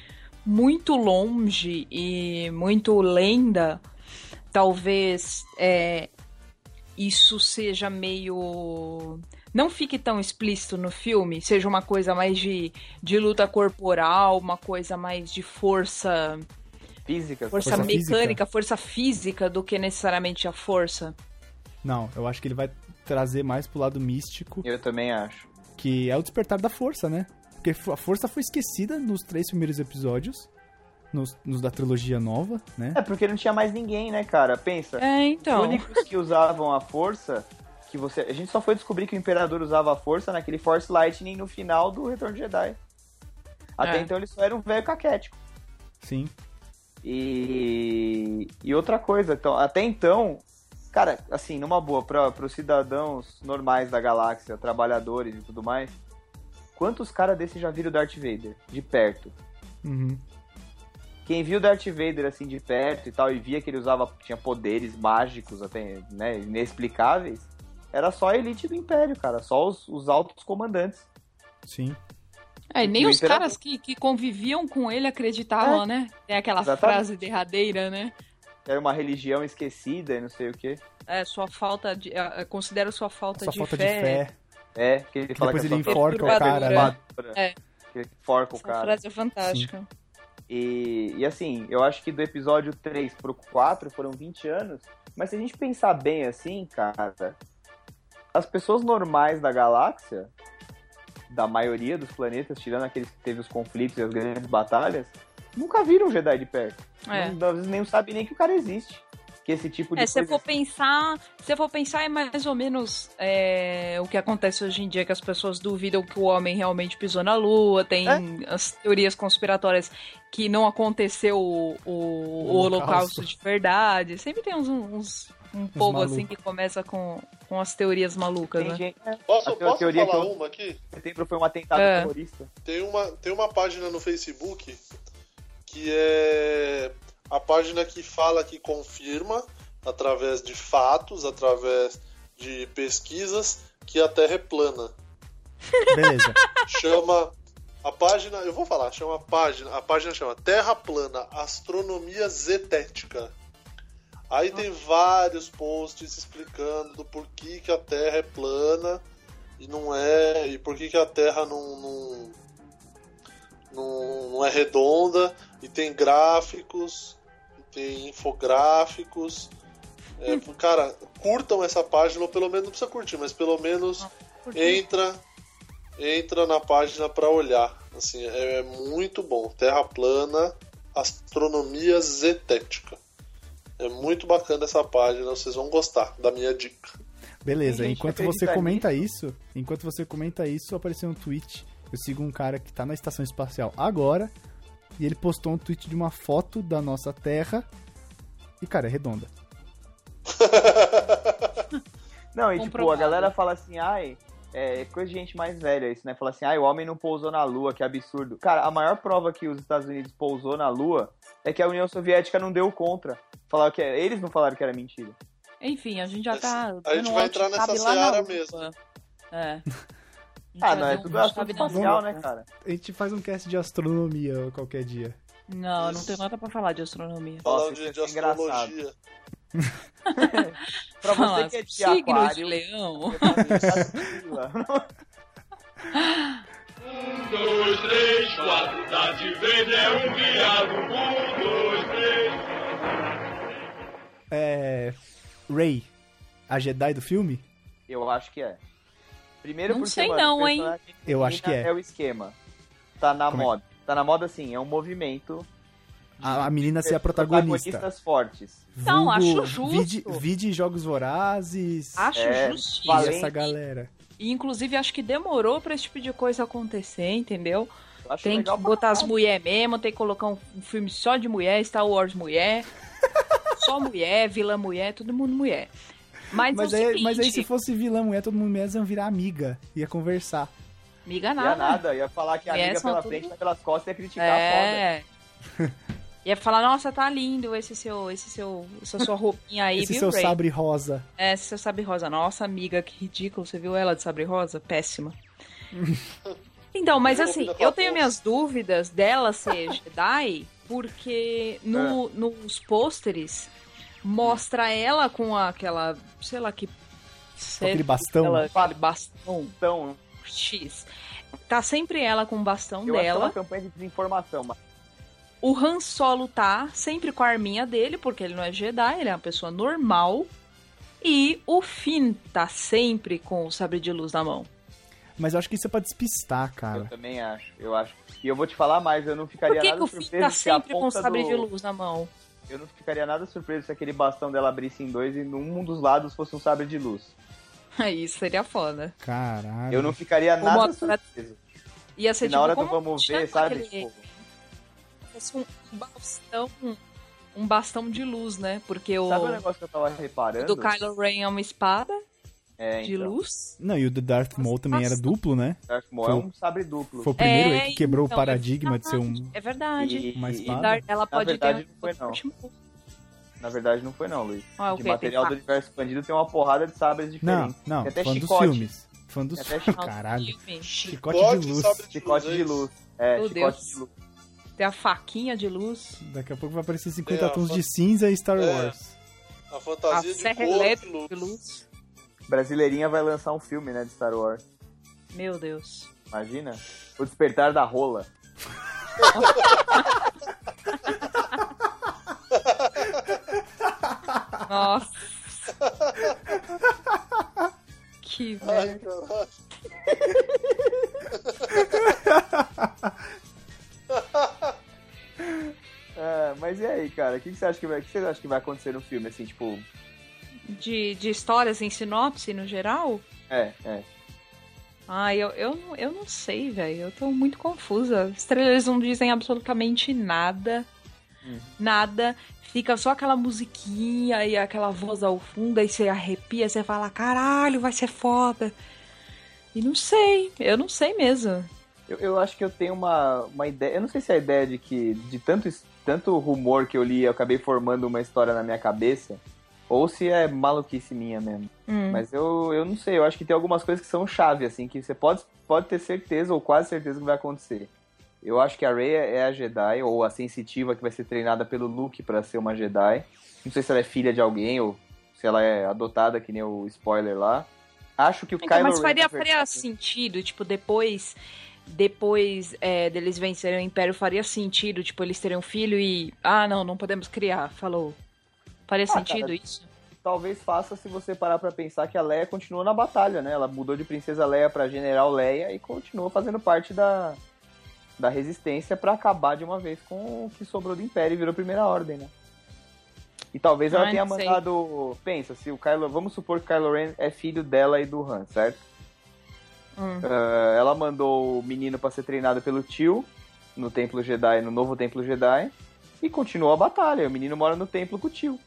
Speaker 5: muito longe e muito lenda, talvez é, isso seja meio. Não fique tão explícito no filme, seja uma coisa mais de, de luta corporal, uma coisa mais de força
Speaker 4: Físicas.
Speaker 5: força,
Speaker 2: Força
Speaker 5: mecânica,
Speaker 2: física.
Speaker 5: força física do que necessariamente a força.
Speaker 2: Não, eu acho que ele vai trazer mais pro lado místico,
Speaker 4: Eu também acho.
Speaker 2: que é o despertar da força, né? Porque fo- a força foi esquecida nos três primeiros episódios, nos, nos da trilogia nova, né?
Speaker 4: É, porque não tinha mais ninguém, né, cara? Pensa.
Speaker 5: É,
Speaker 4: Os
Speaker 5: então.
Speaker 4: únicos que usavam a força, que você. A gente só foi descobrir que o Imperador usava a força naquele Force Lightning no final do Retorno de Jedi. Até
Speaker 5: É.
Speaker 4: então ele só era um velho caquético.
Speaker 2: Sim.
Speaker 4: E. E outra coisa, então, até então. Cara, assim, numa boa, para os cidadãos normais da galáxia, trabalhadores e tudo mais, quantos caras desses já viram o Darth Vader de perto?
Speaker 2: Uhum.
Speaker 4: quem viu Darth Vader assim de perto e tal e via que ele usava tinha poderes mágicos até né, inexplicáveis era só a elite do Império cara só os, os altos comandantes
Speaker 2: Sim.
Speaker 5: É, nem
Speaker 4: o
Speaker 5: os
Speaker 4: imperador-
Speaker 5: caras que, que conviviam com ele acreditavam, né? Tem aquela
Speaker 4: Exatamente.
Speaker 5: frase derradeira, né?
Speaker 4: era uma religião esquecida e não sei o que
Speaker 5: É, sua falta de. ah, Considero sua falta,
Speaker 2: Só
Speaker 5: de,
Speaker 2: falta
Speaker 5: fé,
Speaker 2: de fé.
Speaker 4: é que ele fala
Speaker 2: Depois
Speaker 4: que é
Speaker 2: ele
Speaker 4: só-
Speaker 2: enforca o cara, né?
Speaker 4: Tortura,
Speaker 5: É.
Speaker 4: que ele enforca o
Speaker 5: Essa
Speaker 4: cara
Speaker 5: frase é fantástica.
Speaker 4: e, e assim eu acho que do episódio 3 pro 4 foram 20 anos mas se a gente pensar bem assim cara as pessoas normais da galáxia da maioria dos planetas, tirando aqueles que teve os conflitos e as grandes batalhas, nunca viram um Jedi de perto.
Speaker 5: É.
Speaker 4: Não, às vezes nem sabe nem que o cara existe. Que esse tipo de
Speaker 5: É, se você
Speaker 4: coisa...
Speaker 5: for pensar, se você for pensar é mais ou menos é, o que acontece hoje em dia, que as pessoas duvidam que o homem realmente pisou na Lua, tem
Speaker 4: É.
Speaker 5: as teorias conspiratórias que não aconteceu o, o-
Speaker 2: Holocausto.
Speaker 5: o holocausto de verdade. Sempre tem uns, uns- um povo assim
Speaker 2: malucos.
Speaker 5: que começa com, com as teorias malucas,
Speaker 4: Tem
Speaker 5: né?
Speaker 4: gente... é,
Speaker 1: Posso,
Speaker 4: Até a
Speaker 1: posso
Speaker 4: teoria
Speaker 1: falar
Speaker 4: que eu-
Speaker 1: uma aqui?
Speaker 4: Setembro foi um atentado
Speaker 5: É.
Speaker 4: terrorista.
Speaker 1: Tem uma, tem uma página no Facebook que é a página que fala que confirma, através de fatos, através de pesquisas, que a Terra é plana.
Speaker 2: Beleza.
Speaker 1: Chama A página, eu vou falar, chama a página, a página chama Terra Plana Astronomia Zetética. Aí tem vários posts explicando do porquê que a Terra é plana e não é, e por que que a Terra não- não não, não é redonda e tem gráficos, e tem infográficos. É, Cara, curtam essa página, ou pelo menos não precisa curtir, mas pelo menos entra entra na página pra olhar. Assim, é, é muito bom. Terra plana, astronomia zetética. É muito bacana essa página, vocês vão gostar da minha dica.
Speaker 2: Beleza,
Speaker 4: Tem gente
Speaker 2: enquanto
Speaker 4: que
Speaker 2: você
Speaker 4: acredita
Speaker 2: comenta isso, enquanto você comenta isso, apareceu um tweet. Eu sigo um cara que tá na estação espacial agora, e ele postou um tweet de uma foto da nossa Terra. E, cara, é redonda.
Speaker 4: Não, e tipo, a
Speaker 5: Comprovado.
Speaker 4: galera fala assim, ai, é coisa de gente mais velha isso, né? Fala assim, ai, o homem não pousou na Lua, que absurdo. Cara, a maior prova que os Estados Unidos pousou na Lua é que a União Soviética não deu contra. Falaram que era- eles não falaram que era mentira.
Speaker 5: Enfim, a gente já
Speaker 1: Mas
Speaker 5: tá.
Speaker 1: a gente
Speaker 5: dando um
Speaker 1: vai entrar nessa
Speaker 5: alt-tab lá na
Speaker 1: seara
Speaker 5: UPA.
Speaker 1: mesmo.
Speaker 5: É.
Speaker 4: Ah,
Speaker 5: Fazer
Speaker 4: não, é
Speaker 5: um
Speaker 4: tudo assunto
Speaker 5: alt-tab na
Speaker 4: espacial,
Speaker 5: UPA.
Speaker 4: né, cara?
Speaker 2: A gente faz um cast de astronomia qualquer dia.
Speaker 5: Não,
Speaker 1: Isso.
Speaker 5: não tenho nada pra falar de astronomia.
Speaker 1: Falando
Speaker 4: isso
Speaker 1: de,
Speaker 4: é
Speaker 1: de
Speaker 4: engraçado.
Speaker 1: astrologia.
Speaker 4: Pra você
Speaker 5: Falar
Speaker 4: que é de
Speaker 5: signos de
Speaker 4: aquário...
Speaker 5: leão.
Speaker 4: você tá tranquila.
Speaker 8: Um, dois, três, quatro, tá de vez, é um viado. Um, dois, três.
Speaker 2: É. Ray, a Jedi do filme?
Speaker 4: Eu acho que é. Primeiro
Speaker 5: Não
Speaker 4: porque,
Speaker 5: sei
Speaker 4: mano,
Speaker 5: não,
Speaker 4: o
Speaker 5: hein?
Speaker 4: personagem
Speaker 2: Eu acho que
Speaker 4: feminina
Speaker 2: é.
Speaker 4: É o esquema. Tá na
Speaker 2: Como é?
Speaker 4: moda. Tá na moda, sim, é um movimento...
Speaker 2: A, a menina ser a protagonista.
Speaker 4: Protagonistas fortes.
Speaker 5: Então,
Speaker 2: Vulgo,
Speaker 5: acho justo.
Speaker 2: Vide, vide Jogos Vorazes.
Speaker 5: Acho
Speaker 4: É,
Speaker 5: justiça.
Speaker 2: e
Speaker 4: valente.
Speaker 2: essa galera.
Speaker 5: E, inclusive, acho que demorou pra esse tipo de coisa acontecer, entendeu?
Speaker 4: Eu acho
Speaker 5: Tem que
Speaker 4: legal pra
Speaker 5: botar as mulheres mesmo, tem que colocar um um filme só de mulher, Star Wars mulher, só mulher, vilã mulher, todo mundo mulher. Mas,
Speaker 2: Mas,
Speaker 5: é o
Speaker 2: aí,
Speaker 5: seguinte,
Speaker 2: mas aí, se fosse vilã mulher, todo mundo mesmo ia virar amiga. Ia conversar.
Speaker 5: miga
Speaker 4: Ia
Speaker 5: nada.
Speaker 4: nada, ia falar que a amiga
Speaker 5: Yes,
Speaker 4: pela
Speaker 5: mas tudo-
Speaker 4: frente, mas pelas costas ia criticar a foda.
Speaker 5: É. Ia falar, nossa, tá lindo esse seu, esse seu, essa sua roupinha aí,
Speaker 2: Esse
Speaker 5: viu,
Speaker 2: seu
Speaker 5: Ray?
Speaker 2: sabre rosa.
Speaker 5: É, esse seu sabre rosa. Nossa, amiga, que ridículo. Você viu ela de sabre rosa? Péssima. Então, mas
Speaker 1: Eu
Speaker 5: assim,
Speaker 1: ouvi daquela
Speaker 5: eu tenho
Speaker 1: força.
Speaker 5: minhas dúvidas dela ser Jedi, porque
Speaker 2: Ah.
Speaker 5: no, nos pôsteres mostra ela com aquela, sei lá que...
Speaker 2: Com aquele bastão.
Speaker 5: Ela, aquele bastão
Speaker 4: Então,
Speaker 5: X. Tá sempre ela com o bastão
Speaker 4: eu acho que é
Speaker 5: Um dela.
Speaker 4: uma campanha de desinformação, mas
Speaker 5: O Han Solo tá sempre com a arminha dele, porque ele não é Jedi, ele é uma pessoa normal. E o Finn tá sempre com o sabre de luz na mão.
Speaker 2: Mas eu acho que isso é pra despistar,
Speaker 4: eu
Speaker 2: cara.
Speaker 4: também acho, eu acho. E eu vou te falar mais, eu não
Speaker 5: Por
Speaker 4: ficaria
Speaker 5: que,
Speaker 4: nada
Speaker 5: que o Finn
Speaker 4: surpreso
Speaker 5: tá
Speaker 4: se a
Speaker 5: sempre com o
Speaker 4: ponta
Speaker 5: sabre
Speaker 4: do-
Speaker 5: de luz na mão?
Speaker 4: Eu não ficaria nada surpreso se aquele bastão dela abrisse em dois e num dos lados fosse um sabre de luz.
Speaker 5: Aí seria foda.
Speaker 2: Caralho.
Speaker 4: Eu não ficaria
Speaker 5: Como
Speaker 4: nada
Speaker 5: a-
Speaker 4: surpreso.
Speaker 5: Ia
Speaker 4: Se
Speaker 5: ser
Speaker 4: na
Speaker 5: tipo,
Speaker 4: hora do
Speaker 5: como
Speaker 4: vamos
Speaker 5: chama
Speaker 4: ver, sabe?
Speaker 5: aquele-
Speaker 4: Tipo,
Speaker 5: fosse um bastão, um bastão de luz, né? Porque o,
Speaker 4: sabe o negócio que eu tava
Speaker 5: o
Speaker 4: reparando?
Speaker 5: do Kylo Ren é uma espada
Speaker 4: é,
Speaker 5: de
Speaker 4: então,
Speaker 5: luz.
Speaker 2: Não, e o do Darth Maul também era
Speaker 5: Nossa.
Speaker 2: duplo, né?
Speaker 4: Darth Maul é um sabre duplo.
Speaker 2: Foi o primeiro
Speaker 5: É,
Speaker 2: aí que quebrou
Speaker 5: então,
Speaker 2: o paradigma de ser um.
Speaker 5: É verdade.
Speaker 4: E-
Speaker 2: Uma
Speaker 4: e-
Speaker 2: espada?
Speaker 5: Dar- Ela pode
Speaker 4: verdade,
Speaker 5: ter
Speaker 4: não foi, não.
Speaker 5: último-
Speaker 4: Na verdade não foi não, Luiz.
Speaker 5: Ah, o
Speaker 4: de
Speaker 5: quê? Tem
Speaker 4: material do
Speaker 5: faca?
Speaker 4: universo expandido tem uma porrada de sabres
Speaker 2: Não,
Speaker 4: diferentes.
Speaker 2: não,
Speaker 4: Tem até
Speaker 2: fã dos
Speaker 4: chicote.
Speaker 2: filmes. Fã dos
Speaker 4: Tem até
Speaker 2: filmes.
Speaker 5: Ah, o
Speaker 2: Caralho.
Speaker 5: filme.
Speaker 2: Chicote de luz.
Speaker 1: sabre
Speaker 4: Chicote de luz. É,
Speaker 5: Meu
Speaker 4: chicote
Speaker 5: Deus.
Speaker 4: de luz.
Speaker 5: Tem a faquinha de luz.
Speaker 2: Daqui a pouco vai aparecer 50
Speaker 1: É,
Speaker 2: tons
Speaker 1: fã-
Speaker 2: de cinza e Star
Speaker 1: É.
Speaker 2: Wars.
Speaker 1: A
Speaker 5: A
Speaker 1: fantasia de
Speaker 5: serra
Speaker 1: cor de
Speaker 5: elétrica
Speaker 1: luz.
Speaker 5: de luz.
Speaker 4: Brasileirinha vai lançar um filme, né, de Star Wars.
Speaker 5: Meu Deus.
Speaker 4: Imagina? O Despertar da Rola.
Speaker 5: Nossa. que velho.
Speaker 2: É.
Speaker 1: Ai, caralho.
Speaker 4: É, mas e aí, cara? O que, que você acha que vai, o que você acha que vai acontecer no filme, assim, tipo...
Speaker 5: De, de histórias em sinopse no geral?
Speaker 4: É, é.
Speaker 5: Ah, eu, eu, não- eu não sei, velho. Eu tô muito confusa. Os trailers não dizem absolutamente nada.
Speaker 4: Uhum.
Speaker 5: Nada. Fica só aquela musiquinha e aquela voz ao fundo, aí você arrepia, você fala, caralho, vai ser foda. E não sei, eu não sei mesmo.
Speaker 4: Eu, eu acho que eu tenho uma, uma ideia... Eu não sei se é a ideia de que, de tanto, es- tanto rumor que eu li, eu acabei formando uma história na minha cabeça. Ou se é maluquice minha mesmo.
Speaker 5: Hum.
Speaker 4: Mas eu, eu não sei, eu acho que tem algumas coisas que são chave, assim, que você pode, pode ter certeza ou quase certeza que vai acontecer. Eu acho que a Rey é a Jedi, ou a sensitiva que vai ser treinada pelo Luke pra ser uma Jedi. Não sei se ela é filha de alguém ou se ela é adotada, que nem o spoiler lá. Acho que o
Speaker 5: Então,
Speaker 4: Kylo
Speaker 5: mas
Speaker 4: Ren, tá
Speaker 5: faria,
Speaker 4: na verdade-
Speaker 5: faria sentido, tipo, depois depois é, deles vencerem o Império, faria sentido, tipo, eles terem um filho e. Ah, não, não podemos criar, falou. Faria
Speaker 4: Ah,
Speaker 5: sentido
Speaker 4: cara,
Speaker 5: isso?
Speaker 4: talvez faça se você parar pra pensar que a Leia continuou na batalha, né? Ela mudou de princesa Leia pra general Leia e continuou fazendo parte da, da resistência pra acabar de uma vez com o que sobrou do Império e virou primeira ordem, né? E talvez ela
Speaker 5: Ah,
Speaker 4: tenha
Speaker 5: não sei.
Speaker 4: mandado, pensa, se o Kylo, vamos supor que o Kylo Ren é filho dela e do Han, certo?
Speaker 5: Hum.
Speaker 4: Ah, ela mandou o menino pra ser treinado pelo tio no templo Jedi, no novo templo Jedi, e continuou a batalha. O menino mora no templo com o tio.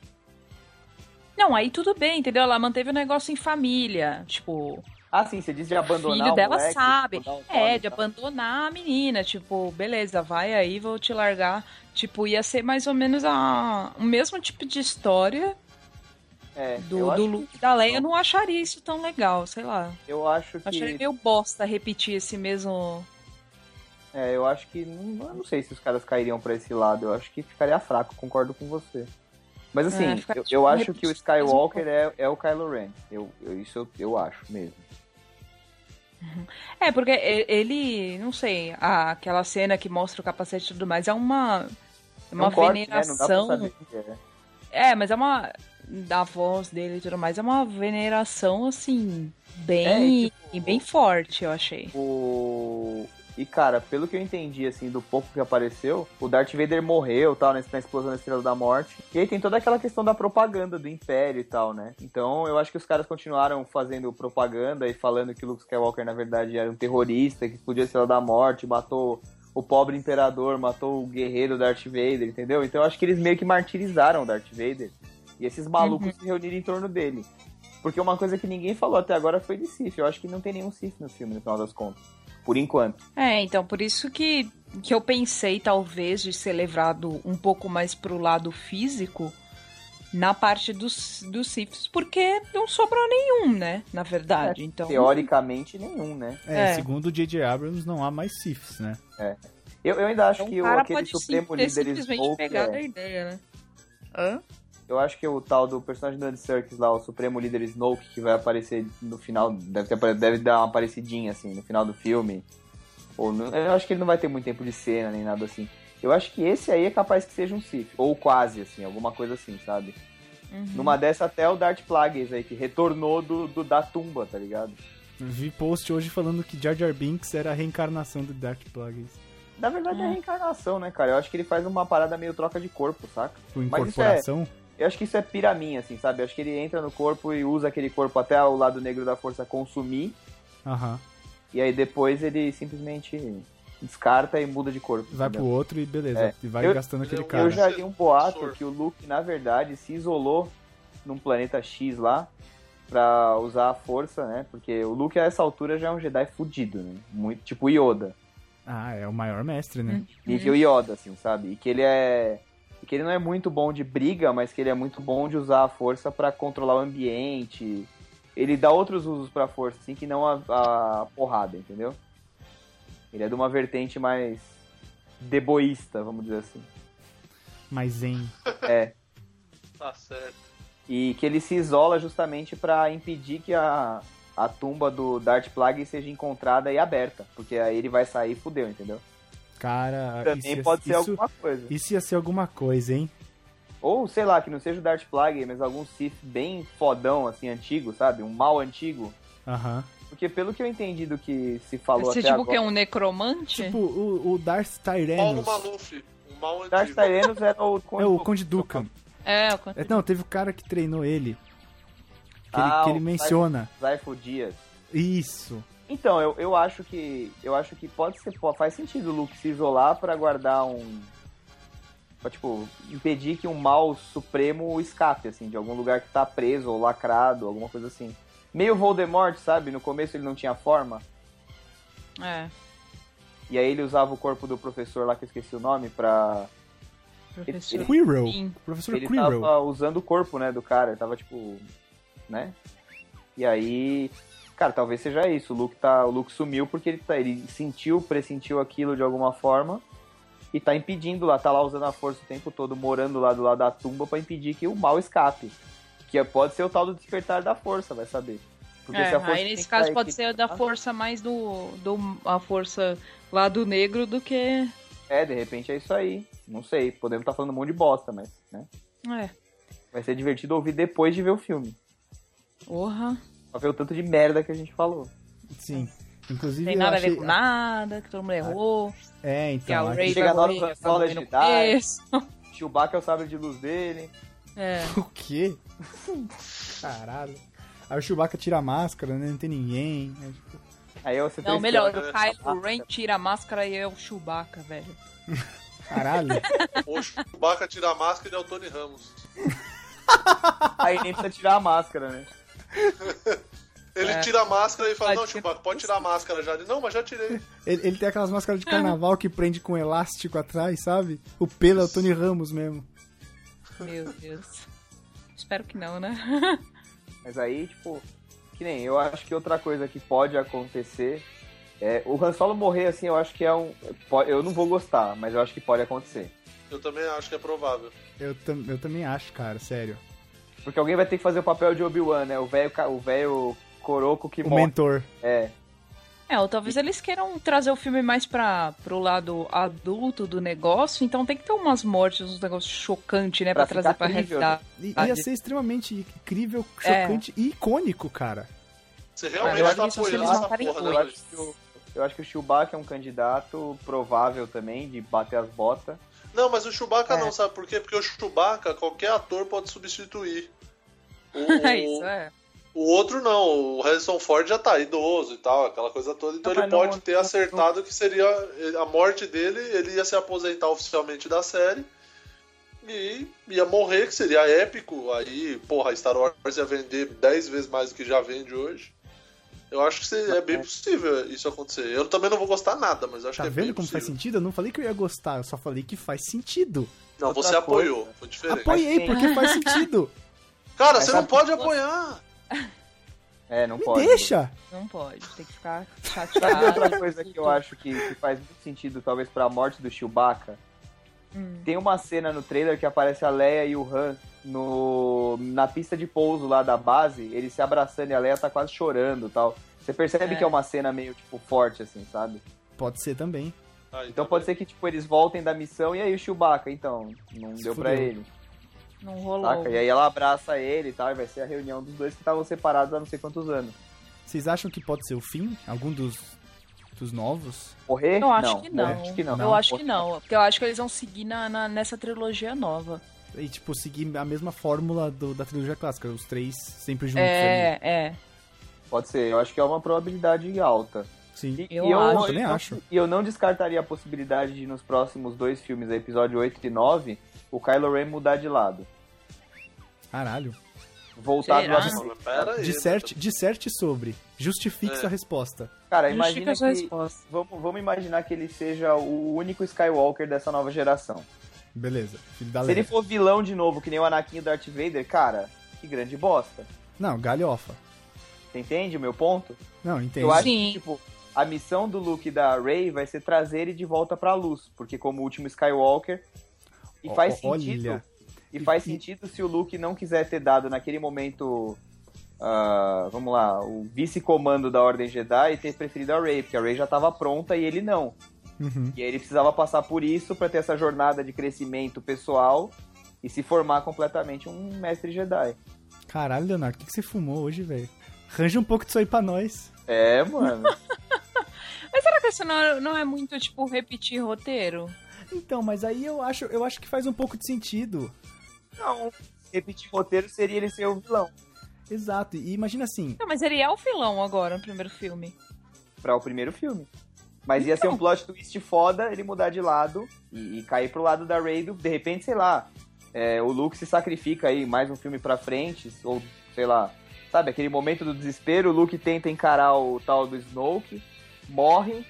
Speaker 5: Não, aí tudo bem, entendeu? Ela manteve o negócio em família. Tipo,
Speaker 4: Ah, sim, você diz de
Speaker 5: o
Speaker 4: abandonar
Speaker 5: filho
Speaker 4: o
Speaker 5: dela
Speaker 4: moleque,
Speaker 5: sabe.
Speaker 4: abandonar o
Speaker 5: É,
Speaker 4: nome,
Speaker 5: de
Speaker 4: tá?
Speaker 5: abandonar a menina. Tipo, beleza, vai aí, vou te largar. Tipo, ia ser mais ou menos a, o mesmo tipo de história
Speaker 4: É, eu
Speaker 5: do,
Speaker 4: acho
Speaker 5: do
Speaker 4: que-
Speaker 5: Luke e da Leia. Eu não acharia isso tão legal, sei lá.
Speaker 4: Eu acho que...
Speaker 5: Acharia meio bosta repetir esse mesmo.
Speaker 4: É, eu acho que... Não, eu não sei se os caras cairiam pra esse lado. Eu acho que ficaria fraco, concordo com você. Mas assim,
Speaker 5: É, fica-
Speaker 4: eu, eu acho que o
Speaker 5: repetindo
Speaker 4: Skywalker é, é o Kylo Ren. Eu, eu- isso eu, eu acho mesmo.
Speaker 5: É, porque e- ele, não sei, a- aquela cena que mostra o capacete e tudo mais é uma. é
Speaker 4: É
Speaker 5: Uma
Speaker 4: um corte, né? Não dá pra
Speaker 5: veneração.
Speaker 4: saber o que é.
Speaker 5: é, mas é uma. Da voz dele e tudo mais, é uma veneração, assim, bem.
Speaker 4: É, e tipo-
Speaker 5: bem forte, eu achei.
Speaker 4: O... E, cara, pelo que eu entendi, assim, do pouco que apareceu, o Darth Vader morreu, tal, né, na explosão da Estrela da Morte. E aí tem toda aquela questão da propaganda do Império e tal, né? Então, eu acho que os caras continuaram fazendo propaganda e falando que o Luke Skywalker, na verdade, era um terrorista, que explodiu a Estrela da Morte, matou o pobre Imperador, matou o guerreiro Darth Vader, entendeu? Então, eu acho que eles meio que martirizaram o Darth Vader. E esses malucos se reuniram em torno dele. Porque uma coisa que ninguém falou até agora foi de Sith. Eu acho que não tem nenhum Sith no filme, no final das contas. Por enquanto.
Speaker 5: É, então, por isso que, que eu pensei, talvez, de ser levado um pouco mais pro lado físico na parte dos, dos Siths, porque não sobrou nenhum, né? Na
Speaker 4: É,
Speaker 5: verdade. então,
Speaker 4: Teoricamente, nenhum, né?
Speaker 2: É,
Speaker 5: É.
Speaker 2: segundo o J.J. Abrams, não há mais Siths, né?
Speaker 4: Eu, eu ainda acho
Speaker 5: então
Speaker 4: que
Speaker 5: o
Speaker 4: o,
Speaker 5: cara
Speaker 4: aquele
Speaker 5: pode
Speaker 4: supremo
Speaker 5: sim ter
Speaker 4: líder
Speaker 5: simplesmente
Speaker 4: Snoke,
Speaker 5: pegado a
Speaker 4: é,
Speaker 5: ideia, né? Hã?
Speaker 4: Eu acho que o tal do personagem do Andy Serkis lá, o supremo líder Snoke, que vai aparecer no final, deve, ter apare- deve dar uma aparecidinha, assim, no final do filme. Ou não- eu acho que ele não vai ter muito tempo de cena, nem nada assim. Eu acho que esse aí é capaz que seja um Sith. Ou quase, assim, alguma coisa assim, sabe?
Speaker 5: Uhum.
Speaker 4: Numa dessa até o Darth Plagueis aí, que retornou do, do- da tumba, tá ligado?
Speaker 2: Vi post hoje falando que Jar Jar Binks era a reencarnação do Dark Plagueis.
Speaker 4: Na verdade é a
Speaker 5: Hum.
Speaker 4: reencarnação, né, cara? Eu acho que ele faz uma parada meio troca de corpo, saca?
Speaker 2: Por
Speaker 4: Mas isso é-
Speaker 2: incorporação.
Speaker 4: Eu acho que isso é piraminha, assim, sabe? Eu acho que ele entra no corpo e usa aquele corpo até o lado negro da força consumir,
Speaker 2: Aham.
Speaker 4: e aí depois ele simplesmente descarta e muda de corpo.
Speaker 2: Vai pro
Speaker 4: entendeu?
Speaker 2: outro e beleza.
Speaker 4: É.
Speaker 2: E vai
Speaker 4: Eu-
Speaker 2: gastando aquele
Speaker 1: eu
Speaker 2: cara.
Speaker 4: Eu já li um boato
Speaker 1: Absurdo.
Speaker 4: que o Luke, na verdade, se isolou num planeta X lá pra usar a força, né? Porque o Luke a essa altura já é um Jedi fudido, né? Muito, tipo Yoda.
Speaker 2: Ah, é o maior mestre, né?
Speaker 4: nível Yoda, assim, sabe? E que ele é. e que ele não é muito bom de briga, mas que ele é muito bom de usar a força pra controlar o ambiente. Ele dá outros usos pra força, assim, que não a, a porrada, entendeu? Ele é de uma vertente mais deboísta, vamos dizer assim.
Speaker 2: Mas em.
Speaker 1: Tá certo.
Speaker 4: E que ele se isola justamente pra impedir que a, a tumba do Darth Plague seja encontrada e aberta. Porque aí ele vai sair e fudeu, entendeu?
Speaker 2: Cara,
Speaker 4: Também
Speaker 2: Ah, isso,
Speaker 4: pode
Speaker 2: ia,
Speaker 4: ser
Speaker 2: isso,
Speaker 4: alguma coisa.
Speaker 2: isso ia ser alguma coisa, hein?
Speaker 4: Ou, sei lá, que não seja o Darth Plague, mas algum Sith bem fodão, assim, antigo, sabe? Um mal antigo.
Speaker 2: Aham.
Speaker 4: Porque pelo que eu entendi do que se falou
Speaker 5: Esse
Speaker 4: até
Speaker 5: tipo
Speaker 4: agora...
Speaker 5: que é um necromante?
Speaker 2: Tipo, o, o Darth
Speaker 1: Paulo
Speaker 2: Tyrannus.
Speaker 1: Maluf, um mal
Speaker 4: Darth
Speaker 1: antigo.
Speaker 4: Tyranus era o...
Speaker 2: É o Conde Duca.
Speaker 5: É, o
Speaker 2: É, não, teve o cara que treinou ele. Que
Speaker 4: Ah,
Speaker 2: ele, que ele
Speaker 4: o
Speaker 2: menciona.
Speaker 4: Zypho Dias.
Speaker 2: Isso.
Speaker 4: Então, eu, eu acho que... Eu acho que pode ser... pô, faz sentido o Luke se isolar pra guardar um... Pra, tipo, impedir que um mal supremo escape, assim, de algum lugar que tá preso ou lacrado, alguma coisa assim. Meio Voldemort, sabe? No começo ele não tinha forma.
Speaker 5: é.
Speaker 4: E aí ele usava o corpo do professor lá, que eu esqueci o nome, pra...
Speaker 5: professor.
Speaker 4: Ele-
Speaker 2: Quirrell.
Speaker 5: Sim.
Speaker 2: Professor
Speaker 4: Ele
Speaker 2: Quirrell.
Speaker 4: tava usando o corpo, né, do cara. Tava tipo. Né? E aí. Cara, talvez seja isso. O Luke, tá, o Luke sumiu porque ele, tá, ele sentiu, pressentiu aquilo de alguma forma. E tá impedindo lá, tá lá usando a força o tempo todo, morando lá do lado da tumba pra impedir que o mal escape. Que é- pode ser o tal do despertar da força, vai saber. Porque
Speaker 5: É,
Speaker 4: se a força
Speaker 5: aí
Speaker 4: tem
Speaker 5: nesse
Speaker 4: que
Speaker 5: caso
Speaker 4: sair
Speaker 5: pode
Speaker 4: que-
Speaker 5: ser da força mais do, do. a força lá do negro do que.
Speaker 4: É, de repente é isso aí. Não sei, podemos estar falando um monte de bosta, mas né?
Speaker 5: É.
Speaker 4: vai ser divertido ouvir depois de ver o filme.
Speaker 5: Porra.
Speaker 4: Pra ver o tanto de merda que a gente falou.
Speaker 2: Sim. Inclusive,
Speaker 5: Tem
Speaker 2: eu
Speaker 5: nada a ver
Speaker 2: achei-
Speaker 5: com nada, que todo mundo errou.
Speaker 2: É,
Speaker 5: que a
Speaker 2: então.
Speaker 5: Ray
Speaker 4: Ah, tá. chega
Speaker 5: vai
Speaker 4: na hora
Speaker 5: morrer,
Speaker 4: da escola
Speaker 5: vai morrer no
Speaker 4: de idade.
Speaker 5: começo.
Speaker 4: Chewbacca é o sabre de luz dele.
Speaker 5: É.
Speaker 2: O quê? Caralho. Aí o Chewbacca tira a máscara, né? Não tem ninguém. né?
Speaker 4: Aí é o C3PO.
Speaker 5: Não, melhor,
Speaker 4: né?
Speaker 5: o Kylo Ren tira a máscara e é o Chewbacca, velho.
Speaker 2: Caralho.
Speaker 1: O Chewbacca tira a máscara e é o Tony Ramos.
Speaker 4: Aí nem precisa tirar a máscara, né?
Speaker 1: Ele
Speaker 5: É.
Speaker 1: tira a máscara e fala,
Speaker 5: Pode
Speaker 1: não,
Speaker 5: ser
Speaker 1: Chewbacca, pode tirar a máscara já. Ele, não, mas já tirei.
Speaker 2: Ele, ele tem aquelas máscaras de carnaval que prende com elástico atrás, sabe? O pelo é o Tony Ramos mesmo.
Speaker 5: Meu Deus. Espero que não, né?
Speaker 4: Mas aí, tipo, que nem eu acho que outra coisa que pode acontecer é o Han Solo morrer assim, eu acho que é um. po- Eu não vou gostar, mas eu acho que pode acontecer.
Speaker 1: Eu também acho que é provável.
Speaker 2: Eu, tam- eu também acho, cara, sério.
Speaker 4: Porque alguém vai ter que fazer o papel de Obi-Wan, né? O velho ca- o velho coroco que
Speaker 2: O
Speaker 4: morre.
Speaker 2: mentor.
Speaker 4: É.
Speaker 5: É, ou talvez eles queiram trazer o filme mais pra, pro lado adulto do negócio, então tem que ter umas mortes, uns negócios chocantes, né, pra,
Speaker 4: Pra
Speaker 5: trazer
Speaker 4: ficar
Speaker 5: pra
Speaker 4: crível,
Speaker 5: realidade.
Speaker 2: I-
Speaker 5: Ah,
Speaker 2: ia
Speaker 5: de-
Speaker 2: ser extremamente incrível,
Speaker 5: É.
Speaker 2: chocante e icônico, cara.
Speaker 1: Você
Speaker 5: Ah, eu
Speaker 1: realmente
Speaker 5: acho
Speaker 1: tá
Speaker 5: que isso se
Speaker 1: apoiando
Speaker 5: eles
Speaker 1: essa
Speaker 5: matarem
Speaker 1: porra,
Speaker 5: dois.
Speaker 1: né,
Speaker 4: Eu
Speaker 1: velho?
Speaker 4: acho, que o, eu acho que o Chewbacca é um candidato provável também de bater as botas.
Speaker 1: Não, mas o Chewbacca
Speaker 5: É.
Speaker 1: não, sabe por quê? Porque o Chewbacca, qualquer ator pode substituir. O,
Speaker 5: É isso, é.
Speaker 1: o outro não, o Harrison Ford já tá idoso e tal, aquela coisa toda. Então
Speaker 4: Não,
Speaker 1: ele
Speaker 4: Tá, mas não-
Speaker 1: pode ter
Speaker 4: não-
Speaker 1: acertado que seria eh, a morte dele, ele ia se aposentar oficialmente da série e ia morrer, que seria épico. Aí, porra, Star Wars ia vender 10 vezes mais do que já vende hoje. Eu acho que se- é bem possível isso acontecer. Eu também não vou gostar nada, mas eu acho
Speaker 2: Tá
Speaker 1: que é
Speaker 2: vendo
Speaker 1: bem
Speaker 2: como faz
Speaker 1: possível.
Speaker 2: sentido? Eu não falei que eu ia gostar, eu só falei que faz sentido.
Speaker 1: Não,
Speaker 4: Outra
Speaker 1: você
Speaker 4: coisa.
Speaker 1: apoiou, foi diferente.
Speaker 2: Apoiei,
Speaker 4: sim.
Speaker 2: porque faz sentido.
Speaker 1: Cara,
Speaker 4: Mas
Speaker 1: você não
Speaker 4: sabe-
Speaker 1: pode apoiar.
Speaker 4: É, não
Speaker 2: Me
Speaker 4: pode.
Speaker 2: deixa.
Speaker 5: Não pode, tem que ficar
Speaker 4: Sabe outra
Speaker 5: chateado.
Speaker 4: coisa que eu acho que, que faz muito sentido, talvez, pra morte do Chewbacca?
Speaker 5: Hum.
Speaker 4: Tem uma cena no trailer que aparece a Leia e o Han no, na pista de pouso lá da base, eles se abraçando e a Leia tá quase chorando e tal. Você percebe
Speaker 5: É.
Speaker 4: que é uma cena meio, tipo, forte, assim, sabe?
Speaker 2: Pode ser também.
Speaker 1: Aí,
Speaker 4: Então
Speaker 1: tá
Speaker 4: pode
Speaker 1: bem.
Speaker 4: ser que, tipo, eles voltem da missão e aí o Chewbacca, então, não
Speaker 2: Se fudeu.
Speaker 4: deu pra ele,
Speaker 5: Não rolou.
Speaker 4: saca? E aí ela abraça ele e tal, e vai ser a reunião dos dois que estavam separados há não sei quantos anos.
Speaker 2: Vocês acham que pode ser o fim? Algum dos, dos novos?
Speaker 4: Morrer?
Speaker 5: Eu acho que
Speaker 4: né?
Speaker 5: não.
Speaker 4: Acho que não.
Speaker 5: Eu acho que não. Porque eu acho que eles vão seguir na, na- nessa trilogia nova.
Speaker 2: E, tipo, seguir a mesma fórmula do- da trilogia clássica, os três sempre juntos. ali.
Speaker 5: É, é.
Speaker 4: Pode ser, eu acho que é uma probabilidade alta.
Speaker 2: Sim.
Speaker 5: Eu
Speaker 4: e
Speaker 5: acho.
Speaker 2: Eu também
Speaker 4: não-
Speaker 2: acho.
Speaker 4: E eu não descartaria a possibilidade de nos próximos dois filmes, episódio 8 e 9, o Kylo Ren mudar de lado.
Speaker 2: Caralho.
Speaker 4: Voltar do
Speaker 5: Será?
Speaker 4: lado.
Speaker 1: Não, Ah, mas pera aí,
Speaker 2: Disserte, disserte sobre. Justifique
Speaker 1: É.
Speaker 2: sua resposta.
Speaker 4: Cara,
Speaker 5: Justifica
Speaker 4: imagina
Speaker 5: a sua
Speaker 4: que.
Speaker 5: resposta.
Speaker 4: Vamos, vamos imaginar que ele seja o único Skywalker dessa nova geração.
Speaker 2: Beleza. Filho da
Speaker 4: Se ele
Speaker 2: lei.
Speaker 4: for vilão de novo, que nem o Anakin do Darth Vader, cara, que grande bosta.
Speaker 2: Não, galhofa.
Speaker 4: Você entende o meu ponto?
Speaker 2: Não, entendi.
Speaker 4: Eu acho
Speaker 5: Sim.
Speaker 4: que, tipo, a missão do Luke e da Rey vai ser trazer ele de volta pra luz, porque como último Skywalker. E
Speaker 2: O-
Speaker 4: faz
Speaker 2: o-
Speaker 4: sentido.
Speaker 2: Olha.
Speaker 4: E faz
Speaker 2: E-
Speaker 4: sentido se o Luke não quiser ter dado naquele momento. ah, vamos lá, o vice-comando da Ordem Jedi e ter preferido a Rey, porque a Rey já estava pronta e ele não.
Speaker 2: Uhum.
Speaker 4: E aí ele precisava passar por isso pra ter essa jornada de crescimento pessoal e se formar completamente um mestre Jedi.
Speaker 2: Caralho, Leonardo, o que, que você fumou hoje, velho? Arranja um pouco disso aí pra nós.
Speaker 4: É, mano.
Speaker 5: Mas será que isso não, não é muito, tipo, repetir roteiro?
Speaker 2: Então, mas aí eu acho, eu acho que faz um pouco de sentido.
Speaker 4: não, repetir roteiro seria ele ser o vilão.
Speaker 2: Exato. E imagina assim,
Speaker 5: Não, mas ele é o vilão agora no primeiro filme.
Speaker 4: Pra o primeiro filme. Mas ia ser
Speaker 2: Então.
Speaker 4: um plot twist foda ele mudar de lado e, e cair pro lado da Rey, do- de repente, sei lá, é, o Luke se sacrifica aí mais um filme pra frente, ou sei lá, sabe, aquele momento do desespero, o Luke tenta encarar o tal do Snoke, morre,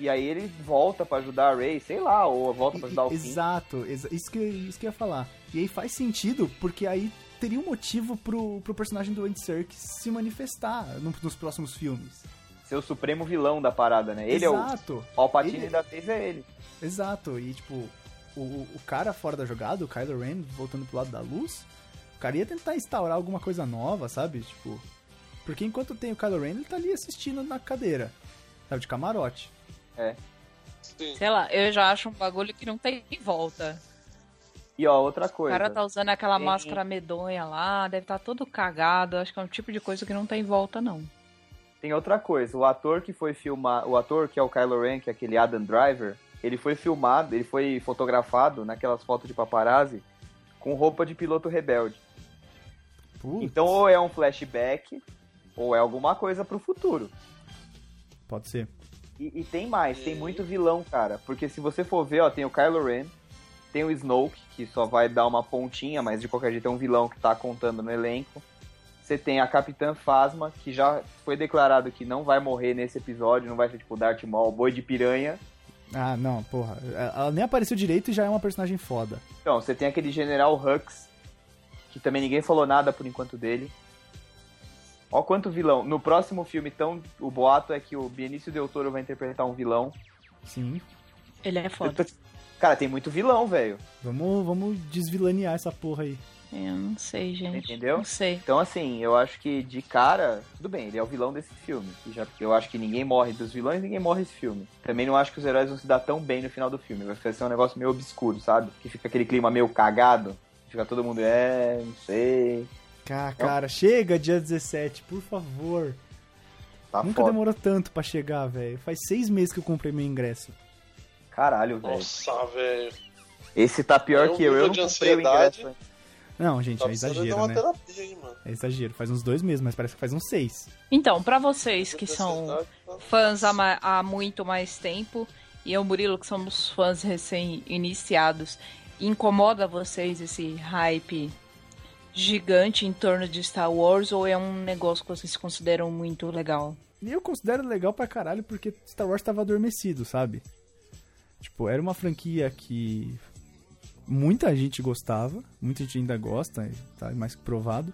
Speaker 4: E aí ele volta pra ajudar a Ray, sei lá, ou volta pra
Speaker 2: E-
Speaker 4: ajudar o Finn.
Speaker 2: Exato, exa- isso, que, isso que eu ia falar. E aí faz sentido, porque aí teria um motivo pro, pro personagem do Andy Serkis se manifestar no- nos próximos filmes.
Speaker 4: Ser o supremo vilão da parada, né? Ele
Speaker 2: exato,
Speaker 4: é o Palpatine
Speaker 2: Ele-
Speaker 4: da vez é ele.
Speaker 2: exato. E tipo, o, o- o cara fora da jogada, o Kylo Ren, voltando pro lado da luz, o cara ia tentar instaurar alguma coisa nova, sabe? Tipo, porque enquanto tem o Kylo Ren, ele tá ali assistindo na cadeira, sabe, de camarote.
Speaker 1: Sim.
Speaker 5: Sei lá, eu já acho um bagulho que não tem volta.
Speaker 4: E ó, outra
Speaker 5: O
Speaker 4: coisa.
Speaker 5: cara tá usando aquela
Speaker 4: Sim.
Speaker 5: máscara medonha lá, deve estar tá todo cagado. Acho que é um tipo de coisa que não tem volta, não.
Speaker 4: Tem outra coisa, o ator que foi filmar, o ator que é o Kylo Ren, que é aquele Adam Driver, ele foi filmado, ele foi fotografado naquelas fotos de paparazzi com roupa de piloto rebelde.
Speaker 2: Putz,
Speaker 4: Então ou é um flashback ou é alguma coisa pro futuro.
Speaker 2: pode ser.
Speaker 4: E, e tem mais, tem muito vilão, cara, porque se você for ver, ó, tem o Kylo Ren, tem o Snoke, que só vai dar uma pontinha, mas de qualquer jeito é um vilão que tá contando no elenco. Você tem a Capitã Phasma, que já foi declarado que não vai morrer nesse episódio, não vai ser tipo Darth Maul, boi de piranha.
Speaker 2: Ah, não, porra. Ela nem apareceu direito e já é uma personagem foda.
Speaker 4: Então, você tem aquele General Hux, que também ninguém falou nada por enquanto dele. Ó quanto vilão. No próximo filme, então, o boato é que o Benício Del Toro vai interpretar um vilão.
Speaker 2: Sim.
Speaker 5: Ele é foda.
Speaker 4: Eu tô- Cara, tem muito vilão, velho.
Speaker 2: Vamos, vamos desvilanear essa porra aí.
Speaker 5: Eu não sei, gente.
Speaker 4: Entendeu?
Speaker 5: Não sei.
Speaker 4: Então, assim, eu acho que de cara, tudo bem, ele é o vilão desse filme. E já- eu acho que ninguém morre dos vilões, ninguém morre desse filme. Também não acho que os heróis vão se dar tão bem no final do filme. Vai ser um negócio meio obscuro, sabe? Que fica aquele clima meio cagado. Fica todo mundo, é, não sei.
Speaker 2: Cara, cara, chega dia 17, por favor.
Speaker 4: Tá
Speaker 2: Nunca
Speaker 4: foda.
Speaker 2: demorou tanto pra chegar, velho. Faz seis meses que eu comprei meu ingresso.
Speaker 4: Caralho, velho.
Speaker 1: né? Nossa, velho.
Speaker 4: Esse tá pior
Speaker 1: É um
Speaker 4: que eu.
Speaker 1: nível
Speaker 4: Eu não
Speaker 1: de
Speaker 4: comprei o
Speaker 1: ansiedade.
Speaker 4: ingresso. ainda.
Speaker 2: Não, gente,
Speaker 1: Tá
Speaker 2: é
Speaker 1: precisando de
Speaker 2: exagero,
Speaker 1: uma
Speaker 2: né?
Speaker 1: terapia, hein, mano.
Speaker 2: É exagero. Faz uns dois meses, mas parece que faz uns seis.
Speaker 5: Então, pra vocês que são um-
Speaker 1: Necessidade, tá?
Speaker 5: fãs há, ma- há muito mais tempo, e eu, Murilo, que somos fãs recém-iniciados, incomoda vocês esse hype gigante em torno de Star Wars ou é um negócio que vocês consideram muito legal?
Speaker 2: E eu considero legal pra caralho porque Star Wars tava adormecido, sabe? Tipo, era uma franquia que muita gente gostava, muita gente ainda gosta, tá mais que provado.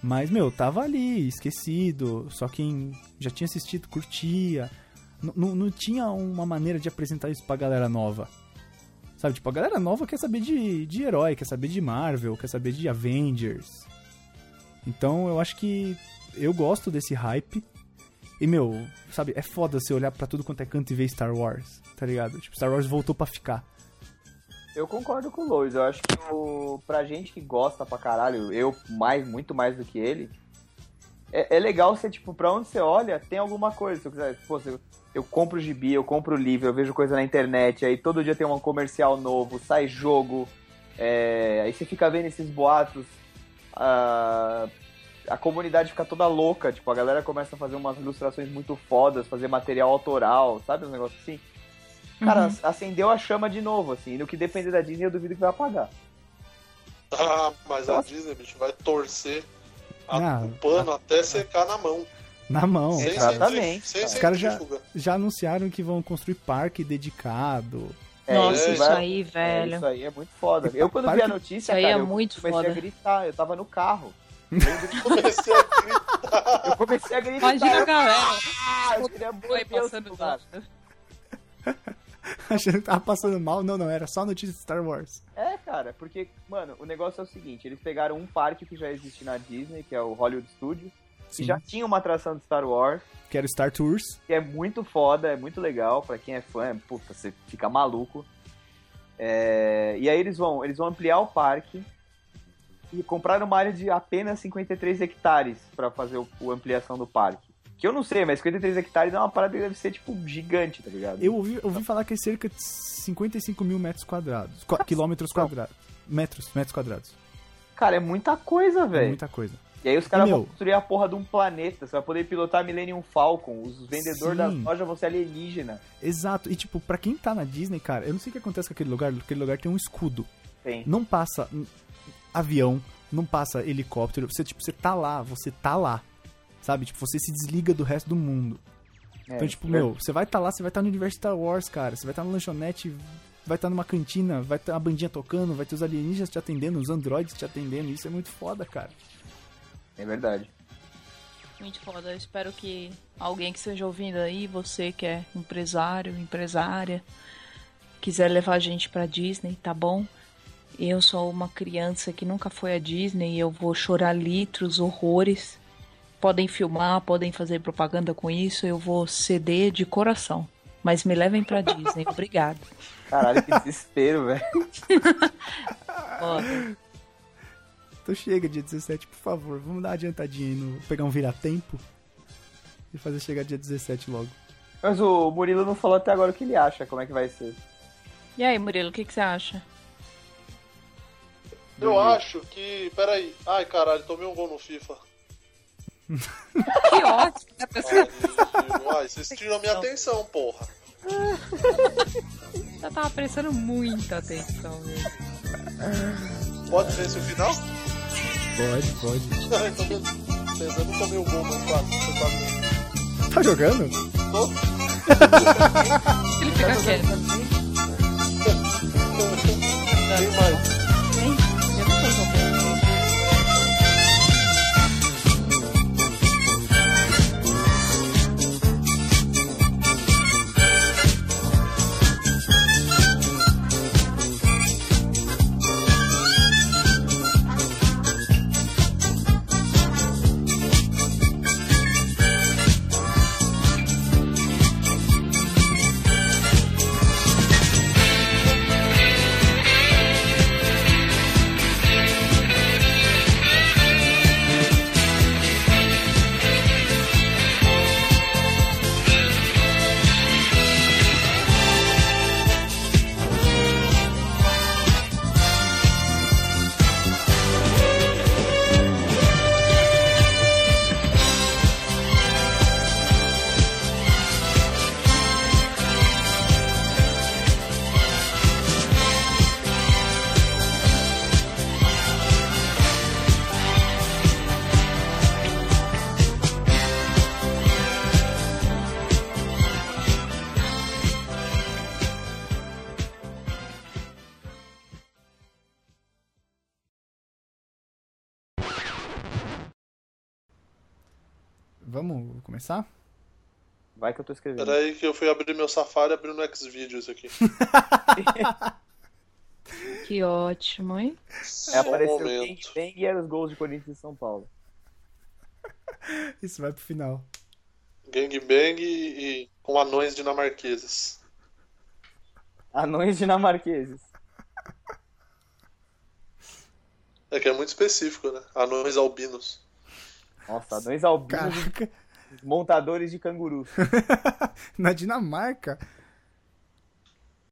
Speaker 2: Mas, meu, tava ali, esquecido, só quem já tinha assistido curtia. N- n- Não tinha uma maneira de apresentar isso pra galera nova. Sabe, tipo, a galera nova quer saber de, de herói, quer saber de Marvel, quer saber de Avengers. Então, eu acho que eu gosto desse hype. E, meu, sabe, é foda você olhar pra tudo quanto é canto e ver Star Wars, tá ligado? Tipo, Star Wars voltou pra ficar.
Speaker 4: Eu concordo com o Lois. Eu acho que o... pra gente que gosta pra caralho, eu mais, muito mais do que ele, é, é legal você, tipo, pra onde você olha, tem alguma coisa. Se eu quiser, pô, se eu, eu compro o gibi, eu compro o livro, eu vejo coisa na internet, aí todo dia tem um comercial novo, sai jogo, é, aí você fica vendo esses boatos, a, a comunidade fica toda louca, tipo, a galera começa a fazer umas ilustrações muito fodas, fazer material autoral, sabe? Um negócio assim. Cara,
Speaker 5: Uhum.
Speaker 4: ac- acendeu a chama de novo, assim. E no que depender da Disney, eu duvido que vai apagar.
Speaker 1: Ah, mas a
Speaker 4: Nossa.
Speaker 1: Disney, bicho, vai torcer a-
Speaker 2: Ah,
Speaker 1: o pano até secar na mão.
Speaker 2: Na mão.
Speaker 1: Sem
Speaker 4: exatamente,
Speaker 1: centri- Sem
Speaker 4: cara.
Speaker 1: centrífuga.
Speaker 2: Os caras já- Já anunciaram que vão construir parque dedicado.
Speaker 5: Nossa,
Speaker 1: é,
Speaker 5: isso
Speaker 4: vai-
Speaker 5: aí,
Speaker 4: é,
Speaker 5: velho.
Speaker 4: Isso aí é muito foda. Eu, quando vi a notícia,
Speaker 5: Isso aí
Speaker 4: cara,
Speaker 5: é
Speaker 4: eu
Speaker 5: muito
Speaker 4: comecei a
Speaker 5: foda.
Speaker 4: gritar. Eu tava no carro.
Speaker 1: Comecei a gritar.
Speaker 4: Eu comecei a gritar.
Speaker 5: Imagina a
Speaker 4: eu,
Speaker 5: galera
Speaker 4: ah, eu queria
Speaker 5: foi
Speaker 4: morrer o
Speaker 5: passando do
Speaker 4: celular.
Speaker 5: lado.
Speaker 2: Achando que tava passando mal. Não, não, era só notícia de Star Wars.
Speaker 4: É, cara, porque, mano, o negócio é o seguinte. Eles pegaram um parque que já existe na Disney, que é o Hollywood Studios.
Speaker 2: Sim.
Speaker 4: Que já tinha uma atração de Star Wars.
Speaker 2: Quero Star Tours.
Speaker 4: que é muito foda, é muito legal pra quem é fã, é- puta, você fica maluco. É, e aí eles vão, eles vão ampliar o parque e compraram uma área de apenas 53 hectares pra fazer o, o ampliação do parque. Que eu não sei, mas 53 hectares é uma parada que deve ser tipo gigante, tá ligado?
Speaker 2: Eu ouvi, ouvi falar que é cerca de 55 mil metros quadrados. Qua- quilômetros quadrados. Metros, metros quadrados.
Speaker 4: Cara, é muita coisa,
Speaker 2: É
Speaker 4: velho.
Speaker 2: muita coisa.
Speaker 4: E aí os caras
Speaker 2: Meu.
Speaker 4: vão construir a porra de um planeta, você vai poder pilotar a Millennium Falcon, os vendedores
Speaker 2: Sim.
Speaker 4: das lojas vão ser alienígena.
Speaker 2: Exato. E, tipo, pra quem tá na Disney, cara, eu não sei o que acontece com aquele lugar. Aquele lugar tem um escudo.
Speaker 4: Tem.
Speaker 2: Não passa hum, avião, não passa helicóptero. Você, tipo, você tá lá, você tá lá. Sabe? Tipo, você se desliga do resto do mundo.
Speaker 4: É,
Speaker 2: Então, tipo, meu, você vai estar lá, você vai estar no universo Star Wars, cara. Você vai estar tá na lanchonete, vai estar numa cantina, vai estar a bandinha tocando, vai ter os alienígenas te atendendo, os androides te atendendo. Isso é muito foda, cara.
Speaker 4: É verdade.
Speaker 5: Muito foda. Eu espero que alguém que esteja ouvindo aí, você que é empresário, empresária, quiser levar a gente pra Disney, tá bom? Eu sou uma criança que nunca foi à Disney e eu vou chorar litros, horrores. Podem filmar, podem fazer propaganda com isso, eu vou ceder de coração. Mas me levem pra Disney, obrigado.
Speaker 4: Caralho, que desespero, velho.
Speaker 5: Ó,
Speaker 2: Então chega dia 17, por favor. Vamos dar uma adiantadinha aí no. pegar um vira-tempo e fazer chegar dia 17 logo.
Speaker 4: Mas o Murilo não falou até agora o que ele acha, como é que vai ser.
Speaker 5: E aí, Murilo, o que, que você acha?
Speaker 1: Eu acho que. Peraí. Ai, caralho, tomei um gol no FIFA.
Speaker 5: Que ótimo!
Speaker 1: Ai, meu, ai, vocês tiram a minha atenção, porra.
Speaker 5: Eu tava prestando muita atenção, meu.
Speaker 1: Pode ver esse final?
Speaker 2: Pode, pode.
Speaker 1: Ai, tô vendo. Vocês eu não tomei o gol, mas claro, foi pra mim.
Speaker 2: Tá jogando?
Speaker 1: Tô-
Speaker 5: Ele tá fica quieto.
Speaker 1: Tem mais.
Speaker 5: Eu não tô jogando.
Speaker 2: Vamos começar?
Speaker 4: Vai que eu tô escrevendo.
Speaker 1: Peraí que eu fui abrir meu Safari e abri no Xvideos aqui.
Speaker 5: Que ótimo, hein?
Speaker 4: É,
Speaker 1: Só um
Speaker 4: apareceu o Bang
Speaker 1: momento.
Speaker 4: Bang e eram os gols de Corinthians e São Paulo.
Speaker 2: Isso vai pro final.
Speaker 1: Gangbang e, e com anões dinamarqueses.
Speaker 4: Anões dinamarqueses.
Speaker 1: É que é muito específico, né? Anões albinos.
Speaker 4: Nossa, anões albinos
Speaker 2: Caraca,
Speaker 4: e montadores de cangurus.
Speaker 2: na Dinamarca.